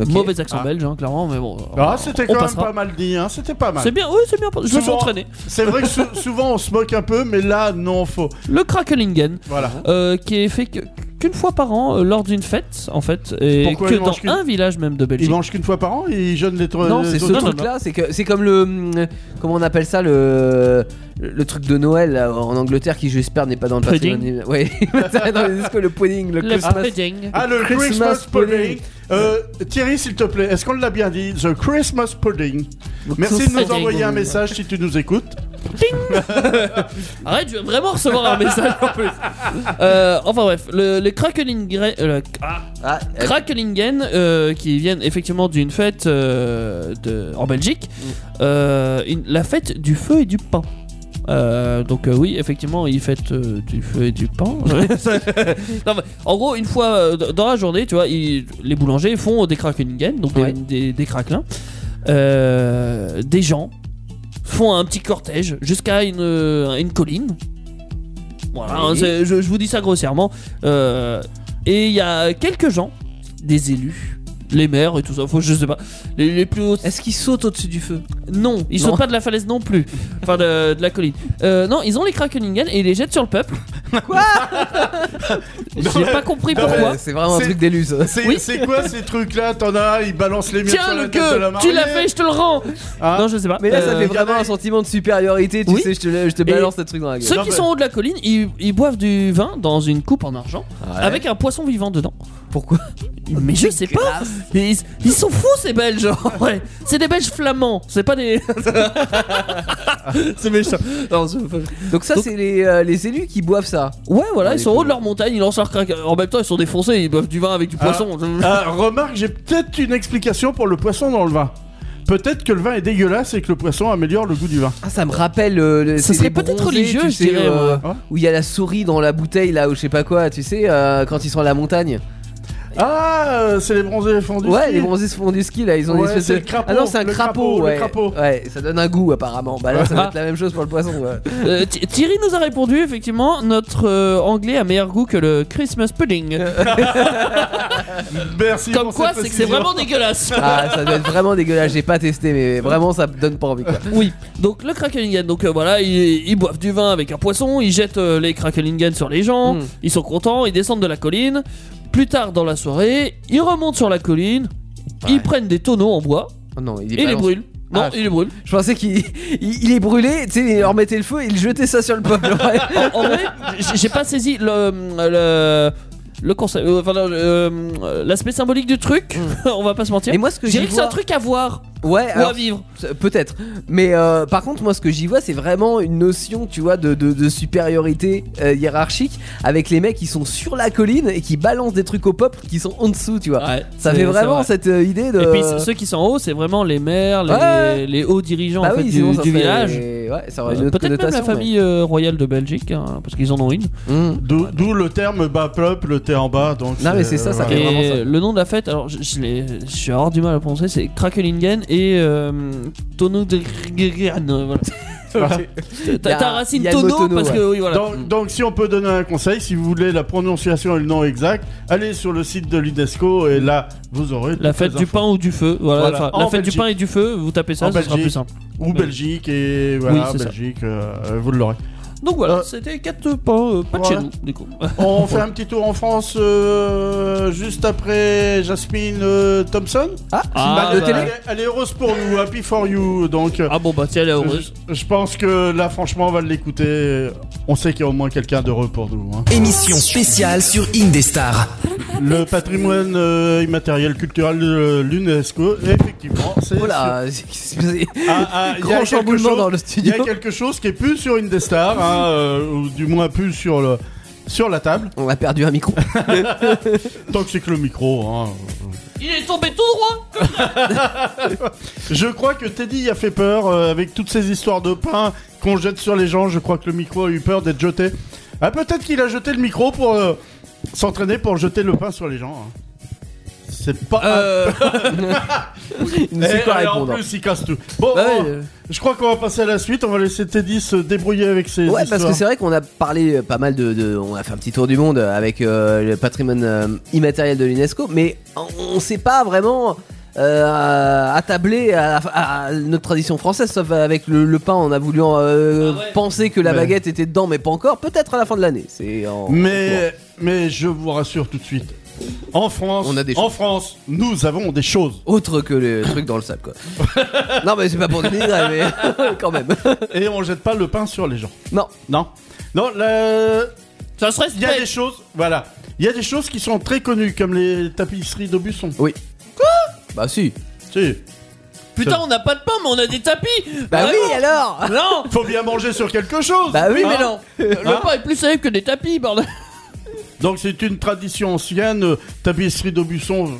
Ok. Mauvais accent Ah. belge, hein, clairement, mais bon. Ah, c'était on quand même passera. pas mal dit, hein. C'était pas mal. C'est bien, oui, c'est bien. Je me suis Souvent- entraîné. C'est vrai que sou- souvent on se moque un peu, mais là, non, faux. Le Krakelingen, Voilà. euh, qui est fait que- qu'une fois par an euh, lors d'une fête, en fait, et Pourquoi que ils dans mangent qu'une- un village même de Ils Belgique. mangent qu'une fois par an et ils jeûnent les trois. Non, les c'est ce autres jours, Euh, non. truc-là, c'est que c'est comme le hum, comment on appelle ça le le truc de Noël là, en Angleterre qui j'espère n'est pas dans le Pudding. patrimoine. Ouais, [LAUGHS] dans les escos, le pudding, le, Le Christmas. pudding. Ah, le Christmas Christmas pudding. pudding. Euh, Thierry, s'il te plaît, est-ce qu'on l'a bien dit The Christmas pudding. Merci de nous pudding. envoyer un message si tu nous écoutes. Arrête, je vais vraiment recevoir un message en plus. Euh, enfin bref, le, le Krakelingen, euh, le ah, Ah, euh, Krakelingen, euh, qui viennent effectivement d'une fête euh, de, en Belgique, Mm. euh, une- la fête du feu et du pain. Euh, donc euh, oui, effectivement, ils fêtent euh, du feu et [LAUGHS] du pain. [LAUGHS] Non, mais en gros, une fois euh, d- dans la journée, tu vois, ils- les boulangers font des Krakelingen, donc des- Ouais. des, des craquelins. Euh, des gens font un petit cortège jusqu'à une, euh, une colline. Voilà, Oui. hein, c'est- je, je vous dis ça grossièrement. Euh, et il y a quelques gens, des élus, les maires et tout ça, faut, je sais pas, les, les plus hauts. Est-ce qu'ils sautent au-dessus du feu Non, ils Non. sautent pas de la falaise non plus, enfin de, de la colline. Euh, non, ils ont les Krakenningen et ils les jettent sur le peuple. Quoi [LAUGHS] J'ai pas compris pourquoi. Ouais, C'est vraiment un C'est- truc d'élus. ça. C'est Oui. c'est quoi ces trucs-là T'en as, un, il balance les miettes Tiens sur la le tête de la gueux, tu l'as mariée. fait, je te le rends. Ah. Non, je sais pas. Mais là, ça Euh, fait y en a- vraiment un sentiment de supériorité. Tu Oui. sais, je te, je te balance le truc dans la gueule. Ceux Non, qui mais- sont en haut de la colline, ils, ils boivent du vin dans une coupe en argent Ouais. avec un poisson vivant dedans. pourquoi Mais je sais pas. Ils, ils sont fous ces Belges. [LAUGHS] en vrai. C'est des Belges flamands. C'est pas des. c'est méchant. Non, c'est- Donc ça, Donc- c'est les, euh, les élus qui boivent ça. Ouais, voilà, Ouais, ils sont les au haut de leur montagne, ils lancent leur crack. En même temps, ils sont défoncés, ils boivent du vin avec du poisson. Ah, remarque, j'ai peut-être une explication pour le poisson dans le vin. Peut-être que le vin est dégueulasse et que le poisson améliore le goût du vin. Ah, ça me rappelle. euh, le- Ça c'est serait les peut-être bronzés, religieux, tu je sais, dirais, euh, moi. où il y a la souris dans la bouteille là, ou je sais pas quoi. Tu sais, euh, quand ils sont à la montagne. Ah, euh, c'est les bronzés fondus. ouais, les bronzés se font du ski là, ils ont Ouais, une espèce c'est de. le crapaud, ah non, c'est un le crapaud, crapaud, le ouais. crapaud. Ouais, ça donne un goût apparemment. Bah là, ça [LAUGHS] va Ah. être la même chose pour le poisson. ouais. Euh, Thi- Thierry nous a répondu, effectivement, notre euh, anglais a meilleur goût que le Christmas pudding. [LAUGHS] Merci Comme pour quoi, cette c'est que c'est précision. [LAUGHS] vraiment dégueulasse. Ah, ça doit être vraiment dégueulasse. J'ai pas testé, mais vraiment, ça me donne pas envie. Quoi. Oui, donc le Krakelingen, donc euh, voilà, ils, ils boivent du vin avec un poisson, ils jettent euh, les Krakelingen sur les gens, Hmm. Mm. ils sont contents, ils descendent de la colline. Plus tard dans la soirée, ils remontent sur la colline, ils prennent des tonneaux en bois Oh non, il est et pas les lancé. brûlent. Non, Ah, ils les brûlent. Je pensais qu'il il, il est brûlé, tu sais, il leur mettait [LAUGHS] le feu et il jetait ça sur le peuple. Ouais. En vrai, j'ai- j'ai pas saisi le. le le concept, euh, enfin, euh, euh, l'aspect symbolique du truc, [LAUGHS] on va pas se mentir. Mm. Et moi, ce que je dirais j'y que c'est un vois- truc à voir Ouais, ou à alors, vivre. c'est- peut-être. Mais euh, par contre, moi, ce que j'y vois, c'est vraiment une notion, tu vois, de, de- de supériorité euh, hiérarchique avec les mecs qui sont sur la colline et qui balancent des trucs au peuple qui sont en dessous, tu vois. Ouais, bah, Ça c'est- fait c'est vraiment vrai. cette euh, idée de. Et puis ceux qui sont en haut, c'est vraiment les maires, les, Ouais. les hauts dirigeants bah en fait, oui, du, sinon ça du serait- village. Ouais, ça aurait une Euh, autre Peut-être même la connotation, famille euh, royale de Belgique, hein, parce qu'ils en ont une. mais- Mm. D'où d'où le terme bas peuple, t'es en bas. Donc euh, Non, mais c'est ça, ça voilà. fait- vraiment Et le nom de la fête, alors je, je l'ai- je suis hors du mal à prononcer, c'est Krakelingen et euh, Tonneau de Gren, [LAUGHS] voilà. Y T'as a- ta racine y a le mot tonneau tonneau, parce ouais. que oui voilà. Donc, donc, si on peut donner un conseil, si vous voulez la prononciation et le nom exact, allez sur le site de l'UNESCO et là, vous aurez La toutes fête les du infos. pain ou du feu, voilà. Voilà, enfin, en la fête Belgique. du pain et du feu, vous tapez ça, En ce sera Belgique. plus simple. ou Belgique et voilà Oui, c'est ça. Belgique, euh, vous l'aurez. Donc voilà, Euh, c'était 4 pains, euh, pas de voilà. chez nous, du coup. [LAUGHS] On fait un petit tour en France euh, juste après Jasmine euh, Thompson. Ah, Ah, Bah, bah, elle, est- elle est heureuse pour nous, happy for you. Donc euh, Ah bon bah tiens, elle est heureuse. je, je pense que là franchement on va l'écouter. On sait qu'il y a au moins quelqu'un d'heureux pour nous. hein. Émission spéciale sur Indestar. Le patrimoine euh, immatériel culturel de l'UNESCO, effectivement, c'est Oh là, sur- Ah, ah, il y a grand quelque chamboulement chose- dans le Il y studio. a quelque chose qui est plus sur une des stars, hein, euh, ou du moins plus sur le sur la table. On a perdu un micro. Tant que c'est que le micro. hein. Il est tombé tout droit Je crois que Teddy a fait peur euh, avec toutes ces histoires de pain qu'on jette sur les gens. Je crois que le micro a eu peur d'être jeté. Ah, peut-être qu'il a jeté le micro pour euh, s'entraîner pour jeter le pain sur les gens. hein. C'est pas. Euh, [LAUGHS] Il ne sait Eh, pas allez, en répondre. plus, il casse tout. Bon, Bah on- ouais, euh, je crois qu'on va passer à la suite. On va laisser Teddy se débrouiller avec ses Ouais, histoires. parce que c'est vrai qu'on a parlé euh, pas mal de, de- On a fait un petit tour du monde avec euh, le patrimoine euh, immatériel de l'UNESCO, mais on ne s'est pas vraiment euh, attablé à, à notre tradition française, sauf avec le, le pain. On a voulu euh, Ah ouais. penser que la Mais- baguette était dedans, mais pas encore. Peut-être à la fin de l'année. C'est en- Mais, mais je vous rassure tout de suite. En France, On a des en France, nous avons des choses. Autre que le truc dans le sable, [LAUGHS] quoi. non, mais c'est pas pour dire, mais [LAUGHS] quand même. Et on jette pas le pain sur les gens. Non. Non. Non, la- ça serait il y a des choses, voilà. Il y a des choses qui sont très connues, comme les tapisseries d'Aubusson. Bah si. Si. Putain, on n'a pas de pain, mais on a des tapis Bah Vraiment. oui, alors Ah Non Faut bien manger sur quelque chose. Bah oui, Hein mais non Le pain est plus safe que des tapis, bordel Donc c'est une tradition ancienne, euh, tapisserie d'Aubusson. euh,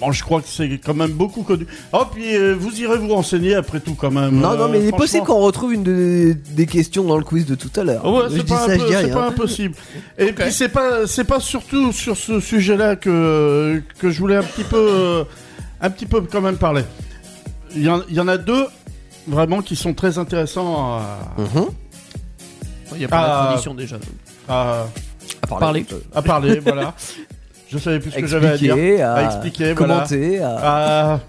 Bon, je crois que c'est quand même beaucoup connu. Oh, puis euh, vous irez vous renseigner après tout quand même. euh, Non, non, mais il est franchement. possible qu'on retrouve une de- des questions dans le quiz de tout à l'heure. Oh, Ouais, je c'est dis pas, ça, un je peu- dis c'est rien. pas impossible. Et puis c'est pas, c'est pas surtout sur ce sujet-là que que je voulais un petit peu, euh, un petit peu quand même parler. Il y, en- il y en a deux vraiment qui sont très intéressants à, Mhm. Il y a pas Ah. la condition déjà. à- À parler. Parler. Euh, à [LAUGHS] parler. voilà. Je savais plus ce que j'avais à dire. Expliquer, à, À expliquer, voilà. commenter, à- Ah,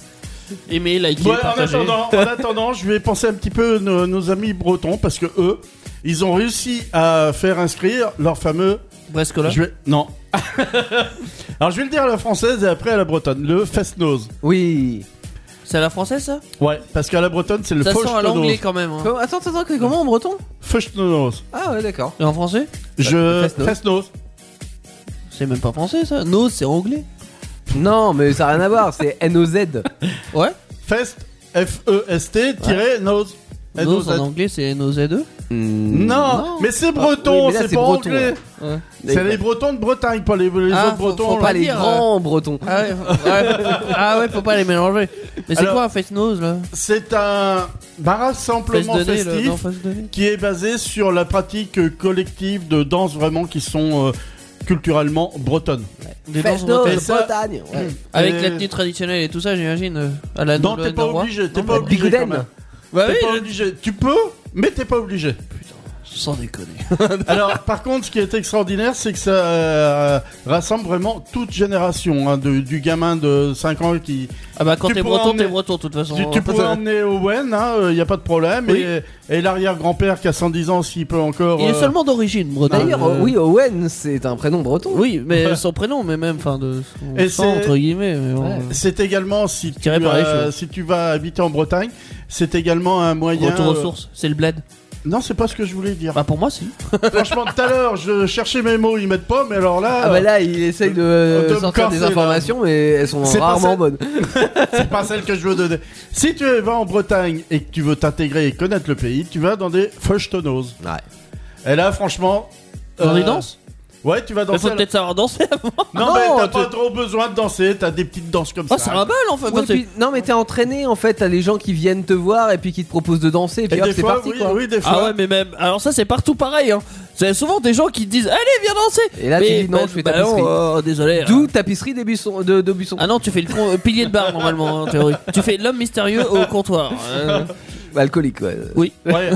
Aimer, liker, ouais, en, partager. attendant, en attendant, je vais penser un petit peu nos, nos amis bretons parce que eux, ils ont réussi à faire inscrire leur fameux Brescola. Je vais- Non. [LAUGHS] Alors je vais le dire à la française et après à la bretonne. Le fest-nose. Oui. C'est à la française ça Ouais, parce qu'à la bretonne c'est le Ça sent à l'anglais fauche-nose. quand même. hein. Comment- Attends, attends, attends, comment en breton Fauche-nose. Ah ouais, d'accord. Et en français Je. le fest-nose. Fest-nose. C'est même pas français ça. No, c'est anglais. Non, mais ça n'a rien à voir, c'est N-O-Z. Ouais. Fest. F-E-S-T. Tiré Eh, nose. Nose en N-O-Z. anglais c'est NOZE. Mm, Non, mais c'est breton, oui, mais là, c'est c'est pas breton, anglais. ouais. Ouais. C'est les bretons de Bretagne, pas les, les Ah, autres bretons. Faut là. pas les dire, grands bretons. Ah ouais, ouais. [LAUGHS] Ah ouais, faut pas les mélanger. Mais c'est Alors- quoi un face nose là C'est un bar Face rassemblement de nez, festif le... non, face de nez. qui est basé sur la pratique collective de danses vraiment qui sont euh, culturellement bretonnes. Des danses Fest en breton. Et de ça- Bretagne. ouais. Avec Et- la tenue traditionnelle et tout ça, j'imagine. euh, À la Non, Noël t'es pas du roi. obligé, t'es Non, pas mais- obligé. Bigouden. quand même. Bah T'es oui, pas je- obligé. Tu peux, mais t'es pas [LAUGHS] obligé. sans déconner. Alors, par contre, ce qui est extraordinaire, c'est que ça euh, rassemble vraiment toute génération, hein, de- du gamin de 5 ans qui Ah bah quand Tu t'es pourras breton, t'es emmener- breton de toute façon. Hein. tu, tu pourrais emmener Owen, il n'y a pas de problème, Oui. et, et l'arrière-grand-père qui a 110 ans, s'il peut encore. Il est euh, seulement d'origine breton. D'ailleurs, Ah, Euh, oui, Owen, c'est un prénom breton. Oui, mais Ouais. son prénom, mais même, enfin, de son Et sang, c'est- entre guillemets. mais bon, Ouais. euh, C'est également si tu, Tiré par les euh, cheveux. si tu vas habiter en Bretagne, c'est également un moyen. Retour aux euh, sources, c'est le bled. Non, c'est pas ce que je voulais dire. [LAUGHS] Bah pour moi si. Franchement, tout à l'heure, je cherchais mes mots, ils mettent pas, mais alors là, Ah bah là, il essaye de Au top sortir des corsé, là. informations, mais elles sont C'est pas rarement ça. bonnes. c'est pas celle que je veux donner. Si tu vas en Bretagne et que tu veux t'intégrer et connaître le pays, tu vas dans des feuilletoneuses. Ouais. Et là, franchement. Dans euh, les danses Ouais, tu vas Il danser. faut à la- peut-être savoir danser avant. Non, Non, mais t'as tu- pas trop besoin de danser, t'as des petites danses comme Oh, ça. ça rabat en fait. Oui, puis- non mais t'es entraîné en fait, t'as les gens qui viennent te voir et puis qui te proposent de danser et puis Et hop des c'est fois, parti oui, quoi. oui, des fois. Ah ouais, mais même. Alors, ça, c'est partout pareil. Hein. C'est souvent des gens qui te disent Allez, viens danser Et là, tu Mais, dis, non, bah, je fais bah tapisserie. non, euh, désolé. D'où tapisserie des buissons, de, de buissons. Ah non, tu fais le con- euh, pilier de bar normalement, [LAUGHS] en théorie. Tu fais l'homme mystérieux au comptoir. Euh, Bah, Alcoolique ouais. Ouais.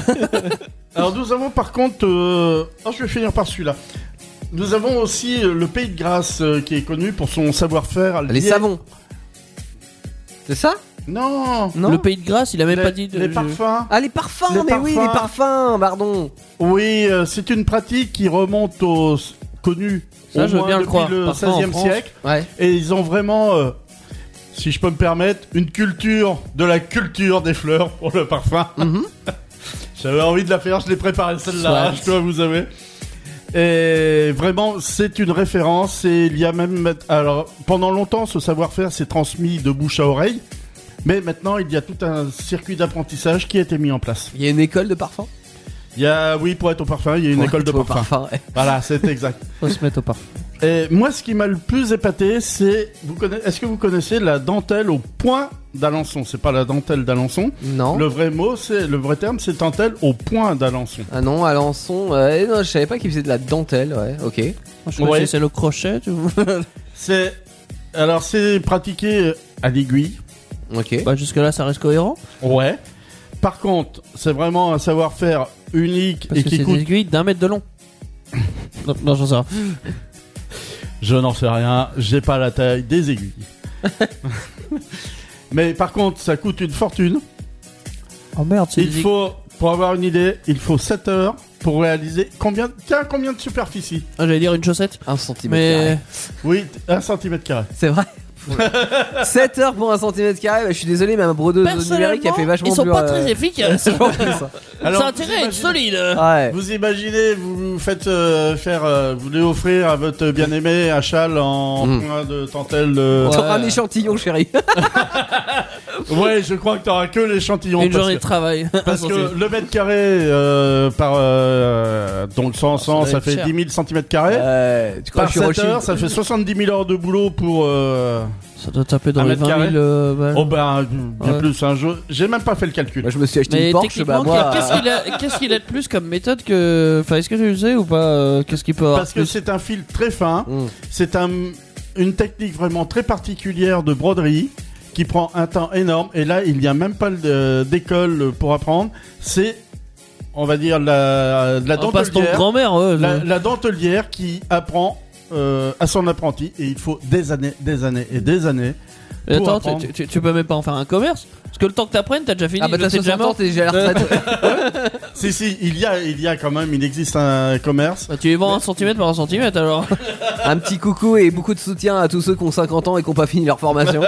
[LAUGHS] Alors nous avons par contre, euh, ah, je vais finir par celui-là. Nous avons aussi euh, le Pays de Grâce euh, qui est connu pour son savoir-faire. Les lié- savons. C'est ça Non. Non Le pays de grâce, il a même les, pas dit de. les parfums. Ah les parfums, Les mais oui les parfums, pardon. Oui, euh, c'est une pratique qui remonte au connu Ça, au je veux moins bien le depuis croire. le Parfois, en 16e France. siècle Ouais. et ils ont vraiment euh, si je peux me permettre, une culture de la culture des fleurs pour le parfum. Mhm. [LAUGHS] J'avais envie de la faire, je l'ai préparée celle-là, Soit. je dois vous avouer. Et vraiment, c'est une référence et il y a même... Alors, pendant longtemps, ce savoir-faire s'est transmis de bouche à oreille, mais maintenant, il y a tout un circuit d'apprentissage qui a été mis en place. Il y a une école de parfums. Il y a, oui, pour être au parfum, il y a une Ouais, école de tu vois, parfum. Voilà, c'est exact. Faut se mettre au parfum. Et moi, ce qui m'a le plus épaté, c'est... vous conna- Est-ce que vous connaissez la dentelle au point d'Alençon C'est pas la dentelle d'Alençon. Non. Le vrai mot, c'est... Le vrai terme, c'est dentelle au point d'Alençon. Ah non, Alençon, euh, non, je savais pas qu'il faisait de la dentelle, ouais, ok. Je crois Ouais. que c'est le crochet, tu vois. [LAUGHS] C'est alors c'est pratiqué à l'aiguille. Ok. Bah, jusque-là, ça reste cohérent. Ouais. Par contre, c'est vraiment un savoir-faire unique Parce et que c'est qui des coûte. aiguilles d'un mètre [LAUGHS] de long. non, non, j'en sais rien. Je n'en sais rien. J'ai pas la taille des [LAUGHS] aiguilles. Mais par contre, ça coûte une fortune. Oh merde, c'est Il des faut, pour avoir une idée, il faut 7 heures pour réaliser combien. Tiens, combien de superficie aiguilles- Ah, j'allais dire une chaussette. Un centimètre carré. Mais. Oui, un centimètre carré. C'est vrai. [LAUGHS] 7 heures pour un centimètre carré, bah, je suis désolé, mais un brodeuse numérique a fait Personnellement, vachement ils sont plus, pas euh, [LAUGHS] hein. très efficaces. Alors, [LAUGHS] Ah, ça a vous intérêt à imaginez- être solide. euh, Ouais. Vous imaginez, vous vous faites euh, faire, euh, vous voulez offrir à votre bien-aimé un châle en Hmm. Mm. point de dentelle. euh, Ouais. T'auras un échantillon, chérie. Ouais, je crois que t'auras que l'échantillon. Une parce journée de que, travail. parce que le mètre carré euh, par euh, donc 100, 100, Ah, doit ça être fait cher. 10 000 cm carrés. Euh, [LAUGHS] tu crois par que je suis 7 heures, Rothschild ça fait 70 000 heures de boulot pour. euh, [LAUGHS] Ça doit taper dans Un les mètre 20 000 carré euh, balles. Oh ben bien Ouais. plus. Hein, je- j'ai même pas fait le calcul. Moi, je me suis acheté Mais une Porsche, bah techniquement, moi. qu'est-ce euh, qu'il a, qu'est-ce qu'il a de plus comme méthode que. Enfin, est-ce que tu le sais ou pas euh, Qu'est-ce qu'il peut avoir Parce que plus c'est un fil très fin. Mm. C'est un, une technique vraiment très particulière de broderie qui prend un temps énorme. Et là, il n'y a même pas de- d'école pour apprendre. C'est, on va dire, la, la On passe ton dentelière. grand-mère, ouais, La, je- la dentelière qui apprend euh, à son apprenti. Et il faut des années, des années et des années. Mais pour Attends, apprendre. tu, tu- tu peux même pas en faire un commerce Parce que le temps que t'apprennes, t'as déjà fini. Ah bah le- t'as t'es déjà 60 ans, mort. t'es déjà à la [LAUGHS] retraite. Si, si, il y a, il y a quand même, il existe un commerce. Bah, tu les vends un centimètre par un centimètre alors. [LAUGHS] un petit coucou et beaucoup de soutien à tous ceux qui ont 50 ans et qui n'ont pas fini leur [LAUGHS] formation.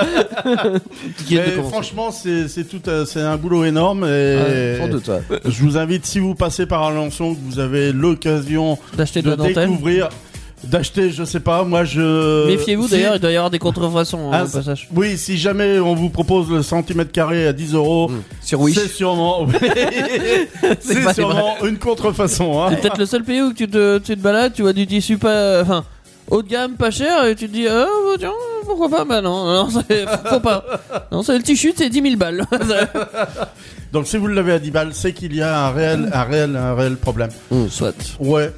Qui viennent de Mais commencer. franchement, c'est c'est tout, un- c'est un boulot énorme. Et... Ouais, Ah, euh, sans doute, ouais. Je vous invite, si vous passez par Alençon, que vous avez l'occasion D'acheter de de la dentelle. découvrir, d'acheter, je sais pas, moi je. Méfiez-vous Si- d'ailleurs, il doit y avoir des contrefaçons hein, Ah, au passage. Oui, si jamais on vous propose le centimètre carré à 10 euros, Mm. Sur Wish. c'est sûrement. [LAUGHS] C'est c'est pas sûrement une contrefaçon. Hein. C'est peut-être le seul pays où tu te, tu te balades, tu vois du tissu pas. Enfin, haut de gamme, pas cher, et tu te dis, euh, bah, tiens, pourquoi pas Bah non, non, [LAUGHS] c'est- faut pas. Non, c'est le tissu, c'est 10 000 balles. [LAUGHS] Donc si vous l'avez à 10 balles, c'est qu'il y a un réel, un réel, un réel problème. Mm. Soit. Ouais.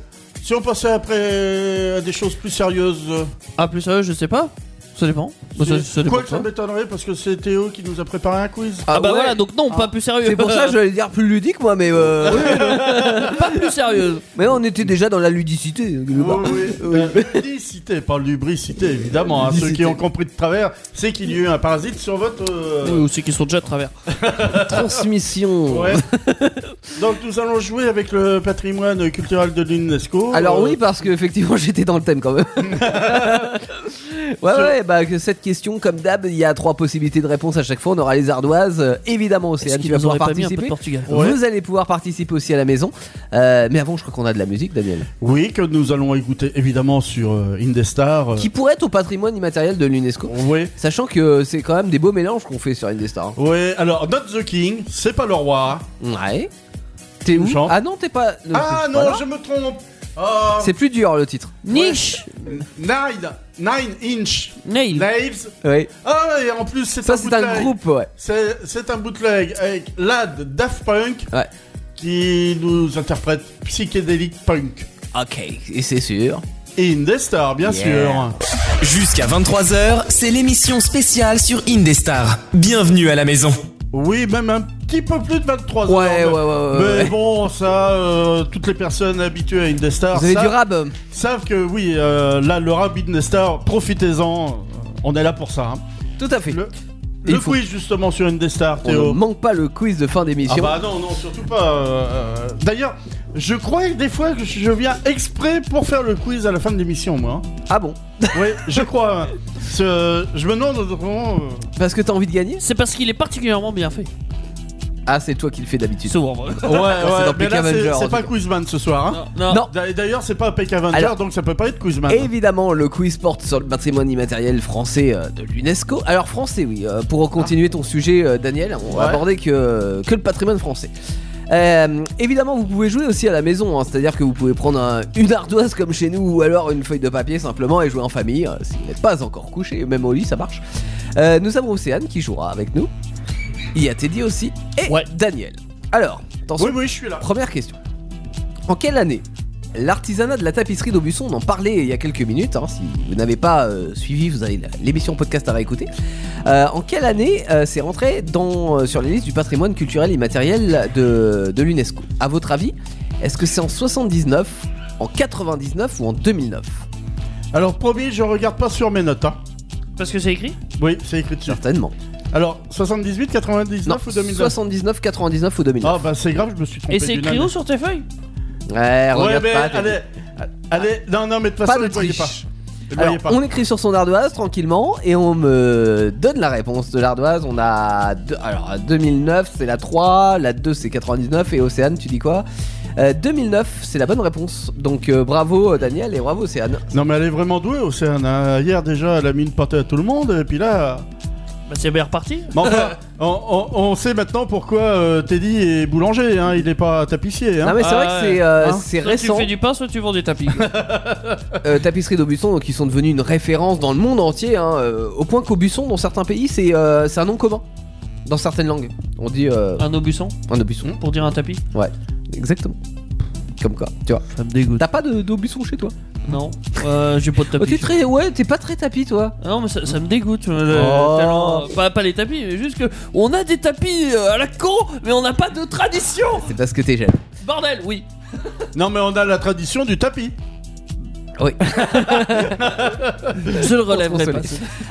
Si on passait après euh, à des choses plus sérieuses. euh, Ah, plus sérieux, je sais pas. Ça dépend. Bah, ça, ça dépend quoi de que toi. ça m'étonnerait parce que c'est Théo qui nous a préparé un quiz. Ah bah ouais. voilà, donc non, pas plus sérieux. C'est pour ça que j'allais dire plus ludique, moi, mais [LAUGHS] euh, [LAUGHS] pas plus sérieux. mais on était déjà dans la ludicité. quelque part. oui, oui. Lubricité, pas lubricité évidemment. hein. Ceux Lubricité. qui ont compris de travers, c'est qu'il y a eu un parasite sur votre. euh, Ou ceux qui sont déjà de travers. [LAUGHS] Transmission. [LAUGHS] ouais. Donc nous allons jouer avec le patrimoine culturel de l'UNESCO. Alors Oh. Euh, [LAUGHS] [LAUGHS] oui, parce que effectivement j'étais dans le thème quand même. ouais, ouais, bah que cette question, comme d'hab, il y a trois possibilités de réponse à chaque fois. On aura les ardoises, euh, évidemment Est-ce Océane, tu qu'ils vas nous pouvoir auraient pas mis un peu de participer. Portugal Vous allez pouvoir participer aussi à la maison. Euh, mais avant, je crois qu'on a de la musique, Daniel. Oui, que nous allons écouter évidemment sur euh, Indestar. euh, Qui pourrait être au patrimoine immatériel de l'UNESCO. Oui. Sachant que c'est quand même des beaux mélanges qu'on fait sur Indestar. hein. Oui, alors Not the King, c'est pas le roi. Ouais. T'es où Touchant. Ah non, t'es pas. non, ah c'est non, pas là. je me trompe. Oh, C'est plus dur le titre. Niche nine, nine inch Nail Knives. Oui. Ah, et en plus, c'est Ça, un c'est un bootleg. groupe, ouais. C'est c'est un bootleg avec Lad Daft Punk Ouais. qui nous interprète Psychedelic Punk. Ok, et c'est sûr. Et Indestar, bien Yeah. sûr. Jusqu'à 23h, c'est l'émission spéciale sur Indestar. Bienvenue à la maison. Oui, même un petit peu plus de 23 Ouais, ans. ouais, mais- ouais, ouais, Mais ouais. bon, ça, euh, toutes les personnes habituées à Indestar Vous avez du savent, rab euh, savent que oui, euh, là, le rap Indestar, profitez-en. On est là pour ça. hein. Tout à fait. Le, Et le il faut- quiz, justement, sur Indestar, On ne Théo. manque pas le quiz de fin Ah d'émission. bah non, non, surtout pas. euh, euh, D'ailleurs, je crois que des fois que je viens exprès pour faire le quiz à la fin de l'émission, moi. hein. [LAUGHS] Ah bon Oui, je crois. Parce que Je me demande vraiment. euh, Parce que t'as envie de gagner C'est parce qu'il est particulièrement bien fait. Ah, c'est toi qui le fais d'habitude. [LAUGHS] Souvent. Ouais, ouais, Ah, dans mais Peck là, Avenger, c'est- en c'est tout pas cas. Quizman ce soir. Hein. Non, non. Non. D'a- D'ailleurs, c'est pas Peck Avenger, Alors- donc ça peut pas être Quizman. Évidemment, le quiz porte sur le patrimoine immatériel français euh, de l'UNESCO. Alors français, oui. euh, Pour continuer ton sujet, euh, Daniel, on va Ouais. aborder que, que le patrimoine français. Euh, évidemment, vous pouvez jouer aussi à la maison, hein, c'est-à-dire que vous pouvez prendre un- une ardoise comme chez nous ou alors une feuille de papier simplement et jouer en famille, euh, si vous n'êtes pas encore couché, même au lit, ça marche. Euh, nous avons Océane qui jouera avec nous. Il y a Teddy aussi et Ouais. Daniel. Alors, attention. Oui, oui, je suis là. Première question. En quelle année l'artisanat de la tapisserie d'Aubusson, on en parlait il y a quelques minutes, hein, si vous n'avez pas euh, suivi, vous avez la- l'émission podcast à réécouter. Euh, en quelle année euh, c'est rentré dans, euh, sur les listes du patrimoine culturel immatériel de, de l'UNESCO À votre avis, est-ce que c'est en 79, en 99 ou en 2009 Alors, promis, je regarde pas sur mes notes. hein. Parce que c'est écrit Oui, c'est écrit dessus. Certainement. Alors, 78, 99 Non, ou 2009 79, 99 ou 2009 Ah, bah c'est grave, je me suis trompé. Et c'est d'une écrit année. où sur tes feuilles Ouais, Ah. Ouais, regarde mais pas, t'es- allez, allez, non, non, mais de toute Pas façon, de ne voyez pas. triche. Ne Alors, voyez pas. on écrit sur son ardoise tranquillement et on me donne la réponse de l'ardoise. On a deux- alors 2009 c'est la 3, la 2 c'est 99 et Océane tu dis quoi Euh, 2009 c'est la bonne réponse. Donc euh, bravo euh, Daniel et bravo Océane. Non, mais elle est vraiment douée, Océane. hein. Hier, déjà, elle a mis une pâtée à tout le monde, et puis là. Bah c'est bien reparti. Mais enfin, on, on- on sait maintenant pourquoi euh, Teddy est boulanger, hein, il est pas tapissier. Hein. non mais c'est Ah vrai que ouais. c'est euh, Hein c'est Soit récent. tu fais du pain, soit tu vends [LAUGHS] des tapis. Euh, tapisserie d'Aubusson donc ils sont devenus une référence dans le monde entier hein, euh, au point qu'Aubusson dans certains pays c'est euh, c'est un nom commun. Dans certaines langues, on dit euh, un obusson un Aubusson. pour dire un tapis Exactement. Comme quoi, tu vois. Ça me dégoûte. T'as pas de- d'Aubusson chez toi Non, euh, j'ai pas de Oh, tapis. t'es très, ouais, t'es pas très tapis, toi. Non mais ça, ça me dégoûte. euh, le Oh. talent, euh, pas, pas les tapis, mais juste que on a des tapis euh, à la con, mais on n'a pas de tradition. C'est parce que t'es jeune. Bordel, oui. Non, mais on a la tradition du tapis. [LAUGHS] Je le relève. Consolé.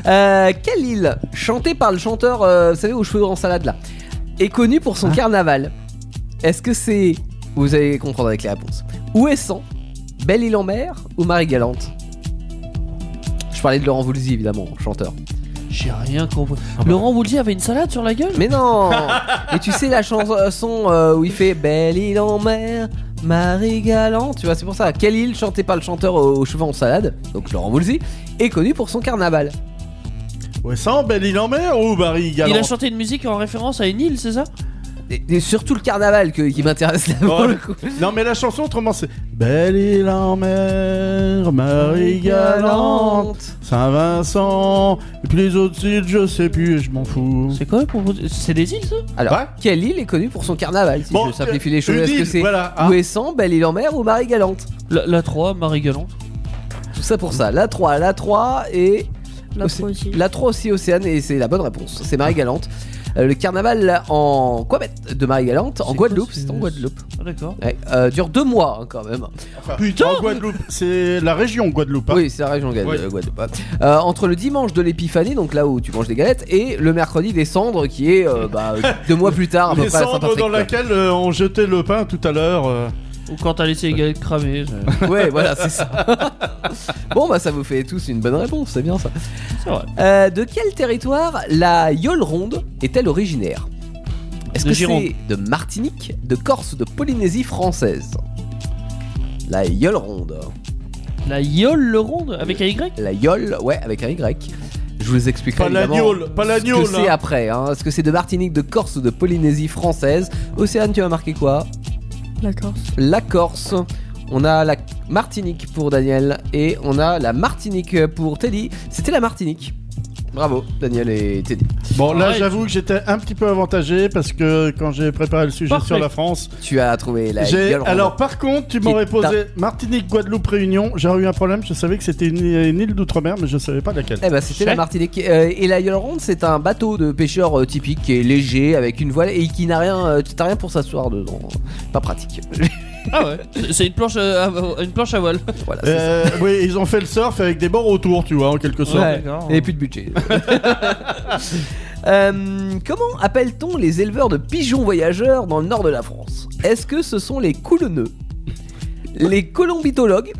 Euh, quelle île, chantée par le chanteur, euh, vous savez, aux cheveux en salade là, est connue pour son carnaval Est-ce que c'est. Vous allez comprendre avec les réponses. Où est San Belle île en mer ou Marie Galante Je parlais de Laurent Voulzy, évidemment, chanteur. J'ai rien compris. Laurent Woulzy avait une salade sur la gueule Ah bah. Mais [LAUGHS] non Mais tu sais la chanson euh, où il fait Belle île en mer, Marie Galante, tu vois, c'est pour ça. Quelle île chantée par le chanteur euh, aux, aux cheveux en salade, donc Laurent Voulzy, est connue pour son carnaval Ouais, ça en belle île en mer ou Barry Galant Il a chanté une musique en référence à une île, c'est ça Et, et surtout le carnaval que- qui m'intéresse là pour Ouais. le coup. Non, mais la chanson, autrement, c'est Belle île en mer, Marie Galante, Saint-Vincent, et puis les autres îles, je sais plus, et je m'en Mm. fous. C'est quoi pour C'est des îles ça Alors, Ouais. quelle île est connue pour son carnaval Si Bon, euh, je simplifie les choses, une est-ce que île, c'est voilà, hein. Ouessant, Belle-Île-en-Mer ou Marie-Galante la, la 3, Marie Galante. Tout ça pour ça. La 3, la 3 et. La 3 aussi. La 3 aussi, Océane, et c'est la bonne réponse. C'est Marie-Galante. Euh, le carnaval en quoi bête de Marie-Galante en C'est Guadeloupe, quoi ce- c'est en Guadeloupe. Ah, d'accord. Ouais, euh, dure deux mois hein, quand même. Putain En Guadeloupe, c'est la région Guadeloupe. hein. Oui, c'est la région Guade- Oui. euh, Guadeloupe. Euh, entre le dimanche de l'épiphanie, donc là où tu manges des galettes, et le mercredi des cendres, qui est euh, bah, deux mois plus tard à peu Les près à cendres Saint-Patrick. dans laquelle euh, on jetait le pain tout à l'heure. euh. Ou quand t'as laissé les galettes cramer. je- Ouais, voilà, c'est ça. [LAUGHS] bon, bah ça vous fait tous une bonne réponse, c'est bien ça. C'est vrai. Euh, de quel territoire la yole ronde est-elle originaire Est-ce De que Gironde. c'est de Martinique, de Corse ou de Polynésie française La yole ronde. La yole le ronde avec un Y La yole, ouais, avec un Y. Je vous expliquerai Pas la évidemment gnôle, pas la ce gnôle, que c'est hein. après. hein. Est-ce que c'est de Martinique, de Corse ou de Polynésie française Océane, tu as marqué quoi La Corse. La Corse. On a la Martinique pour Daniel et on a la Martinique pour Teddy. C'était la Martinique. Bravo, Daniel et Teddy. Bon, là, Ouais. j'avoue que j'étais un petit peu avantagé parce que quand j'ai préparé le sujet Parfait. sur la France, Tu as trouvé la j'ai. gueule ronde. Alors, par contre, tu Qui m'aurais t'a- posé Martinique, Guadeloupe, Réunion. J'aurais eu un problème. Je savais que c'était une, une île d'outre-mer, mais je savais pas laquelle. Eh ben, c'était la Chef. Martinique. Euh, et la gueule ronde, c'est un bateau de pêcheur euh, typique qui est léger avec une voile et qui n'a rien, euh, t'as rien pour s'asseoir dedans. Pas pratique. [LAUGHS] Ah ouais, c'est- c'est une planche euh, à, à- une planche à [LAUGHS] voile. voilà. [LAUGHS] c'est ça. Euh, oui, ils ont fait le surf avec des bords autour, tu vois, en quelque sorte. Ouais. d'accord. Et plus de budget. [LAUGHS] Euh, comment appelle-t-on les éleveurs de pigeons voyageurs dans le nord de la France Est-ce que ce sont les coulonneux les colombitologues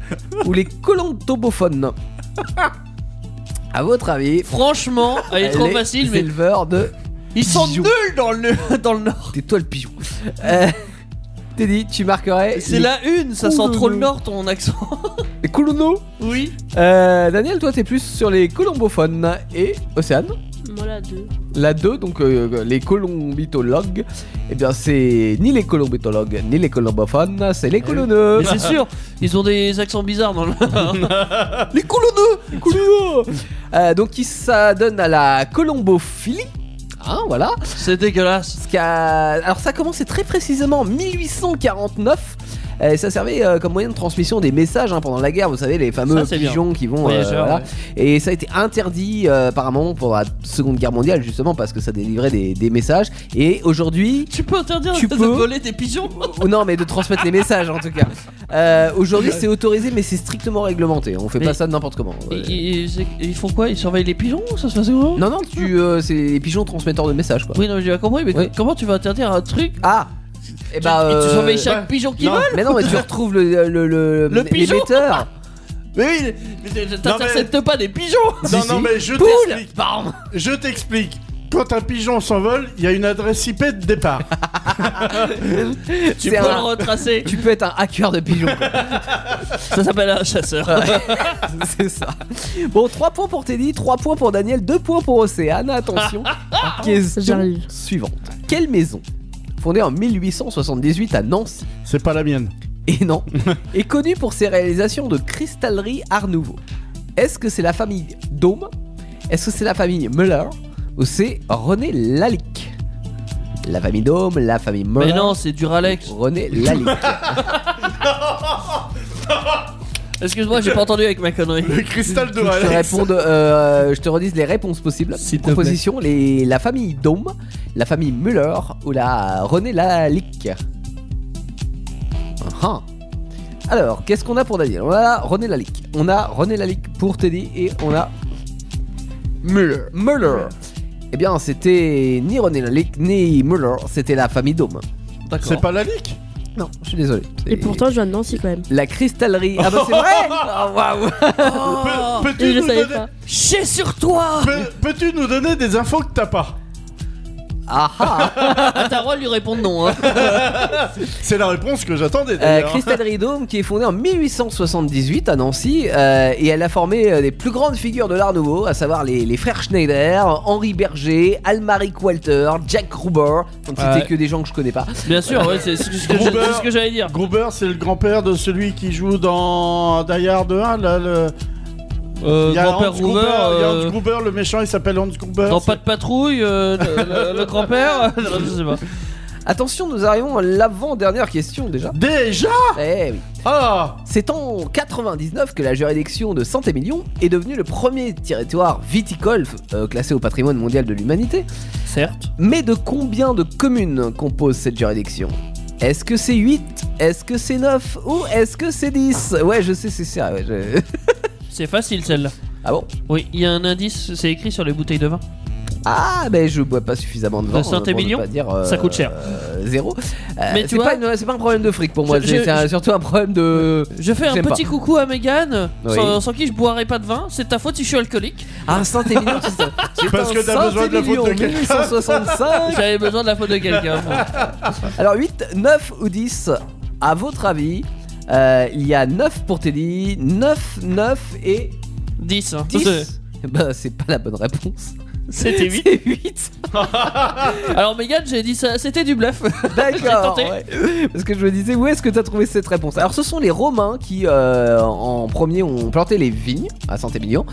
ou les colontobophones À votre avis, Franchement, elle est trop les facile, mais éleveurs de ils sont pigeons. nuls dans le, [LAUGHS] dans le Nord. tais-toi le pigeon. Euh, Teddy, tu marquerais C'est les- la une, ça sent Coulonneux. trop le Nord ton accent. les coulonneux. Oui. Euh, Daniel, toi, t'es plus sur les colombophones et Océane Moi, la 2. La 2, donc euh, les colombitologues, eh bien c'est ni les colombitologues ni les colombophones, c'est les colonneux. Eh Mais c'est sûr, ils ont des accents bizarres dans le [LAUGHS] Nord. Les colonneux Les colonneux [LAUGHS] Euh, Donc qui ça donne à la colombophilie. Hein, voilà. C'est dégueulasse. Parce qu'à- Alors ça a commencé très précisément en 1849. euh, ça servait euh, comme moyen de transmission des messages hein, pendant la guerre, vous savez, les fameux Ça, c'est bien. pigeons qui vont... euh, Voyageurs, voilà. ouais. Et ça a été interdit euh, apparemment pendant la Seconde Guerre mondiale, justement, parce que ça délivrait des, des messages. Et aujourd'hui, Tu peux interdire Tu de peux. voler des [LAUGHS] pigeons Ou non, mais de transmettre les messages en tout cas. Euh, Aujourd'hui, c'est autorisé, mais c'est strictement réglementé. On fait Mais- pas ça n'importe comment. Et- Ouais. et- et c'est- Ils font quoi Ils surveillent les pigeons Ça se passe comment Non, non, tu, euh, c'est les pigeons transmetteurs de messages quoi. Oui, Eh non, mais j'ai bien compris, mais Oui. comment tu vas interdire un truc Ah Et tu- bah. et tu euh, surveilles chaque pigeon qui Non. vole Mais non, mais tu retrouves le, le, le, Le pigeon l'émetteur. Mais oui, mais t- t'interceptes pas des [LAUGHS] pigeons Non, Si, non, si. mais je Poule t'explique. Bam Je t'explique. Quand un pigeon s'envole, il y a une adresse IP de départ. [LAUGHS] C'est Tu peux un- le retracer Tu peux être un hacker de pigeons. quoi. [LAUGHS] Ça s'appelle un chasseur c'est ça. Bon, 3 points pour Teddy, 3 points pour Daniel, 2 points pour Océane. [LAUGHS] Attention. Question J'arrive. suivante. Quelle maison, fondée en 1878 à Nancy, C'est pas la mienne. et non, est connu pour ses réalisations de cristallerie Art Nouveau. Est-ce que c'est la famille Dôme Est-ce que c'est la famille Muller Ou c'est René Lalique La famille Dôme, la famille Muller Mais non, c'est du Ralex René Lalique. Excuse-moi, j'ai pas entendu avec ma connerie [LAUGHS] Le cristal de je, te Alex. réponde, euh, je te redise les réponses possibles. S'il te plaît. Proposition les, la famille Dôme, la famille Muller ou la René Lalique Ah. Alors, qu'est-ce qu'on a pour Daniel On a René Lalique. On a René Lalique pour Teddy et on a Muller. Muller. Eh bien, c'était ni René Lalique ni Muller, c'était la famille Dôme. C'est D'accord pas la ligue. Non, je suis désolé. Et pourtant, je viens de Nancy quand même. La cristallerie. Ah bah c'est [LAUGHS] vrai Oh, Waouh Oh. Pe- Et Peux-tu je nous, savais donner... pas. Chier sur toi Pe- peux-tu nous donner des infos que t'as pas Ah ah Ah, t'as le droit de lui répondre non, hein C'est la réponse que j'attendais Euh, d'ailleurs. hein. Cristallerie Dôme qui est fondée en 1878 à Nancy euh, et elle a formé euh, les plus grandes figures de l'art nouveau, à savoir les, les frères Schneider, Henri Berger, Almaric Walter, Jack Gruber, donc c'était Ouais. que des gens que je connais pas. Bien sûr, ouais, c'est ce que, ce que je- Robert. c'est ce que j'allais dire Gruber, c'est le grand-père de celui qui joue dans Die Hard 1. Là, le... euh, il y a Grand-père Hans Gruber, Hoover il y a Hans euh, Gruber, le méchant, il s'appelle Hans Gruber. Dans c'est- pas de patrouille, euh, le, le- [LAUGHS] le grand-père euh, Je sais pas Attention, nous arrivons à l'avant-dernière question déjà. Déjà Eh oui. Ah C'est en 99 que la juridiction de Saint-Émilion est devenue le premier territoire viticole euh, classé au patrimoine mondial de l'humanité. Certes Mais de combien de communes compose cette juridiction Est-ce que c'est 8 Est-ce que c'est 9 Ou est-ce que c'est 10 Ouais, je sais, c'est ça. ouais, je- [LAUGHS] C'est facile celle-là Ah bon Oui, il y a un indice, c'est écrit sur les bouteilles de vin Ah, ben je bois pas suffisamment de vin. Vincent, euh, t'es pour ne mignon pas dire, Ça coûte cher. euh, zéro. Euh, Mais tu c'est vois- pas, une- c'est pas un problème de fric pour moi. Je- c'est je- un- surtout un problème [LAUGHS] de. Je fais un J'aime petit pas. coucou à Megan, Oui. sans, sans qui je boirais pas de vin. C'est ta faute si je suis alcoolique. Ah, Saint Émilion, c'est [LAUGHS] ça. C'est Parce un que t'as Saint besoin de la faute de Émilion, quelqu'un. 1865. J'avais besoin de la faute de quelqu'un. Alors 8, 9 ou 10, à votre avis, euh, il y a 9 pour Teddy, 9, 9 et 10. hein. 10. Bah, c'est pas la bonne [LAUGHS] réponse. C'était 8. C'est 8. Alors Megan, j'ai dit ça, c'était du bluff. [LAUGHS] D'accord. tenté. ouais. [LAUGHS] Parce que je me disais, où est-ce que tu as trouvé cette réponse Alors, ce sont les Romains qui, euh, en premier, ont planté les vignes à Saint-Émilion.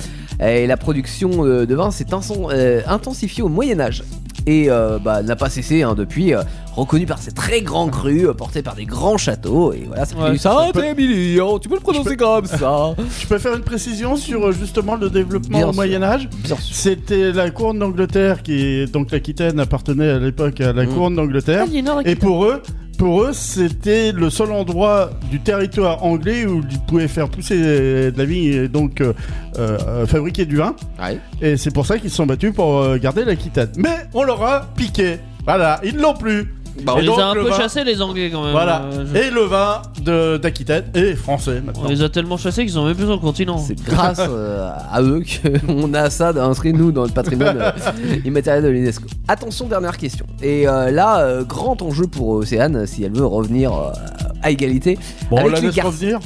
Et la production euh, de vin s'est inson- euh, intensifiée au Moyen-Âge. Et euh, bah, n'a pas cessé hein, depuis, euh, reconnu par ses très grands crus, euh, portés par des grands châteaux. Et voilà, ça fait Ouais, du Saint-Émilion. Tu peux le prononcer comme ça. Je peux faire une précision sur euh, justement le développement Bien au sûr. Moyen Âge. [LAUGHS] Bien sûr. C'était la couronne d'Angleterre qui donc l'Aquitaine appartenait à l'époque à la Mm. couronne d'Angleterre. Et pour eux, pour eux, c'était le seul endroit du territoire anglais où ils pouvaient faire pousser de la vigne et donc euh, euh, fabriquer du vin. Ouais. Et c'est pour ça qu'ils se sont battus pour euh, garder l'Aquitaine. Mais on leur a piqué. Voilà, ils l'ont plus. Bah, On Et les donc, a un le peu vin- chassés les Anglais quand même. Voilà. Euh, je- Et le vin de- d'Aquitaine est français On maintenant. les a tellement chassés qu'ils ont même plus sur le continent. C'est grâce euh, à eux [LAUGHS] qu'on a ça inscrit nous dans le patrimoine euh, immatériel de l'UNESCO. Attention, dernière question. Et euh, là, euh, grand enjeu pour Océane si elle veut revenir euh, à égalité. Bon, on Avec la les laisse garçons. revenir.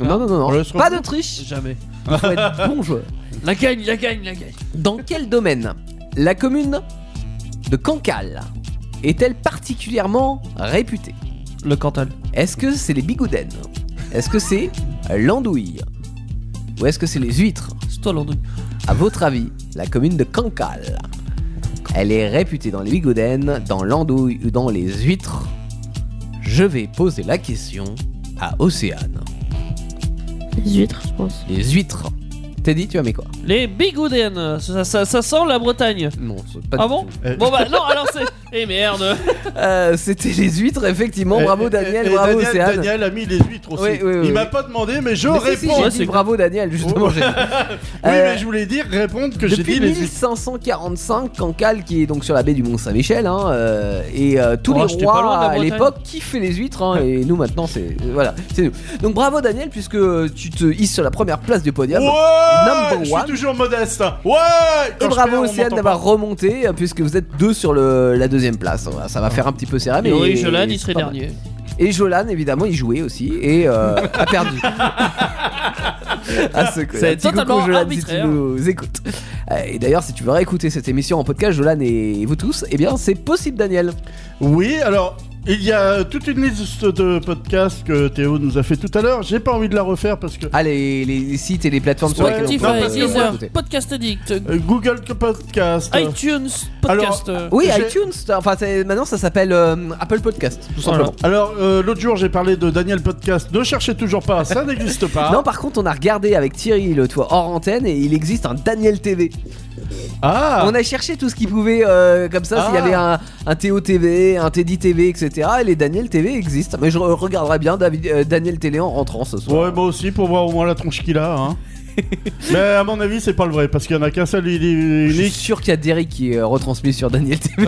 Non, non, non, On non. laisse Pas de revenir triche. Jamais. Il faut être bon joueur. La gagne, la gagne, la gagne. Dans quel domaine la commune de Cancale est-elle particulièrement réputée Le Cantal. Est-ce que c'est les bigoudaines Est-ce que c'est l'andouille Ou est-ce que c'est les huîtres C'est toi l'andouille. À votre avis, la commune de Cancale, elle est réputée dans les Bigouden, dans l'andouille ou dans les huîtres Je vais poser la question à Océane. Les huîtres, je pense. Les huîtres. Teddy, tu as mis quoi Les Bigouden. Ça, ça, ça sent la Bretagne. Non, c'est pas Ah bon Euh, Bon bah non, alors c'est. Eh merde. Euh, C'était les huîtres, effectivement. Et- Bravo et- Daniel, et bravo Eh, Daniel, Océane. Daniel a mis les huîtres aussi. Oui, oui, oui, Il m'a oui. pas demandé, mais je Mais si, si, réponds. j'ai Ouais, dit c'est- bravo Daniel, justement. Oh. j'ai dit. Oui, Euh, mais je voulais dire, répondre que j'ai Depuis dit les huîtres. 1545, Cancale, qui est donc sur la baie du Mont Saint-Michel, hein, euh, et euh, tous Oh, les j'étais pas loin rois de la à Bretagne. l'époque kiffaient les huîtres, hein, et nous maintenant c'est euh, voilà, c'est nous. Donc bravo Daniel, puisque tu te hisses sur la première place du podium. Ouais, Number je one. suis toujours modeste. hein. Ouais. Oh, quand Et je bravo perds, on Océane m'entend d'avoir pas. remonté, euh, puisque vous êtes deux sur le- la deuxième place. Voilà, ça Ah. va faire un petit peu serré, Ah, mais. Mais oui, Jolan, il c'est serait pas mal. dernier. Et Jolan, évidemment, il jouait aussi et [LAUGHS] euh, a perdu. À ce que- C'est un petit coucou, totalement Jolan, arbitraire. Si tu nous écoutes. Euh, Et d'ailleurs, si tu veux réécouter cette émission en podcast, Jolan et vous tous, eh bien, c'est possible, Daniel. Oui, alors. Il y a toute une liste de podcasts que Théo nous a fait tout à l'heure. J'ai pas envie de la refaire parce que Ah, les, les- les sites et les plateformes sur lesquelles Spotify, non, parce que on peut moi- Deezer, écouter. Podcast Addict, euh, Google Podcast. euh, iTunes, Podcast. euh, Oui, J'ai- iTunes. Enfin, c'est- maintenant, ça s'appelle euh, Apple Podcast, tout Voilà. simplement. Alors euh, l'autre jour j'ai parlé de Daniel Podcast. Ne cherchez toujours pas, [LAUGHS] ça n'existe pas. Non, par contre, on a regardé avec Thierry le toit hors antenne et il existe un Daniel TV. Ah. On a cherché tout ce qui pouvait euh, comme ça, s'il y Ah. avait un, un Théo TV, un Teddy TV, etc. Et les Daniel TV existent. Mais je re- regarderai bien David- euh, Daniel Télé en rentrant ce soir. Ouais, bah, moi aussi pour voir au moins la tronche qu'il a. [LAUGHS] hein. Mais à mon avis c'est pas le vrai parce qu'il y en a qu'un seul il est je suis unique. sûr qu'il y a Derek qui est euh, retransmis sur Daniel TV.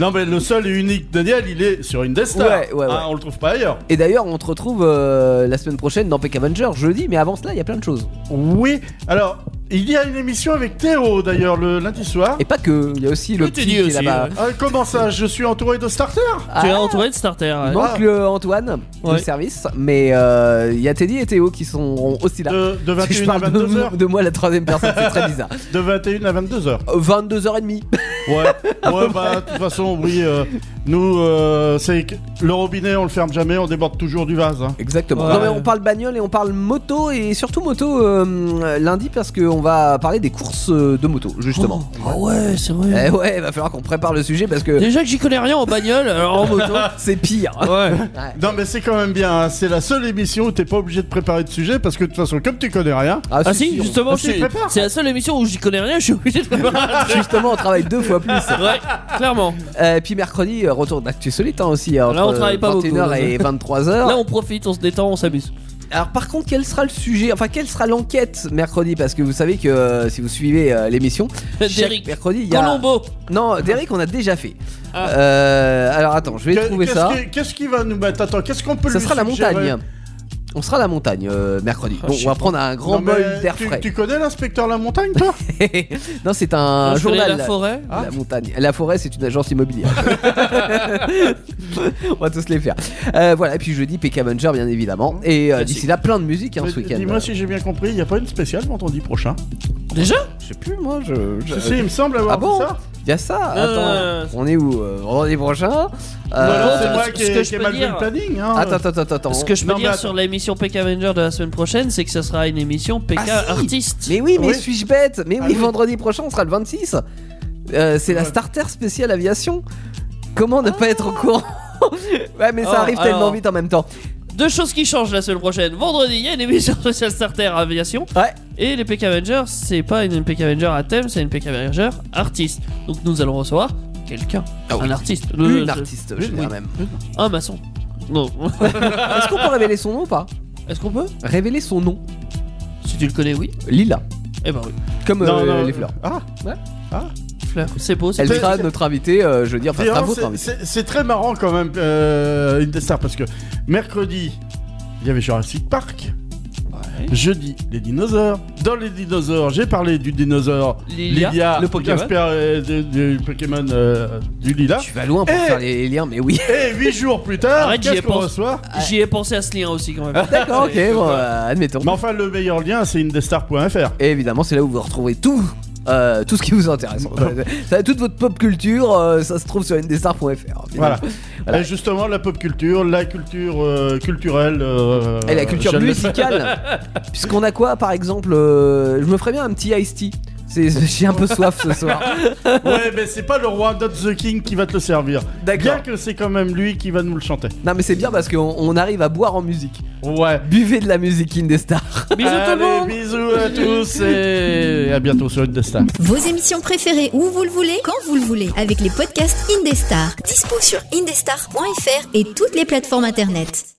Non mais le seul et unique Daniel il est sur Indestar. Ouais, ouais, ouais. Ah, on le trouve pas ailleurs. Et d'ailleurs, on te retrouve euh, la semaine prochaine dans Peck Avenger, jeudi. Mais avant cela, il y a plein de choses. Oui. Alors il y a une émission avec Théo d'ailleurs le lundi soir. Et pas que. Il y a aussi le Oui, t'es petit dit qui est aussi, là-bas. ouais. Ah, comment ça Je suis entouré de starters Tu es Ah, entouré de starters. ouais. il manque le Antoine Ouais. le service, mais euh, il y a Teddy et Théo qui sont aussi là. de, de Bah, je 21 à parle de, 22 heures. de moi la troisième personne, c'est très bizarre. De 21 à 22 heures. Euh, 22h30. Ouais, [LAUGHS] ouais bah de toute façon, oui, euh, nous, euh, c'est que le robinet, on le ferme jamais, on déborde toujours du vase. hein. Exactement. Ouais. Non mais on parle bagnole et on parle moto et surtout moto euh, lundi parce qu'on va parler des courses euh, de moto justement. Ah ouais, c'est vrai. Eh ouais, il va falloir qu'on prépare le sujet parce que Déjà que j'y connais rien en bagnole, alors en moto. c'est pire. Ouais. Non, mais c'est quand même bien, hein, c'est la seule émission où t'es pas obligé de préparer de sujet parce que de toute façon, comme tu connais rien, Ah si, justement, Ah, si, je suis- prépare. c'est la seule émission où j'y connais rien, je suis obligé de [LAUGHS] préparer. Justement, on travaille deux fois plus. ouais, clairement. Euh, puis mercredi, euh, retour d'actu solide hein, aussi. Là, on travaille pas beaucoup. 21h et 23h. Là, on profite, on se détend, on s'amuse. Alors par contre, quel sera le sujet Enfin, quelle sera l'enquête mercredi Parce que vous savez que euh, si vous suivez euh, [LAUGHS] l'émission, [LAUGHS] chaque Derrick mercredi, il y a... Colombo Non, Derek, on a déjà fait. Ah. Euh, alors attends, je vais Que- trouver qu'est-ce ça. que- Qu'est-ce qui va nous battre Attends, qu'est-ce qu'on peut Ça lui sera la suggérer montagne. On sera à la montagne euh, mercredi. Ah, bon, je on sais va prendre un grand Non, mais bol d'air tu- frais. Tu connais l'inspecteur La Montagne, toi [LAUGHS] non, c'est un Je connais journal. La forêt Ah. La montagne. La forêt, c'est une agence immobilière. [LAUGHS] On va tous les faire. Euh, voilà, et puis jeudi, PK Avenger, bien évidemment. Et euh, Classique. d'ici là, plein de musique hein, ce Mais week-end. Dis-moi si j'ai bien compris, il n'y a pas une spéciale vendredi prochain Déjà Je sais plus, moi, je. je- Je sais, il me semble avoir Ah bon vu ça. Il y a ça. Non, attends, non, non, on est où euh, Vendredi prochain Ou Euh, alors, c'est ce- moi ce qui que ai je qui ai peux mal vu le dire- planning. hein. Attends, attends, attends, attends. Ce que je peux Non, mais dire attends. sur l'émission PK Avenger de la semaine prochaine, c'est que ça sera une émission PK Ah, si. artiste. Mais oui, mais Oui. suis-je bête Mais Ah oui, oui. vendredi prochain, on sera le 26. Euh, c'est la Ouais. Ah. starter spéciale aviation. Comment ne pas être au courant [LAUGHS] Ouais, mais ça Oh, arrive tellement alors. vite en même temps. Deux choses qui changent la semaine prochaine. Vendredi, il y a une émission [LAUGHS] spéciale Starter Aviation. Ouais. Et les PK Avengers, c'est pas une PK Avenger à thème, c'est une PK Avenger artiste. Donc nous allons recevoir quelqu'un, Ah oui. un artiste, Une Euh, artiste, oui. je dirais même. un maçon. Non. [LAUGHS] Est-ce qu'on peut révéler son nom ou pas Est-ce qu'on peut Révéler son nom, Si tu le connais, oui. Lila. Eh ben oui. Comme Non, euh, non, les fleurs. Ah, Fleur, c'est beau. c'est Elle beau. c'est- sera notre invitée, euh, je veux dire, enfin, D'ailleurs, sera votre c'est- invitée. c'est- c'est très marrant quand même, euh, Indestar, parce que mercredi, il y avait Jurassic Park. Ouais. Jeudi, les dinosaures. Dans les dinosaures, j'ai parlé du dinosaure Lilia, le Pokémon. l'inspiré de- du Pokémon euh, du Lila. Tu vas loin pour Eh faire les liens, [LAUGHS] mais oui. Et huit jours plus tard, Arrête, j'y ai qu'est-ce qu'on pensé. reçoit J'y ai pensé à ce lien aussi quand même. Ah, D'accord, ok, [LAUGHS] C'est- bon, euh, admettons. Mais enfin, le meilleur lien, c'est indestar.fr. Et évidemment, c'est là où vous retrouvez tout. euh, tout ce qui vous intéresse. [LAUGHS] Ça, toute votre pop culture, euh, ça se trouve sur indestar.fr. finalement. Voilà. Voilà. Et justement, la pop culture, la culture euh, culturelle. euh, Et la culture je ne- musicale. Puisqu'on a quoi, par exemple euh, Je me ferais bien un petit iced tea. C'est- [LAUGHS] J'ai un peu soif [LAUGHS] ce soir. [LAUGHS] Ouais, mais c'est pas le roi Not the King qui va te le servir. Bien D'accord. que c'est quand même lui qui va nous le chanter. Non, mais c'est bien parce qu'on on arrive à boire en musique. Ouais. Buvez de la musique Indestar. Bisous tout Allez, le monde bisous à tous et à bientôt sur Indestar. Vos émissions préférées où vous le voulez, quand vous le voulez, avec les podcasts Indestar. Dispo sur indestar.fr et toutes les plateformes internet.